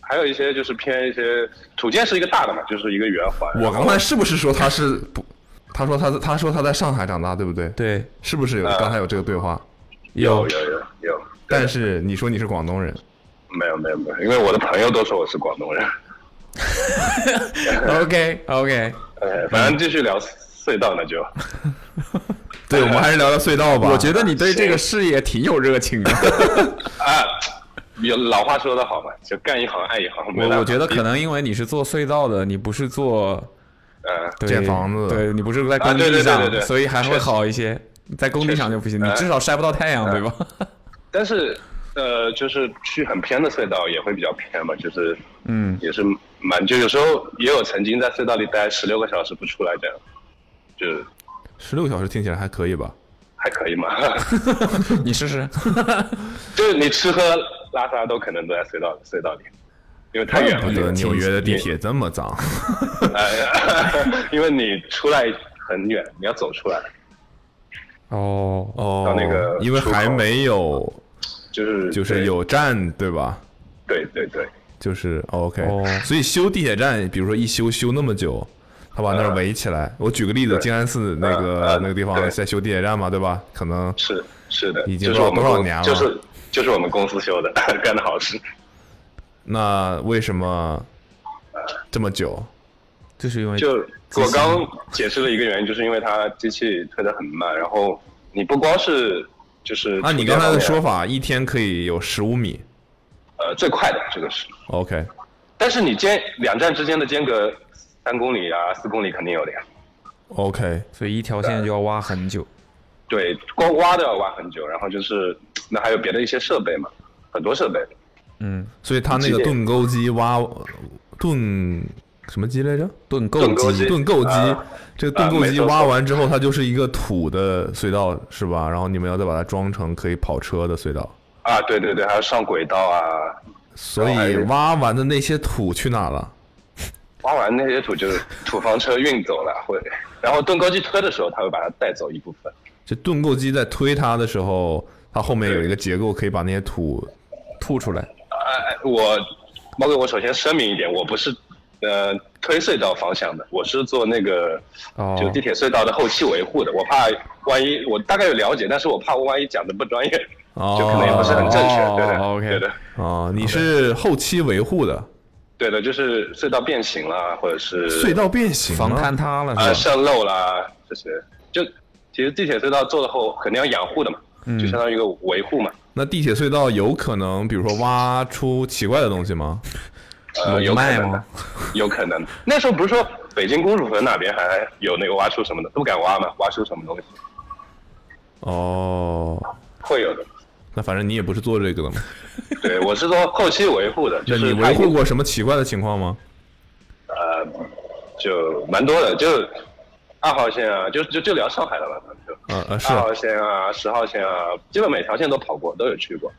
S6: 还有一些就是偏一些土建是一个大的嘛，就是一个圆环。
S5: 我刚才是不是说他是不？他说他他说他在上海长大，对不对？
S7: 对，
S5: 是不是有刚才有这个对话？
S6: 啊有有有有，
S5: 但是你说你是广东人，
S6: 没有没有没有，因为我的朋友都说我是广东人。
S7: OK OK，
S6: 呃，反
S7: 嗯
S6: 正继续聊隧道那就。
S5: 对，我们还是聊聊隧道吧。
S7: 我觉得你对这个事业挺有热情的。
S6: 有老话说得好嘛，就干一行爱一行。没办
S7: 我
S6: 法
S7: 我觉得可能因为你是做隧道的，你不是做
S6: 呃
S7: 对
S5: 建房子
S7: 对你不是在工
S6: 啊对
S7: 地
S6: 对
S7: 上，
S6: 对对对
S7: 所以还
S6: 确
S7: 会
S6: 实
S7: 好一些。你在工地上就不行，
S6: 确
S7: 你
S6: 实
S7: 至少晒不到太阳，对吧？ (laughs)
S6: 但是呃，就是去很偏的隧道也会比较偏嘛，就是
S7: 嗯，
S6: 也是蛮就有时候也有曾经在隧道里待十六个小时不出来这样，就是
S5: 十六小时听起来还可以吧？
S6: 还可以嘛。
S7: 你试试。
S6: (laughs) 就是你吃喝拉撒都可能都在隧道隧道里，因为太远
S5: 怪不得
S6: 了。
S5: 纽约的地铁这么脏。
S6: 哎， (laughs) 因为你出来很远，你要走出来，
S7: 哦
S5: 哦
S6: 到那个
S5: 因为
S6: 出口
S5: 还没有，
S6: 就是
S5: 就是有站对吧？
S6: 对对对，
S5: 就是哦 OK，、
S7: 哦
S5: 所以修地铁站，比如说一修修那么久，他把那儿围起来。我举个例子，
S6: 呃对
S5: 静安寺那个、
S6: 呃呃
S5: 那个地方
S6: 对
S5: 在修地铁站嘛，对吧？可能
S6: 是是的，
S5: 已经
S6: 就是
S5: 不知
S6: 我们
S5: 道多少
S6: 公
S5: 年了
S6: 就是就是我们公司修的， (laughs) 干的好事。
S5: 那为什么这么久？
S7: 就是因为
S6: 就我刚解释了一个原因，就是因为它机器推得很慢，然后你不光是就是
S5: 按啊你刚才的说
S6: 法，
S5: 法，一天可以有十五米。
S6: 呃，最快的这个是，
S5: OK，
S6: 但是你间两站之间的间隔三公里啊，四公里肯定有的呀。
S5: OK，
S7: 所以一条线就要挖很久。
S6: 对，光挖都要挖很久，然后就是那还有别的一些设备嘛，很多设备。
S7: 嗯，
S5: 所以他那个
S6: 几点
S5: 盾钩机挖盾什么机来着？
S7: 盾
S6: 盾构机
S5: 盾构机
S6: 啊，
S5: 这个盾构
S6: 啊没
S5: 机
S6: 错
S5: 挖完之后，它就是一个土的隧道，是吧？然后你们要再把它装成可以跑车的隧道。
S6: 啊，对对对，还要上轨道啊，
S5: 所
S6: 然后还
S5: 以
S6: 有
S5: 挖完的那些土去哪了？
S6: 挖完那些土就是土房车运走了，会，然后盾构机推的时候，它会把它带走一部分。
S5: 就盾构机在推它的时候，它后面有一个结构可以把那些土
S7: 吐出来。
S6: 哎，我猫哥，我首先声明一点，我不是呃推隧道方向的，我是做那个
S7: 哦
S6: 就地铁隧道的后期维护的。我怕万一我大概有了解，但是我怕我万一讲的不专业，
S5: 哦
S6: 就可能也不是很正确。对的，
S7: 哦，OK
S6: 对的，
S5: 啊、你是后期维护的，
S6: 对的，就是隧道变形啦，或者是
S5: 隧道变形了
S7: 防坍塌了
S6: 呃啊
S7: 是吧？
S6: 渗漏啦这些，就其实地铁隧道做了后肯定要养护的嘛，就相当于一个维护嘛。
S5: 那地铁隧道有可能，比如说挖出奇怪的东西吗？
S6: 呃，有
S7: 有
S6: 可
S7: 卖
S6: 能的
S7: 吗，
S6: 有可能的。那时候不是说北京公主坟哪边还有那个挖出什么的，都不敢挖嘛，挖出什么东西
S5: 哦，
S6: 会有的。
S5: 那反正你也不是做这
S6: (laughs)
S5: 个的嘛。
S6: 对，我是做后期维护的，就
S5: 那
S6: 是
S5: 你
S6: 它
S5: 维
S6: 已经
S5: 护过什么奇怪的情况吗？
S6: 呃，就蛮多的，就二号线啊，就就就聊上海了吧，反正就
S5: 呃呃，是
S6: 二号线啊，十号线啊，基本每条线都跑过，都有去过。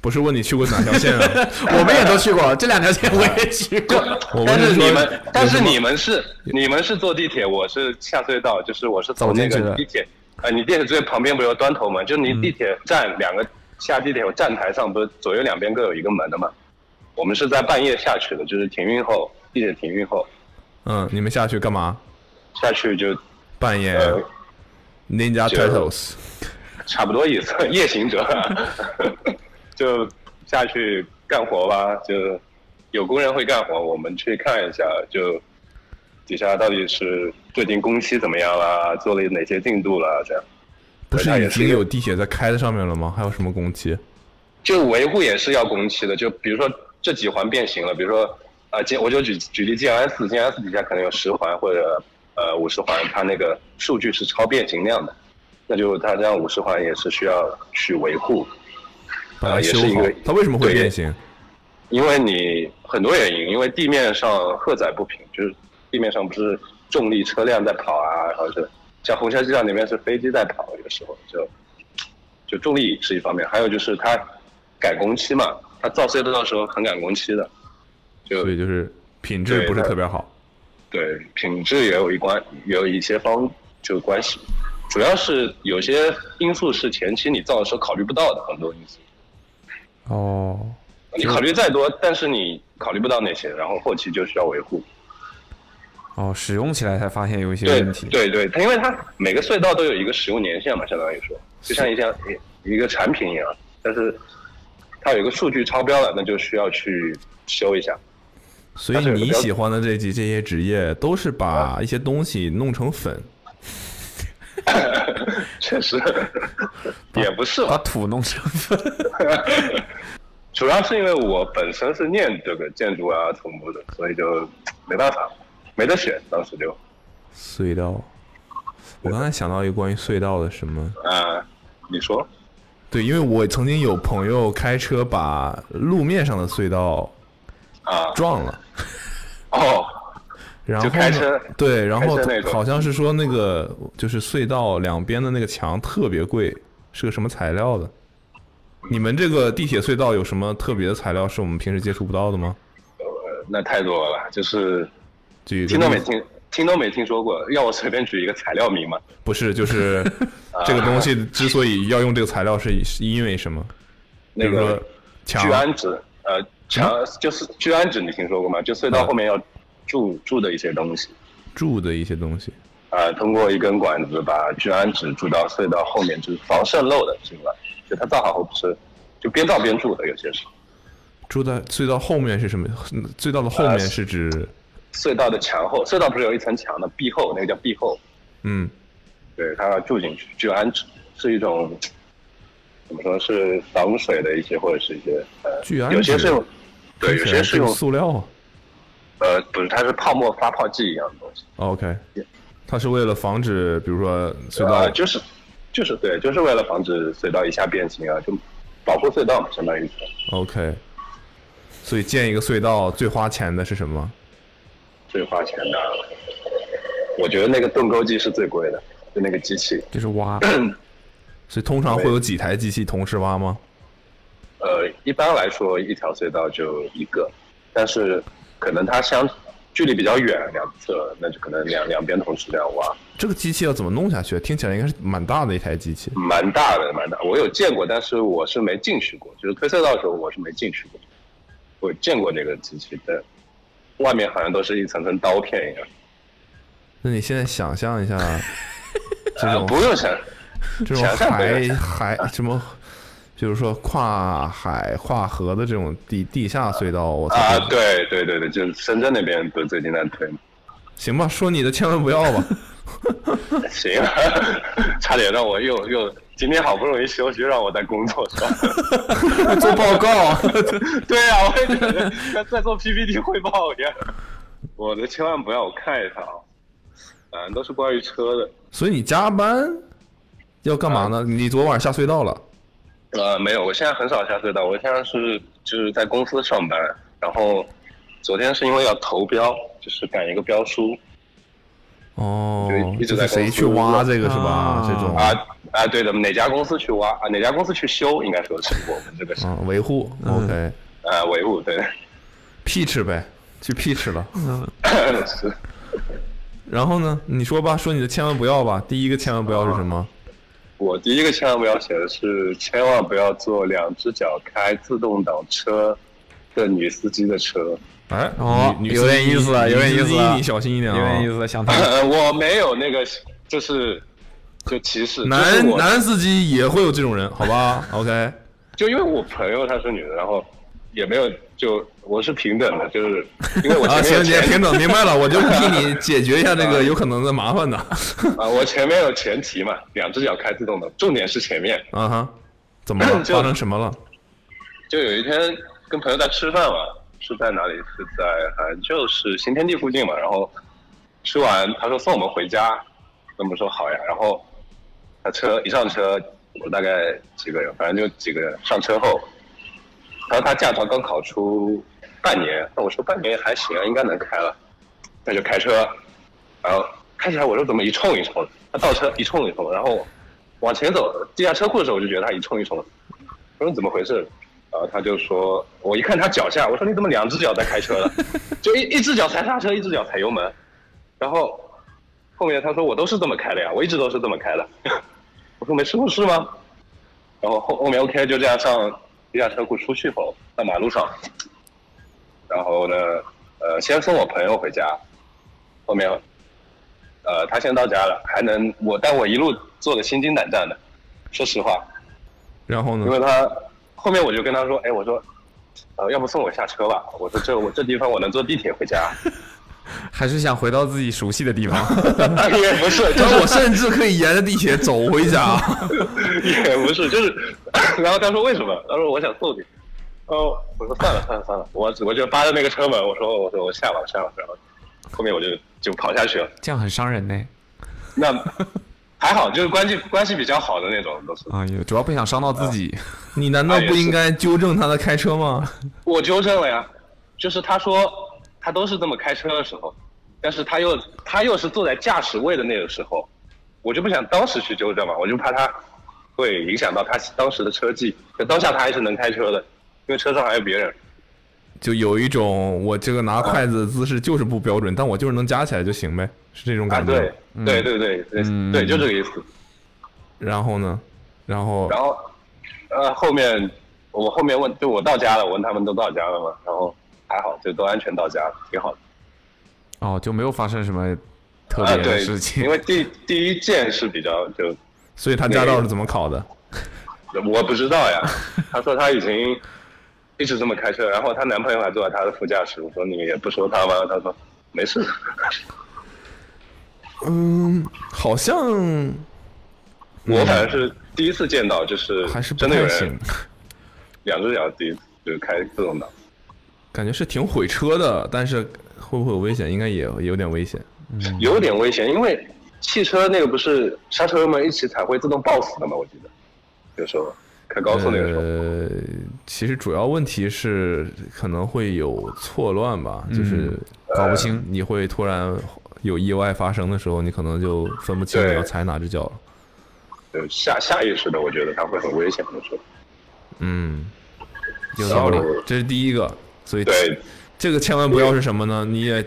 S5: 不是问你去过哪条线
S6: (laughs)
S5: 啊？
S7: 我们也都去过，这两条 (laughs) 线我也去过。
S5: 我
S6: 但
S5: 问
S6: 是
S5: 说
S6: 你们，但
S5: 有
S6: 是
S5: 什么
S6: 你们是你们是坐地铁，我是下隧道，就是我是
S7: 走
S6: 从
S7: 进
S6: 那
S7: 去
S6: 个
S7: 的
S6: 地铁，呃，你地铁最旁边不是有端头门？就是你
S5: 嗯
S6: 地铁站两个下地铁站台上不是左右两边各有一个门的嘛？我们是在半夜下去的，就是停运后，地铁停运后
S5: 嗯，你们下去干嘛？
S6: 下去就
S5: 半夜
S6: 呃
S5: Ninja
S6: 就 (laughs)
S5: Turtles
S6: 差不多意思，夜行者，就下去干活吧，就有工人会干活，我们去看一下，就底下到底是最近工期怎么样啦，做了哪些进度啦，这样。
S5: 不是已经有地铁在开在上面了吗？还有什么工期？
S6: 就维护也是要工期的，就比如说这几环变形了，比如说啊，建、我就举举例静安寺，静安寺底下可能有十环或者呃五十环，它那个数据是超变形量的，那就它这样五十环也是需要去维护，
S5: 把它
S6: 啊也
S5: 修
S6: 是一
S5: 好
S6: 个。
S5: 它为什么会
S6: 对
S5: 变形？
S6: 因为你很多原因，因为地面上荷载不平，就是地面上不是重力车辆在跑啊，然后是像虹桥机场那边是飞机在跑，有时候就就重力是一方面，还有就是它赶工期嘛，它造隧道的时候很赶工期的，
S5: 所以就是品质不是特别好。
S6: 对品质也有一关，也有一些方就关系，主要是有些因素是前期你造的时候考虑不到的，很多因素。
S7: 哦，
S6: 你考虑再多，但是你考虑不到那些，然后后期就需要维护。
S7: 哦，使用起来才发现有一些
S6: 对
S7: 问题。
S6: 对对，它因为它每个隧道都有一个使用年限嘛，相当于说，就像一项一个产品一样，但是它有一个数据超标了，那就需要去修一下。 (laughs)
S5: 所以你喜欢的这几这些职业，都是把一些东西弄成粉，
S6: 确实，也不是啊
S7: 把土弄成 (laughs) 粉。
S6: (laughs) 主要是因为我本身是念这个建筑啊、土木的，所以就没办法，没得选，当时就
S5: 隧道。我刚才想到一个关于隧道的什么？
S6: 啊、你说
S5: 对，因为我曾经有朋友开车把路面上的隧道
S6: 啊
S5: 撞了，
S6: 哦，
S5: 然后
S6: 就开
S5: 呢
S6: 车
S5: 对，然后
S6: 开车那种
S5: 好像是说那个就是隧道两边的那个墙特别贵，是个什么材料的？你们这个地铁隧道有什么特别的材料是我们平时接触不到的吗？
S6: 呃那太多了，就是
S5: 举
S6: 听都没
S5: 例子
S6: 听听都没听说过，要我随便举一个材料名吗？
S5: 不是，就是
S6: (laughs)
S5: 这个东
S6: 啊
S5: 西之所以要用这个材料，是是因为什么？比
S6: 那
S5: 如
S6: 个
S5: 说
S6: 聚
S5: 墙嗯
S6: 氨酯，呃，墙就是聚氨酯，你听说过吗？就隧道后面要注注的一些东西，
S5: 柱的一些东西。
S6: 啊，通过一根管子把聚氨酯注到隧道后面，就是防渗漏的进来。就它造好后不是，就边造边注的，有些是
S5: 住在隧道后面是什么？隧道的后
S6: 呃
S5: 面是指，
S6: 隧道的墙后，隧道不是有一层墙的壁厚，那个叫壁厚，
S5: 嗯，
S6: 对，它要注进去聚氨酯是一种。怎么说是防水的一些，或者是一些呃，
S5: 聚氨酯
S6: 有些是用，对，有
S5: 听起来
S6: 些是用
S5: 塑料啊。
S6: 呃，不是，它是泡沫发泡剂一样的东西。
S5: OK，它是为了防止，比如说隧道
S6: 呃、就是就是对，就是为了防止隧道一下变形啊，就保护隧道嘛，相当于是。
S5: OK，所以建一个隧道最花钱的是什么？
S6: 最花钱的，我觉得那个盾构机是最贵的，就那个机器。
S7: 就是
S6: (clears throat)
S7: 挖
S5: 所以通常会有几台机器同时挖吗？
S6: 呃，一般来说一条隧道就一个，但是可能它相距离比较远，两侧那就可能两两边同时这样挖，
S5: 这个机器要怎么弄下去？听起来应该是蛮大的一台机器。
S6: 蛮大的蛮大。我有见过，但是我是没进去过，就是推隧道的时候我是没进去过。我见过这个机器，但外面好像都是一层层刀片一样。
S5: 那你现在想
S6: (laughs)
S5: 象一下，这
S6: 啊
S5: 种，
S6: 不用想，
S5: 这种
S6: 想象不
S5: 海
S6: 了
S5: 海什么，比如说跨海跨河的这种地地下隧道，我操！
S6: 啊，对对对对，就是深圳那边不是最近在推吗？ (laughs)
S5: 行吧，说你的千万不要吧。
S6: 行， (laughs) 差点让我又又今天好不容易休息，让我在工作上
S5: (laughs) 做报告。
S6: (laughs) 对啊，我也觉得在在做 PPT 汇报一样。我的千万不要，我看一下啊，反正都是关于车的。
S5: 所以你加班要干嘛呢？你昨晚下隧道了，
S6: 呃，没有，我现在很少下隧道，我现在是就是在公司上班，然后昨天是因为要投标，就是赶一个标书，
S5: 哦
S6: 一直
S5: 就
S6: 在
S5: 是
S6: 公司
S5: 谁去挖这个是吧？这种
S6: 啊啊，对的，哪家公司去挖啊？哪家公司去修？应该说是我们这个是
S5: 啊，维护 OK，
S6: 呃维护对。 (laughs)
S5: ，peach 呗，去 peach 了。
S6: 是
S5: 然后呢，你说吧，说你的千万不要吧。第一个千万不要是什么？
S6: 啊我第一个千万不要写的是，千万不要坐两只脚开自动挡车的女司机的车。
S5: 哎，
S7: 哦，
S5: 女女
S7: 有点意思了，
S5: 司机
S7: 有点意思了，
S5: 你小心一点啊
S7: 有点意思了，想太
S6: 呃 (laughs) 我没有那个，就是就歧视。就是
S5: 男
S6: 我 (laughs)
S5: 男司机也会有这种人，好吧？OK，
S6: 就因为我朋友她是女的，然后也没有就我是平等
S5: (laughs)
S6: 的，就是因为我
S5: 啊，
S6: 前面有
S5: 行，你
S6: 前
S5: 平等，明白了，
S6: (laughs)
S5: 我就替你解决一下这个有可能的麻烦的。
S6: 啊，我前面有前提嘛，两只脚开自动的，重点是前面。
S5: 啊哈，怎么
S6: (coughs)
S5: 了？
S6: 就
S5: 发生什么了？
S6: 就有一天跟朋友在吃饭嘛，是在哪里？是在好像就是新天地附近嘛。然后吃完，他说送我们回家，那么说好呀。然后他车一上车，我大概几个人，反正就几个人上车后，然后他驾照刚考出半年，那我说半年还行，应该能开了，那就开车。然后开起来我说怎么一冲一冲的，他倒车一冲一冲的，然后往前走地下车库的时候我就觉得他一冲一冲的，我说你怎么回事？然后他就说，我一看他脚下，我说你怎么两只脚在开车了？就一一只脚踩刹车，一只脚踩油门。然后后面他说我都是这么开的呀，我一直都是这么开的。我说没事过是吗？然后后后面 OK 就这样上地下车库出去后，在马路上，然后呢，呃，先送我朋友回家，后面，呃，他先到家了，还能我，但我一路做的心惊胆战的，说实话，
S5: 然后呢
S6: 因？为他后面我就跟他说，哎，我说，呃，要不送我下车吧？我说这我这地方我能坐地铁回
S5: (laughs)
S6: 家，
S7: 还是想回到自己熟悉的地方。
S6: 也不
S7: (laughs)
S6: 是，就
S5: 然
S6: 是
S5: 后我甚至可以沿着地铁走回家。
S6: 也不是，就是， (laughs) 然后他说为什么？他说我想揍你。哦，我说算了算了算了，我我就扒着那个车门，我说我说我下吧下吧，然后后面我就就跑下去了。
S7: 这样很伤人呢。
S6: 那 (laughs) 还好，就是关系关系比较好的那种都是。
S7: 哎呦，主要不想伤到自己。
S5: 你难道不应该纠正他的开车吗？
S6: 我纠正了呀，就是他说他都是这么开车的时候，但是他又他又是坐在驾驶位的那个时候，我就不想当时去纠正嘛，我就怕他会影响到他当时的车技。可当下他还是能开车的，因为车上还有别人。
S5: 就有一种我这个拿筷子姿势就是不标准，但我就是能夹起来就行呗，是这种
S6: 啊，
S5: 感觉。
S6: 对，
S5: 嗯
S6: 对对对对、
S7: 嗯
S6: 对，就这个意思。
S5: 然后呢？然后
S6: 然后，呃，后面我后面问，就我到家了，我问他们都到家了嘛，然后还好，就都安全到家了，挺好的。
S7: 哦，就没有发生什么特
S6: 啊，
S7: 别的
S6: 对
S7: 事，情。
S6: 因为第第一件是比较就，
S5: 所以他驾照是怎么考的？
S6: 我不知道呀。她说她已经一直这么开车，然后她男朋友还坐在她的副驾驶。我说你也不说她吗？她说没事。
S5: 嗯，好像
S6: 我反正是第一次见到，就是
S5: 嗯还是不
S6: 真的有
S5: 太行
S6: 人两只脚第一次就是开自动挡。
S5: 感觉是挺毁车的，但是会不会有危险？应该也有点危险。嗯，
S6: 有点危险，因为汽车那个不是刹车油门一起踩会自动抱死的吗？我记得有时候开高速那个时候，
S5: 呃，其实主要问题是可能会有错乱吧，就是
S7: 搞不清，
S5: 你会突然有意外发生的时候，你可能就分不清你要踩哪只脚了。
S6: 就下下意识的，我觉得它会很危险的时候。
S5: 嗯，有
S6: 然
S5: 道
S6: 后
S5: 理，这是第一个，所以
S6: 对
S5: 这个千万不要是什么呢？你也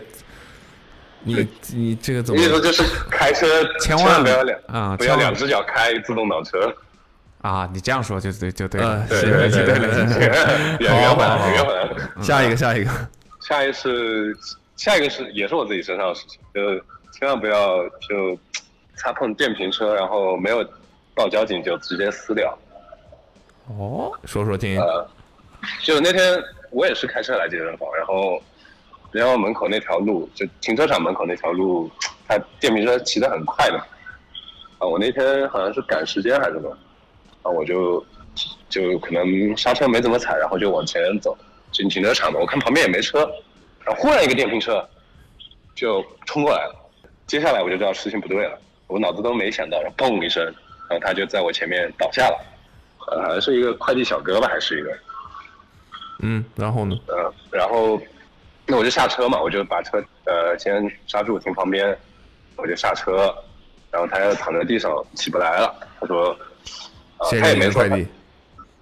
S5: 你你这个怎
S6: 意
S5: 么？
S6: 思就是开车
S5: 千
S6: 千
S5: 万
S6: 不要两
S5: 啊
S6: 不要
S5: 千万
S6: 两只脚开自动挡车。
S7: 啊，你这样说就对就对
S5: 呃
S7: 了，
S5: 对
S7: 就
S5: 对
S7: 就
S5: 对
S7: 对了，就
S5: (laughs)
S7: 对
S5: 对对对
S7: 了。
S5: 好
S6: 原
S5: 好
S6: 版
S5: 好
S6: 原版
S5: 下一个，下一个，
S6: 下一次，下一个是也是我自己身上的事情，就是千万不要就擦碰电瓶车，然后没有报交警就直接撕掉。
S5: 哦，说说听，
S6: 呃， (laughs) 就那天我也是开车来健身房，然后联网门口那条路，就停车场门口那条路，它电瓶车骑得很快的嘛。啊，我那天好像是赶时间还是什么，啊，我就就可能刹车没怎么踩，然后就往前走进停车场嘛。我看旁边也没车，然后忽然一个电瓶车就冲过来了。接下来我就知道事情不对了，我脑子都没想到，然后砰一声，然后他就在我前面倒下了。呃，好像是一个快递小哥吧，还是一个，
S5: 嗯，然后呢？
S6: 呃，然后那我就下车嘛，我就把车呃先刹住停旁边，我就下车，然后他又躺在地上起不来了，他说，呃、
S5: 谢
S6: 他也
S5: 谢你
S6: 没
S5: 的
S6: 说
S5: 快递，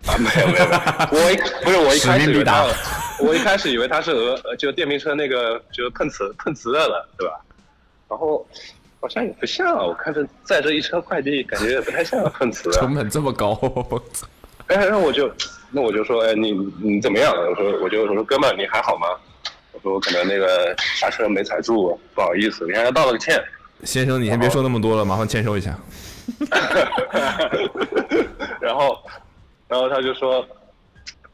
S6: 啊，没有没有，没有我一不是我一开始
S5: 使命
S6: 以
S5: 必
S6: 为
S5: 达
S6: 他，我一开始以为他是俄呃就电瓶车那个就是碰瓷碰瓷的了，对吧？然后好像也不像，啊我看着载着一车快递，感觉也不太像碰瓷的。啊
S7: (laughs) 成本这么高，
S6: 哎，然后我就，那我就说，哎，你你怎么样了？我说，我就我说，哥们儿，你还好吗？我说我可能那个刹车没踩住，不好意思，你看他道了个歉。
S5: 先生，你先别说那么多了，麻烦签收一下。
S6: 然后，然后他就说，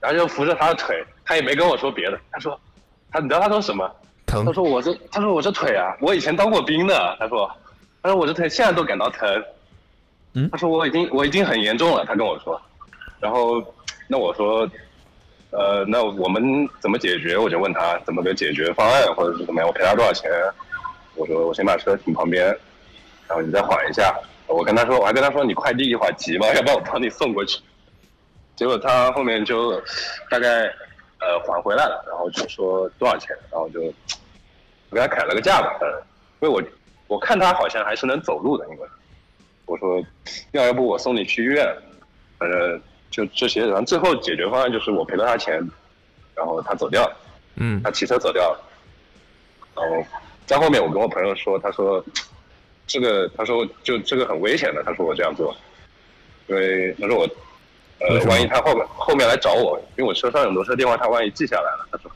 S6: 然后就扶着他的腿，他也没跟我说别的，他说，他你知道他说什么？
S5: 疼
S6: 他说我这，他说我这腿啊，我以前当过兵的，他说，他说我这腿现在都感到疼，
S7: 嗯，
S6: 他说我已经我已经很严重了，他跟我说，然后那我说，呃，那我们怎么解决？我就问他怎么个解决方案，或者是怎么样，我赔他多少钱？我说我先把车停旁边，然后你再缓一下。我跟他说，我还跟他说你快递一会儿急吗？要 (laughs) 不然我帮你送过去。结果他后面就大概呃还回来了，然后就说多少钱，然后就我给他砍了个价吧，呃，因为我我看他好像还是能走路的，因为我说要要不我送你去医院，反正就这些，然后最后解决方案就是我赔了他钱，然后他走掉了。
S5: 嗯
S6: 他骑车走掉了。然后在后面我跟我朋友说，他说这个，他说就这个很危险的，他说我这样做，因为他说我，呃
S7: 为什，么
S6: 万一他后面后面来找我，因为我车上有挪车电话，他万一记下来了，他说，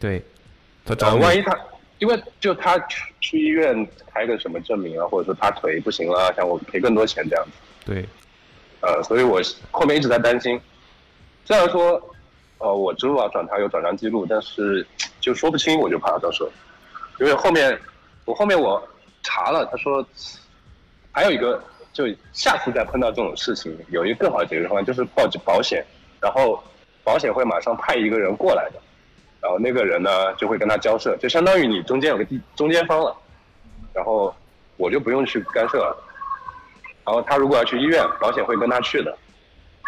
S7: 对，
S5: 他
S6: 呃，万一他。因为就他去去医院开个什么证明啊，或者说他腿不行了，啊想我赔更多钱这样子，
S7: 对，
S6: 呃，所以我后面一直在担心。虽然说，呃，我支付宝转账有转账记录，但是就说不清，我就怕到时候，因为后面我后面我查了，他说还有一个，就下次再碰到这种事情，有一个更好的解决方案，就是报警保险，然后保险会马上派一个人过来的，然后那个人呢就会跟他交涉，就相当于你中间有个地中间方了，然后我就不用去干涉了。然后他如果要去医院，保险会跟他去的，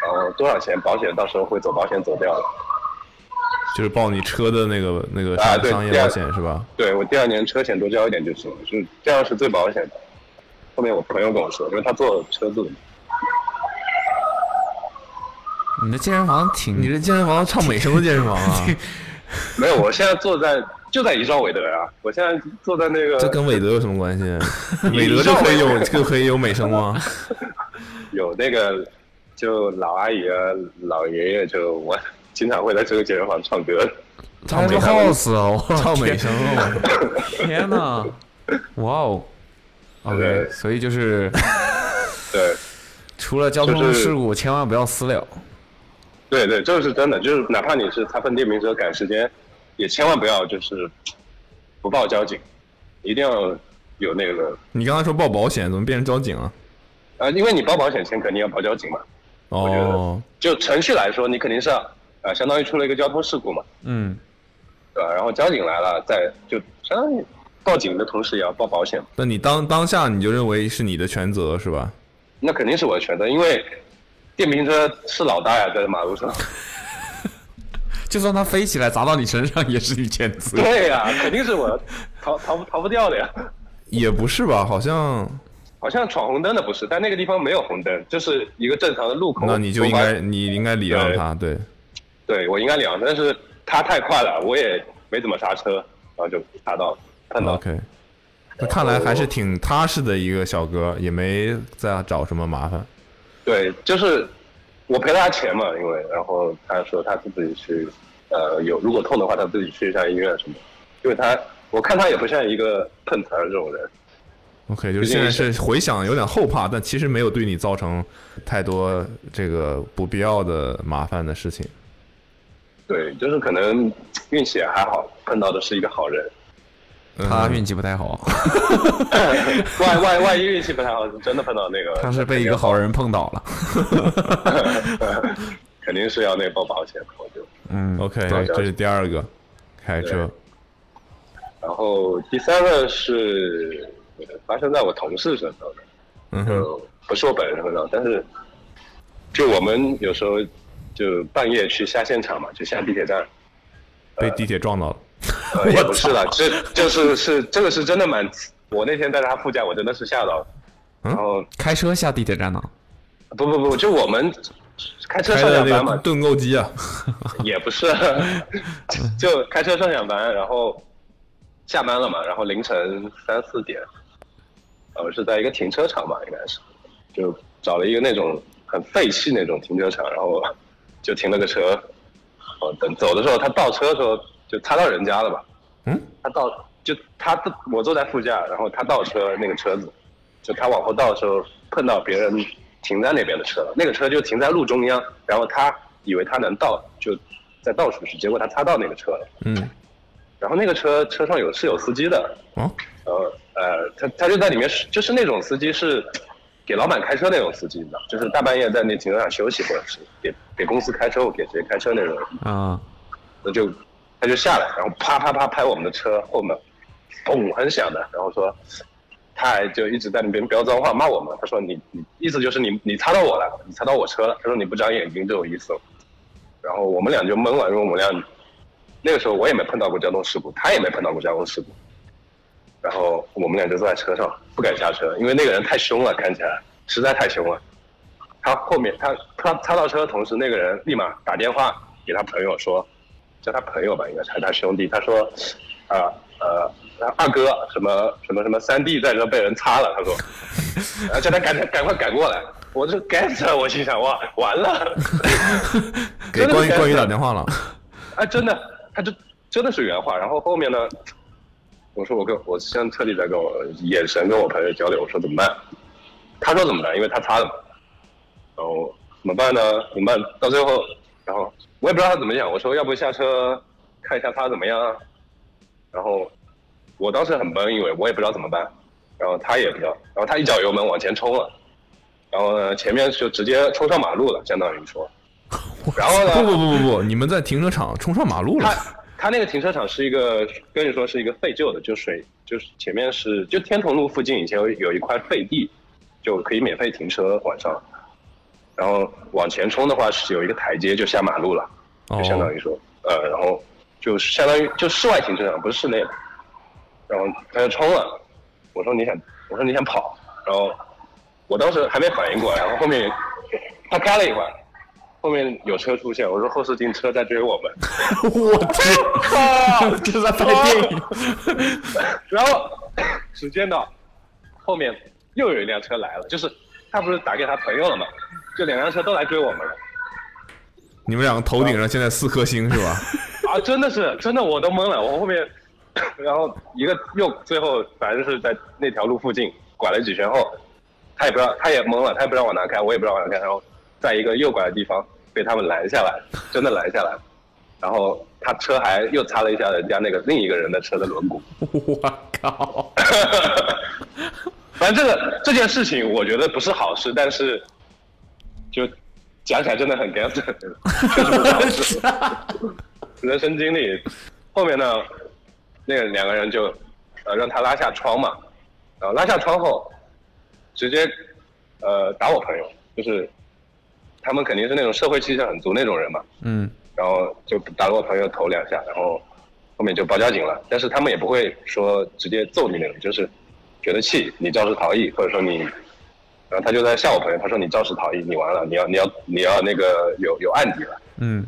S6: 然后多少钱，保险到时候会走保险走掉的。
S5: 就是报你车的那个那个
S6: 啊
S5: 商
S6: 对
S5: 商业
S6: 这样
S5: 保险是吧？
S6: 对我第二年车险多交一点就行了，就是这样是最保险的。后面我朋友跟我说，因为他做车
S5: (laughs)
S6: 子的嘛，
S7: 你的健身房挺，
S5: 你这健身房唱美声的健身房啊，
S6: 没有，我现在坐在就在一兆韦德啊，我现在坐在那个
S5: 这跟韦德有什么 (laughs) 关系？
S6: 你
S5: 韦德就可以有就可以有美声
S7: (laughs)
S5: 吗？
S6: 有那个就老阿姨啊、老爷爷，就我经常会在这个健身房唱歌。
S5: 唱美
S7: house 啊，
S5: (laughs)
S7: 我
S5: 唱美声啊，
S7: (laughs) 天呐，哇哦，OK，所以就是
S6: 对
S7: 除了交
S6: 就
S7: 通
S6: 是
S7: 事故，千万不要私了。
S6: 对对，这个是真的，就是哪怕你是擦碰电瓶车赶时间，也千万不要就是不报交警，一定要有那个
S5: 你刚才说报保险，怎么变成交警啊？
S6: 呃，因为你报保险前肯定要报交警嘛，
S5: 哦，
S6: 就程序来说，你肯定是要呃，相当于出了一个交通事故嘛，
S7: 嗯，
S6: 对吧？然后交警来了，再就相当于报警的同时也要报保险，
S5: 那你当当下你就认为是你的全责是吧？
S6: 那肯定是我的全责，因为电瓶车是老大呀，在马路上。
S7: 就算它飞起来砸到你身上，也是你全责。
S6: 对呀、肯定是我逃逃不逃不掉的呀。
S5: 也不是吧，好像
S6: 好像闯红灯的不是，但那个地方没有红灯，就是一个正常的路口。
S5: 那你就应
S6: 我
S5: 该
S6: 把
S5: 你应该礼让他，对，
S6: 对我应该两，但是他太快了，我也没怎么刹车，然后就擦到了碰到了。呃
S5: OK，那看来还是挺踏实的一个小哥，也没再找什么麻烦。
S6: 对，就是我赔了他钱嘛，因为然后他说他自己去，呃，有如果痛的话，他自己去一下医院什么的。因为他我看他也不像一个碰瓷儿这种人，
S5: OK，就是现在是回想有点后怕，但其实没有对你造成太多这个不必要的麻烦的事情。
S6: 对，就是可能运气也还好，碰到的是一个好人。 (laughs)
S7: 他运气不太好，
S6: 万万万一运气不太好，真的碰到那个，
S7: 他是被一个好人碰倒了。
S6: (laughs) 肯定是要那个报保险的，我就。
S7: 嗯
S5: ，OK，
S6: 对
S5: 这是第二个，开车。
S6: 然后第三个是呃发生在我同事身上的，呃
S5: 嗯哼，
S6: 不是我本人身上，但是就我们有时候就半夜去下现场嘛，就下地铁站，
S5: 被地铁撞到了。
S6: 呃，也不是了，这就是是这个是真的蛮，我那天在他副驾，我真的是吓到了，然后
S7: 嗯开车下地铁站呢？
S6: 不不不，就我们开车
S5: 开
S6: 上
S5: 的
S6: 下
S5: 那
S6: 班
S5: 个
S6: 嘛，
S5: 盾构机啊，
S6: 也不是，就开车上下班，然后下班了嘛，然后凌晨三四点，呃，是在一个停车场吧，应该是，就找了一个那种很废弃那种停车场，然后就停了个车，哦，等走的时候他倒车的时候就擦到人家了吧，
S5: 嗯，
S6: 他倒就他我坐在副驾，然后他倒车那个车子，就他往后倒的时候碰到别人停在那边的车了，那个车就停在路中央，然后他以为他能倒，就在倒数时，结果他擦到那个车了。
S5: 嗯，
S6: 然后那个车车上有是有司机的，
S5: 哦，
S6: 然后呃，他他就在里面是就是那种司机是给老板开车那种司机，你知道，就是大半夜在那停车场休息，或者是给给公司开车或给谁开车那种，
S7: 啊，
S6: 那就他就下来，然后啪啪啪拍我们的车后门，砰很响的，然后说他还就一直在那边飙脏话骂我们，他说你你意思就是你你擦到我了，你擦到我车了，他说你不长眼睛这种意思，然后我们俩就懵了，因为我们俩那个时候我也没碰到过交通事故，他也没碰到过交通事故。然后我们俩就坐在车上，不敢下车，因为那个人太凶了，看起来实在太凶了。他后面他他擦到车的同时，那个人立马打电话给他朋友说，叫他朋友吧，应该是还是他兄弟，他说，啊呃呃二哥什么什么什么三弟在这被人擦了，他说，然后叫他赶赶快赶过来。我这该死了，我心想哇完了，
S5: (laughs) 给关羽关羽打电话了，
S6: 啊，真的，他就真的是原话。然后后面呢，我说我跟我现在特地在跟我眼神跟我朋友交流，我说怎么办？他说怎么办？因为他擦了嘛。然后怎么办呢？怎么办？到最后，然后我也不知道他怎么想。我说要不下车看一下他怎么样啊？然后我当时很懵，因为我也不知道怎么办。然后他也不知道，然后他一脚油门往前冲了，然后呢前面就直接冲上马路了，相当于说。 (laughs) 然后呢？
S5: 不不不不不，你们在停车场冲上马路了，
S6: 他那个停车场是一个，跟你说是一个废旧的，就水就是前面是就天潼路附近以前有有一块废地，就可以免费停车晚上。然后往前冲的话是有一个台阶就下马路了，
S5: 哦
S6: 就相
S5: (laughs)
S6: 当于说、呃，然后就相当于就室外停车场不是室内的，然后他就冲了，我说你想我说你想跑，然后我当时还没反应过来，然后后面他开了一会儿，后面有车出现，我说后视镜车在追我们。
S3: 我
S6: 啊
S5: (laughs)
S3: 天，这是在拍电影。
S6: (laughs) 然后时间到，后面又有一辆车来了，就是他不是打给他朋友了吗？这两辆车都来追我们了
S5: 你们两个头顶上现在四颗星是吧？
S6: (laughs) 啊！真的是真的，我都懵了。我后面，然后一个又最后反正是在那条路附近拐了几圈后，他也不知道，他也懵了，他也不知道往哪开，我也不知道往哪开，然后在一个右拐的地方被他们拦下来，真的拦下来，然后他车还又擦了一下人家那个另一个人的车的轮毂。
S3: (laughs) 我靠！
S6: (laughs) 反正这个这件事情，我觉得不是好事，但是就讲起来真的很 gangster，确 (laughs) 实不是好事。人生经历，后面呢，那两个人就呃让他拉下窗嘛，然后拉下窗后，直接呃打我朋友，就是他们肯定是那种社会气象很足那种人嘛，
S7: (laughs) 嗯，
S6: 然后就打了我朋友头两下，然后后面就报交警了。但是他们也不会说直接揍你那种，就是觉得气你肇事逃逸，或者说你，然后他就在吓我朋友，他说你肇事逃逸，你完了，你要你要你要那个有有案底了。
S7: 嗯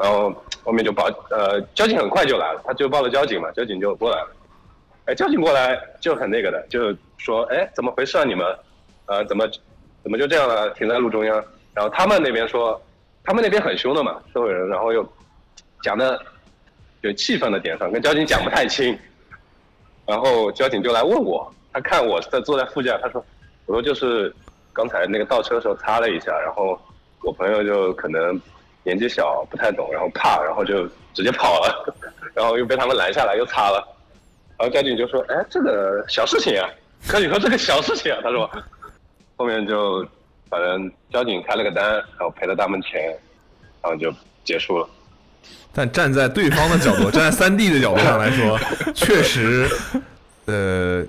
S6: 然后后面就报呃交警很快就来了，他就报了交警嘛，交警就过来了。哎，交警过来就很那个的，就说哎怎么回事啊你们，呃怎么怎么就这样了、停在路中央？然后他们那边说，他们那边很凶的嘛，社会人，然后又讲的有气氛的点上，跟交警讲不太清。然后交警就来问我，他看我在坐在副驾，他说我说就是刚才那个倒车的时候擦了一下，然后我朋友就可能年纪小不太懂，然后怕，然后就直接跑了， (laughs) 然后又被他们拦下来又擦了，然后交警就说：“哎，这个小事情啊。”交警说：“这个小事情啊。”他说，后面就反正交警开了个单，然后赔了他们钱，然后就结束了。
S5: 但站在对方的角
S6: (laughs)
S5: 度，站在三 D 的角度上来说，确实，呃，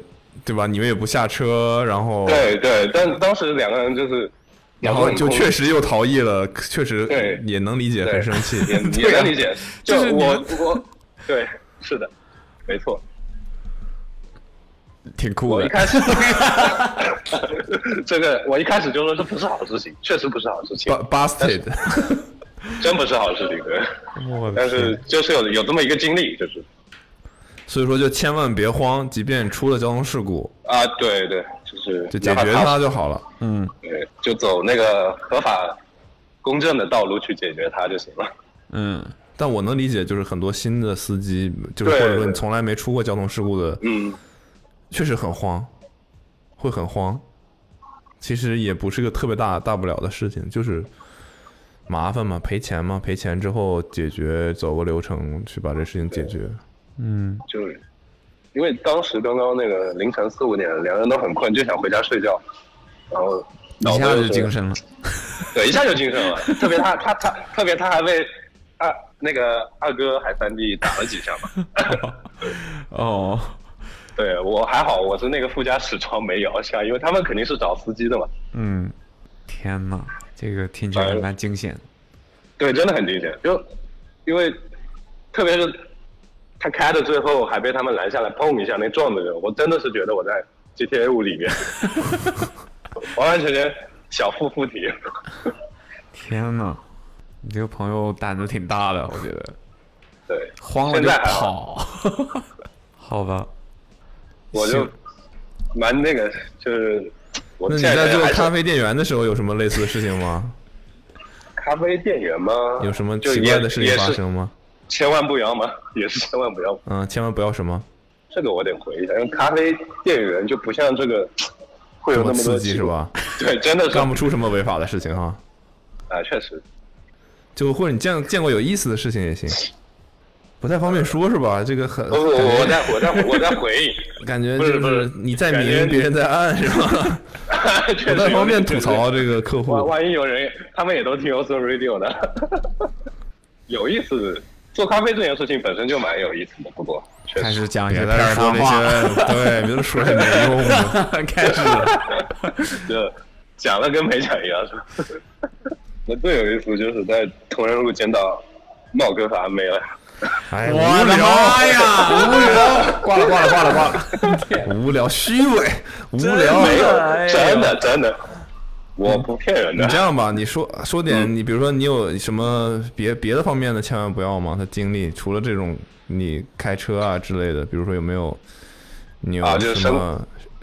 S5: 对吧？你们也不下车，然后
S6: 对对，但当时两个人就是，
S5: 然后就确实又逃逸了，确实
S6: 对
S5: 也能理解，很生气， (laughs) 啊
S6: 也能理解，就
S5: 就是你
S6: 我
S5: 们
S6: 我对是的，没错。
S5: 挺酷的。
S6: 一开始， (laughs) 这个我一开始就说这不是好事情，确实不是好事情
S5: Busted，
S6: 真不是好事情，对。
S5: (laughs) 我
S6: 但是就是有有这么一个经历，就是
S5: 所以说就千万别慌，即便出了交通事故，
S6: 啊，对对，就是
S5: 就解决它就好了。嗯，
S6: 对，就走那个合法公正的道路去解决它就行了。
S5: 嗯，但我能理解，就是很多新的司机，就是或
S6: 对
S5: 者说你
S6: 对
S5: 从来没出过交通事故的，
S6: 嗯，
S5: 确实很慌，会很慌。其实也不是个特别大大不了的事情，就是麻烦嘛，赔钱嘛，赔钱之后解决，走个流程去把这事情解决。
S7: 嗯，
S6: 就是因为当时刚刚那个凌晨四五点，两个人都很困，就想回家睡觉，然后
S7: 一下就精神了。
S6: 对一下就精神了。特别他他他，特别他还被二那个二哥还三弟打了几下嘛。
S7: 哦，
S6: 对我还好，我是那个副驾驶窗没摇下，因为他们肯定是找司机的嘛。
S7: 嗯，天哪，这个听起来蛮惊险。
S6: 对，真的很惊险，就因为特别是他开的最后还被他们拦下来碰一下，那撞的人，我真的是觉得我在 GTA 五里面，
S5: (laughs)
S6: 完完全全小富附体。
S7: 天哪，你这个朋友胆子挺大的，我觉得。
S6: 对，
S7: 慌了
S6: 现
S7: 就
S6: 在还
S7: 跑。好吧，
S6: 我就蛮那个，就是我
S5: 那你
S6: 现在
S5: 在
S6: 觉
S5: 做
S6: 得还是
S5: 咖啡店员的时候有什么类似的事情
S6: (laughs)
S5: 吗？
S6: 咖啡店员吗？
S5: 有什么
S6: 就
S5: 奇
S6: 也
S5: 怪的事情发？
S6: 也
S5: 生
S6: 是
S5: 吗？
S6: 千万不要嘛， (laughs) 也是千万不要。
S5: 嗯，千万不要什么
S6: 这个我得回一下，因为咖啡店员就不像这个会有
S5: 这
S6: 那
S5: 么
S6: 么多
S5: 刺激
S6: 奇
S5: 是吧？
S6: 对，真的是
S5: 干不出什么违法的事情哈。
S6: 啊，确实。
S5: 就或者你见见过有意思的事情也行，不太方便说是吧？这个很
S6: 不不，
S5: 感觉
S6: 我在我在我在回应，
S5: 感觉
S6: 不是
S5: 就
S6: 不
S5: 是
S6: 是
S5: 你在
S6: 感觉
S5: 明，
S6: 你
S5: 别人在
S6: (laughs)
S5: 暗是吧？不太方便吐槽啊这个客户
S6: 万万一有人，他们也都听 Oso Radio 的， (laughs) 有意思。做咖啡这件事情本身就蛮有意思的，不过确
S7: 开
S6: 实
S7: 始讲一
S5: 别
S7: 些
S5: 在这
S7: 片
S5: 儿
S7: 儿
S5: 说
S7: 汤
S5: 那
S7: 话
S5: 些， (laughs) 对，别说些没
S7: (laughs)
S5: 用的。
S7: 开始了，
S6: (laughs) 就讲了跟没讲一样，是吧？那最有意思就是在同仁路见到茂哥和阿梅了。
S5: 哎，
S7: 我的妈呀，无聊， (laughs)
S5: 挂了挂了挂了挂了，无聊虚伪，无聊。哎嗯
S6: 没有，真的真的，我不骗人
S5: 你
S6: 的。
S5: 这样吧，你说说
S6: 嗯
S5: 点，你比如说你有什么别别的方面的，千万不要吗？他经历除了这种你开车啊之类的，比如说有没有你
S6: 啊
S5: 有
S6: 就是
S5: 什么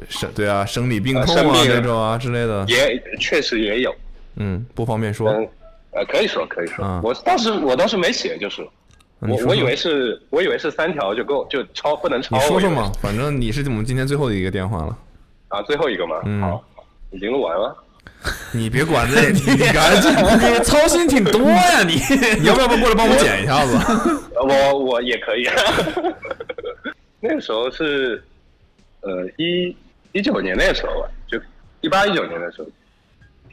S5: 生对啊生理病
S6: 啊
S5: 痛
S6: 生
S5: 啊
S6: 病
S5: 这种啊之类的，
S6: 也确实也有，
S5: 嗯，不方便说。
S6: 嗯，呃，可以说可以说，
S5: 啊
S6: 我当时我当时没写，就是
S5: 嗯你
S6: 我
S5: 说
S6: 我
S5: 说
S6: 以为是我以为是三条就够就超不能超，
S5: 你说说
S6: 我以
S5: 嘛
S6: 为，
S5: 反正你是哦我们今天最后的一个电话了，
S6: 啊，最后一个嘛，
S5: 嗯
S6: 好，已经录完
S5: (laughs)
S6: 了，
S5: 你别管 (laughs) 这，你你赶紧，
S7: 你操心挺多呀你。
S5: (laughs)
S7: (laughs)
S5: 你要不要不过来帮我剪一下子？
S6: 呃 (laughs) 我我也可以， (laughs) 那个时候是呃一一九年那个时候吧，就一八一九年的时候，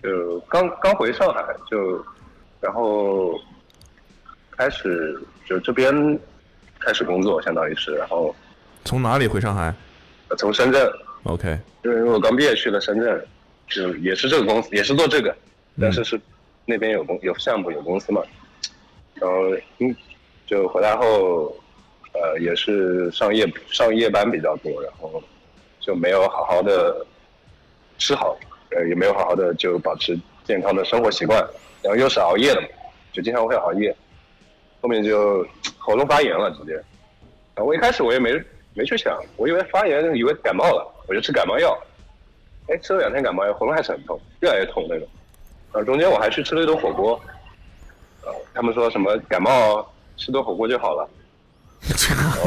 S6: 就刚刚回上海就，然后开始就这边开始工作，相当于是，然后
S5: 从哪里回上海
S6: 呃从深圳。
S5: ？OK，
S6: 就是因为我刚毕业去了深圳，就是也是这个公司，也是做这个，但是是那边有公有项目有公司嘛，然后嗯，就回来后，呃，也是上夜上夜班比较多，然后就没有好好的吃好，呃，也没有好好的就保持健康的生活习惯，然后又是熬夜的嘛，就经常会熬夜，后面就喉咙发炎了直接，啊，我一开始我也没没去想，我以为发炎，以为感冒了，我就吃感冒药。哎，吃了两天感冒药，喉咙还是很痛，越来越痛那种。然后中间我还去吃了一顿火锅，呃，他们说什么感冒吃顿火锅就好了。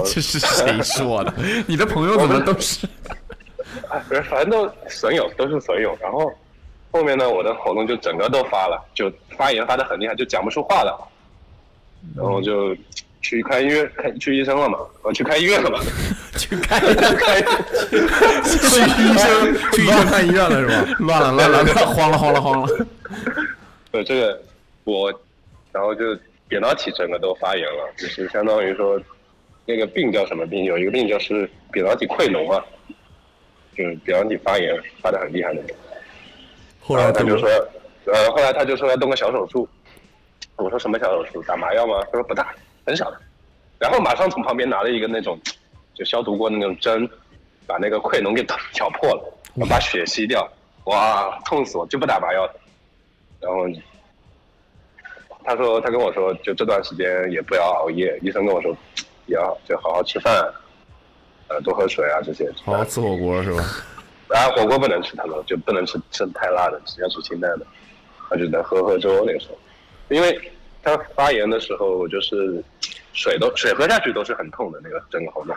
S7: 这是谁说的？你的朋友怎么都是？
S6: 哎，不是，反正都损友，都是损友。然后后面呢，我的喉咙就整个都发了，就发炎发的很厉害，就讲不出话了。然后就去看医院，看去医生了嘛，我去看医院了嘛，
S7: 去看
S6: 去看医
S5: 去医生去医生看医院了是吧？
S7: 乱了乱了乱了， (laughs) 慌了慌了慌了。
S6: (laughs) 对这个我，然后就扁桃体整个都发炎了，就是相当于说，那个病叫什么病？有一个病就是扁桃体溃脓嘛，就是扁桃体发炎发的很厉害那种。
S5: 后
S6: 然
S5: 来
S6: 后他
S5: 怎
S6: 就
S5: 么
S6: 说，呃，后来他就说要动个小手术。我说什么小手术？打麻药吗？他说不打，很小的。然后马上从旁边拿了一个那种就消毒过的那种针，把那个溃脓给 (laughs) 挑破了，把血吸掉。哇，痛死我！就不打麻药了。然后他说他跟我说，就这段时间也不要熬夜。医生跟我说，也要就好好吃饭，呃，多喝水啊这些。
S5: 好好吃火锅是吧？
S6: 然后火锅不能吃太多，就不能吃吃太辣的，只要吃清淡的。他就能喝喝啊粥那个时候，因为他发炎的时候，我就是水都水喝下去都是很痛的那个整个喉咙。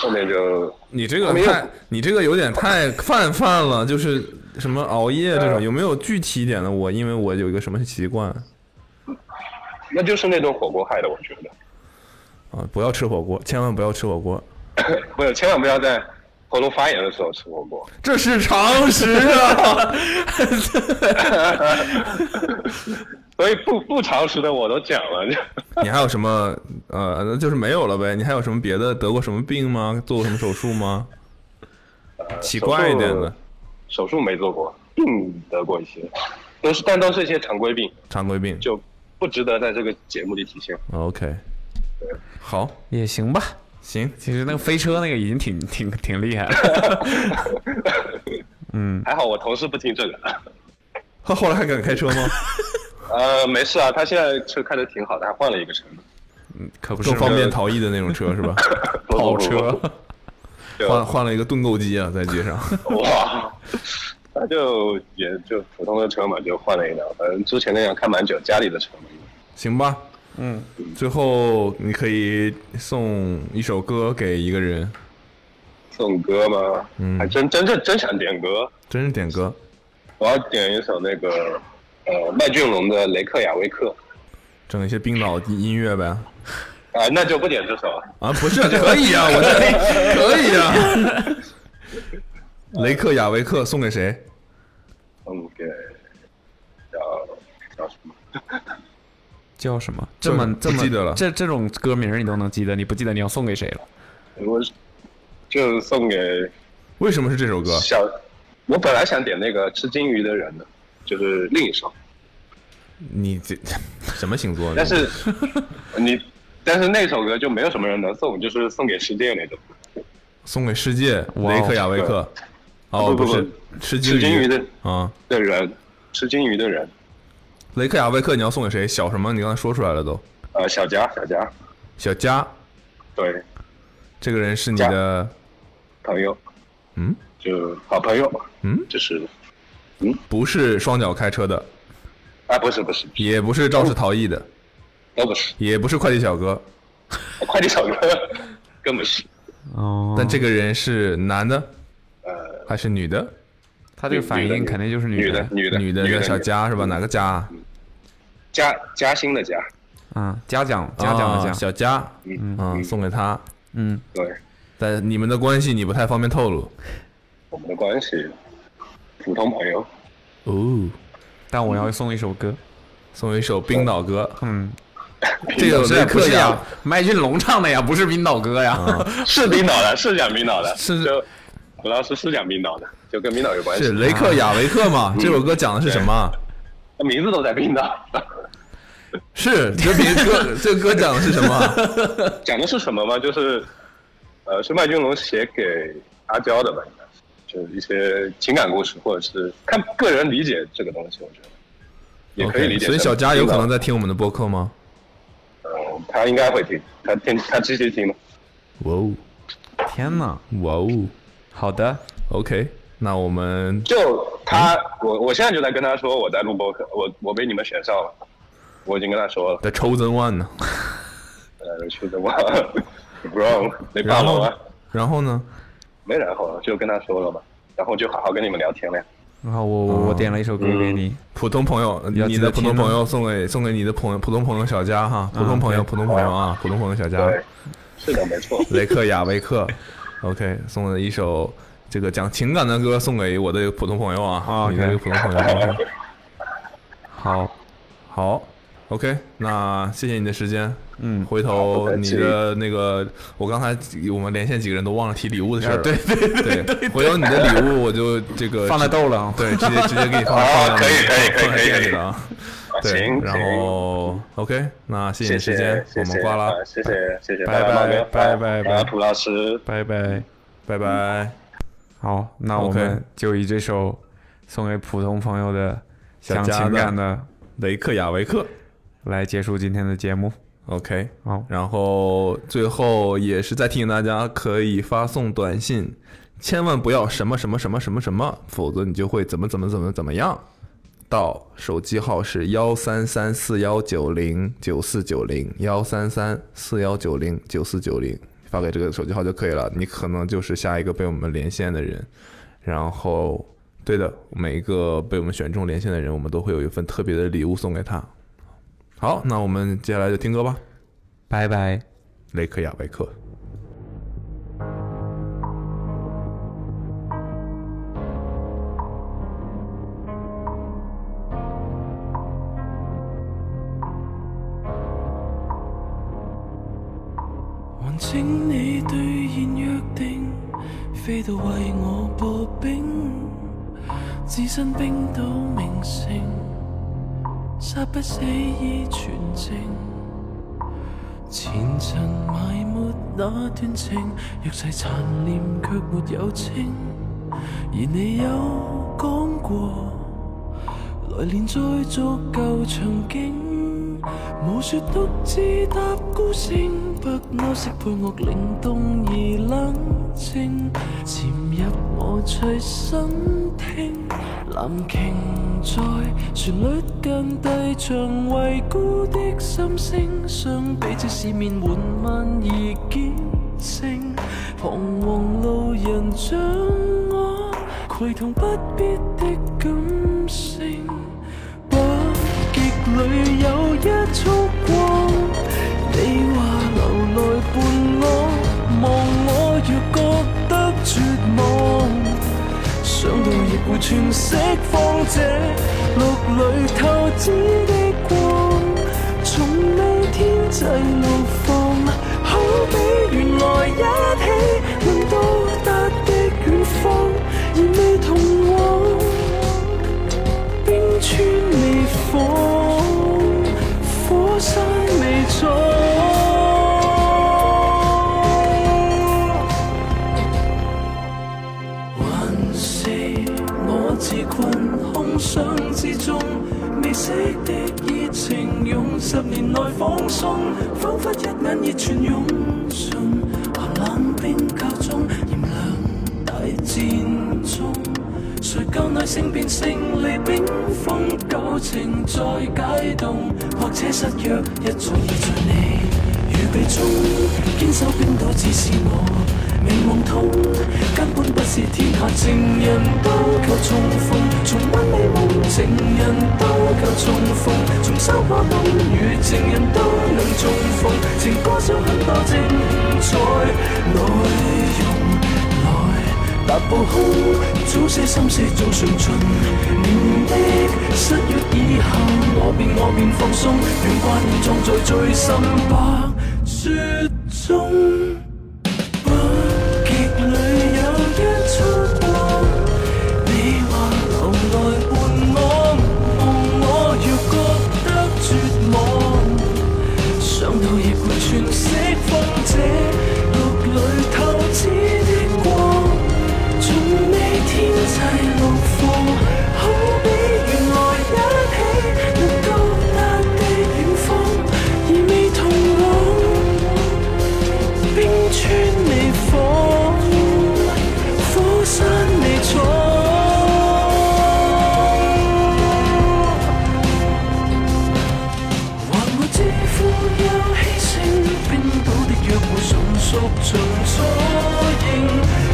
S6: 后面就
S5: 你这个
S6: 没有
S5: 太，你这个啊有点太泛泛了，就是什么熬夜这种，有没有具体一点的？我因为我有一个什么习惯
S6: 那就是那顿火锅害的，我觉得。
S5: 啊，不要吃火锅，千万不要吃火锅，
S6: (coughs) 不是，千万不要在喉咙发炎的时候吃火锅。
S5: 这是常识啊！
S6: (laughs) 所以不不常识的我都讲了，
S5: (laughs) 你还有什么呃，那就是没有了呗？你还有什么别的得过什么病吗？做过什么手术吗？ (laughs) 奇怪一点的
S6: 手术没做过，病得过一些，都是但都是一些常规病，
S5: 常规病。
S6: 就不值得在这个节目里体现。
S5: 哦 OK，好
S7: 也行吧。
S5: 行，
S7: 其实那个飞车那个已经挺挺挺厉害
S5: (laughs)
S7: 了。嗯，
S6: (laughs) 还好我同事不听这个，
S5: 他后来还敢开车吗？
S6: 呃，没事啊，他现在车开的挺好的，还换了一个车呢。
S5: 可
S6: 不是
S5: 更方便逃逸的那种车 (laughs) 是吧？跑车，
S6: 啊
S5: 换换了一个盾构机啊，在街 (laughs) 上。
S6: 哇，他就也就普通的车嘛，就换了一辆，反正之前那辆开蛮久，家里的车嘛。
S5: 行吧，嗯，最后你可以送一首歌给一个人，
S6: 送歌吗？
S5: 嗯
S6: 还真真正真想点歌，
S5: 真是点歌。
S6: 我要点一首那个呃麦浚龙的《雷克雅未克
S5: 整一些冰岛音乐呗。》
S6: 啊，那就不点这首了。
S5: 啊，不是，可
S6: (laughs)
S5: 以啊，我这可以啊。雷克雅维克送给谁？
S6: 送给叫叫什么？
S7: 叫什么？
S5: 这
S7: 这么
S5: 不
S7: 这么
S5: 记得了
S7: 这这种歌名儿你都能记得，你不记得你要送给谁了？
S6: 我就送给
S5: 为什么是这首歌？
S6: 小，我本来想点那个吃金鱼的人的，就是另一首，
S5: 你 (laughs) 这什么星座？
S6: 但是你但是 (laughs) 那首歌就没有什么人能送，就是送给世界那种。
S5: 送给世界
S6: 哇哦
S5: 雷克雅维克。哦，
S6: 不不
S5: 是
S6: 不，
S5: 吃
S6: 吃金鱼的
S5: 啊。
S6: 的人，吃金鱼的人，
S5: 雷克雅维克，你要送给谁？小什么？你刚才说出来了都。
S6: 呃，小佳，小佳，
S5: 小佳，
S6: 对，
S5: 这个人是你的，
S6: 朋友，
S5: 嗯
S6: 就好朋友，
S5: 嗯，
S6: 就是嗯
S5: 不是双脚开车的，
S6: 啊，不是不是，
S5: 也不是肇事逃逸的，
S6: 都不是，
S5: 也不是快递小哥，
S6: 快递小哥，根本是
S7: 哦，
S5: 但这个人是男的，
S6: 呃，
S5: 还是女的？
S7: 他这个反应肯定就是
S6: 女
S7: 的
S6: 的，女的
S5: 女的
S6: 女
S5: 叫
S6: 的
S5: 小
S6: 女的嗯
S5: 佳是吧？哪个佳啊？
S6: 嘉嘉兴的嘉，
S7: 嗯，嘉奖嘉奖的
S5: 啊
S7: 奖，
S5: 小佳，
S6: 嗯
S5: 嗯，送给他，
S7: 嗯，
S6: 对，
S5: 但你们的关系你不太方便透露
S6: 我们的关系，普通朋友，
S5: 哦。
S7: 但我要送一首歌，
S5: 送一首冰岛歌，
S7: 嗯，
S5: 这个
S7: 不
S5: 雷
S7: 是不
S5: 克
S7: 是
S5: 雅啊
S7: 呀，麦浚龙唱的呀，不是冰岛歌呀。
S6: (laughs) 是冰岛的，是讲冰岛的，
S5: 是
S6: 就我老师是讲冰岛的，就跟冰岛有关系。
S5: 是雷克雅维克
S6: 嗯
S5: 嘛？这首歌讲的是什么啊？
S6: 哎那名字都在冰岛，
S5: 是 (laughs) 这别歌，这歌讲的是什么啊？
S6: (laughs) 讲的是什么吗？就是，呃，是麦浚龙写给阿娇的吧，应该是，就是一些情感故事，或者是看个人理解这个东西，我觉得 (laughs) 也可以
S5: OK，
S6: 理解成冰岛。
S5: 所以小佳有可能在听我们的播客吗？
S6: 呃，他应该会听，他听他积极听的。
S5: 哇哦，
S7: 天哪！
S5: 哇哦，
S7: 好的
S5: ，OK，那我们
S6: 就他，我我现在就在跟他说我在录播客，我我被你们选上了，我已经跟他说了，
S5: 的 Chosen One 呢？
S6: 呃，去的话，wrong，没办
S5: 然
S6: 法
S5: 后
S6: 了
S5: 呢，？然后呢？
S6: 没然后了，就跟他说了嘛，然后就好好跟你们聊天了呀。
S7: 然后我我我点了一首歌给你，
S5: 嗯普通朋友，
S7: 要
S5: 你
S7: 记
S5: 的
S7: 得
S5: 普通
S7: 听啊
S5: 朋友送给送给你的朋友，普通朋友小佳哈，普通朋友，
S7: 对
S5: 普通朋友啊，普通朋友小佳，。
S6: 对，是的，没错
S5: 雷克雅维克，OK，送了一首这个讲情感的歌，送给我的普通朋友啊，
S7: OK
S5: 你的这个普通朋友，啊
S7: 好，
S5: 好，OK，那谢谢你的时间，
S7: 嗯，
S5: 回
S6: 好不
S5: 头
S6: 客
S5: 你
S6: 气
S5: 的那个，我刚才我们连线几个人都忘了提礼物的事儿了，
S7: 啊对
S5: 对对对，回头你的礼物我就这个
S7: 放在
S5: 直
S7: 豆了啊
S5: 对，直接直接给你放
S6: 哦
S5: 放在
S6: 可以可以可以
S5: 放在
S6: 可以
S5: 店
S6: 可
S5: 里
S6: 以
S5: 了啊。对
S6: 行，，
S5: 然
S6: 行
S5: 后 OK，那谢谢你
S6: 谢谢
S5: 的时间，
S6: 谢
S5: 我们
S6: 谢
S5: 挂了
S6: 啊，谢谢谢谢，
S7: 拜
S6: 拜茂哥
S7: 拜拜拜
S6: 啊普老师，
S7: 拜拜。
S5: 拜拜。
S7: 好，那我
S5: OK
S7: 们就以这首送给普通朋友的
S5: 小
S7: 讲
S5: 家
S7: 情
S5: 的
S7: 感的
S5: 雷克雅维克
S7: 来结束今天的节目。
S5: ，OK，
S7: 好，
S5: 然后最后也是再提醒大家，可以发送短信，千万不要什么什么什么什么什么，否则你就会怎么怎么怎么怎么样。到手机号是幺三三四幺九零九四九零幺三三四幺九零九四九零，发给这个手机号就可以了。你可能就是下一个被我们连线的人。然后，对的，每一个被我们选中连线的人，我们都会有一份特别的礼物送给他。好，那我们接下来就听歌吧，
S7: 拜拜，
S5: 雷克雅未克。
S12: 还请你兑现约定，飞到为我破冰，置身冰岛名城，杀不死已全情。前尘埋没那段情，若世残念却没有清，而你有讲过，来年再做旧场景。舞雪独自踏孤星，北欧式配樂令凍而冷清，潛入我隨身聽。藍鯨在旋律間低唱遺孤的心聲，相比這市面緩慢而潔淨，彷徨路人將我攜同不必的感性。北極裏有一束光，你話留來伴我，望我若覺得絕望，想到亦會喘息，放這綠裏透支的光，從未天際路況，好比原來一起能到達的遠方，而未同往。冰川未放，火山未撞。還是我自困空想之中，未熄的熱情用十年內放鬆，彷彿一眼熱泉湧進寒冷冰窖中，炎涼大戰中。誰夠耐性便勝利冰封，舊情再解凍，或者失約一早已在你預備中，堅守冰島只是我美夢痛，根本不是天下情人都夠重逢，重溫美夢情人都夠重逢，重修可能與情人都能重逢，情歌少很多精彩內容。踏步空，早些心死，早上盡年的失約以後，我便我便放鬆，願掛念藏在最深白雪中。北極裏有一束光，你話留來伴我，望我若覺得絕望。想到亦會喘息，放這綠裏透支的光，從你天際路況，好比原來一起能到達的遠方，而未同往，冰川未放，火山未闖。還沒知苦憂犧牲，冰島的約會純屬盡所應，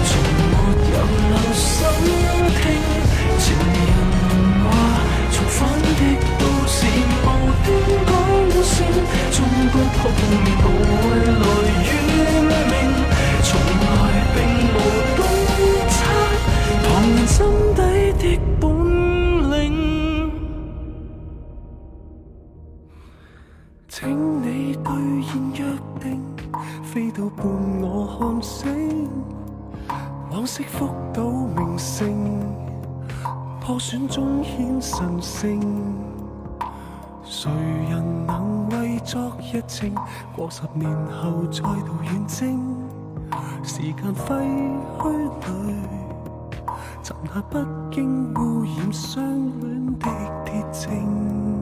S12: 從沒有留心聽。情人話，重返的都市無端改路線，縱覺破布面無謂來怨命，從來並無洞察旁人心底的本領。請你兑現約定，飛到伴我看星。往昔福島名勝，破損中顯神聖。誰人能為昨日情，過十年後再度遠征？時間廢墟裏，沉下不經污染相戀的鐵證。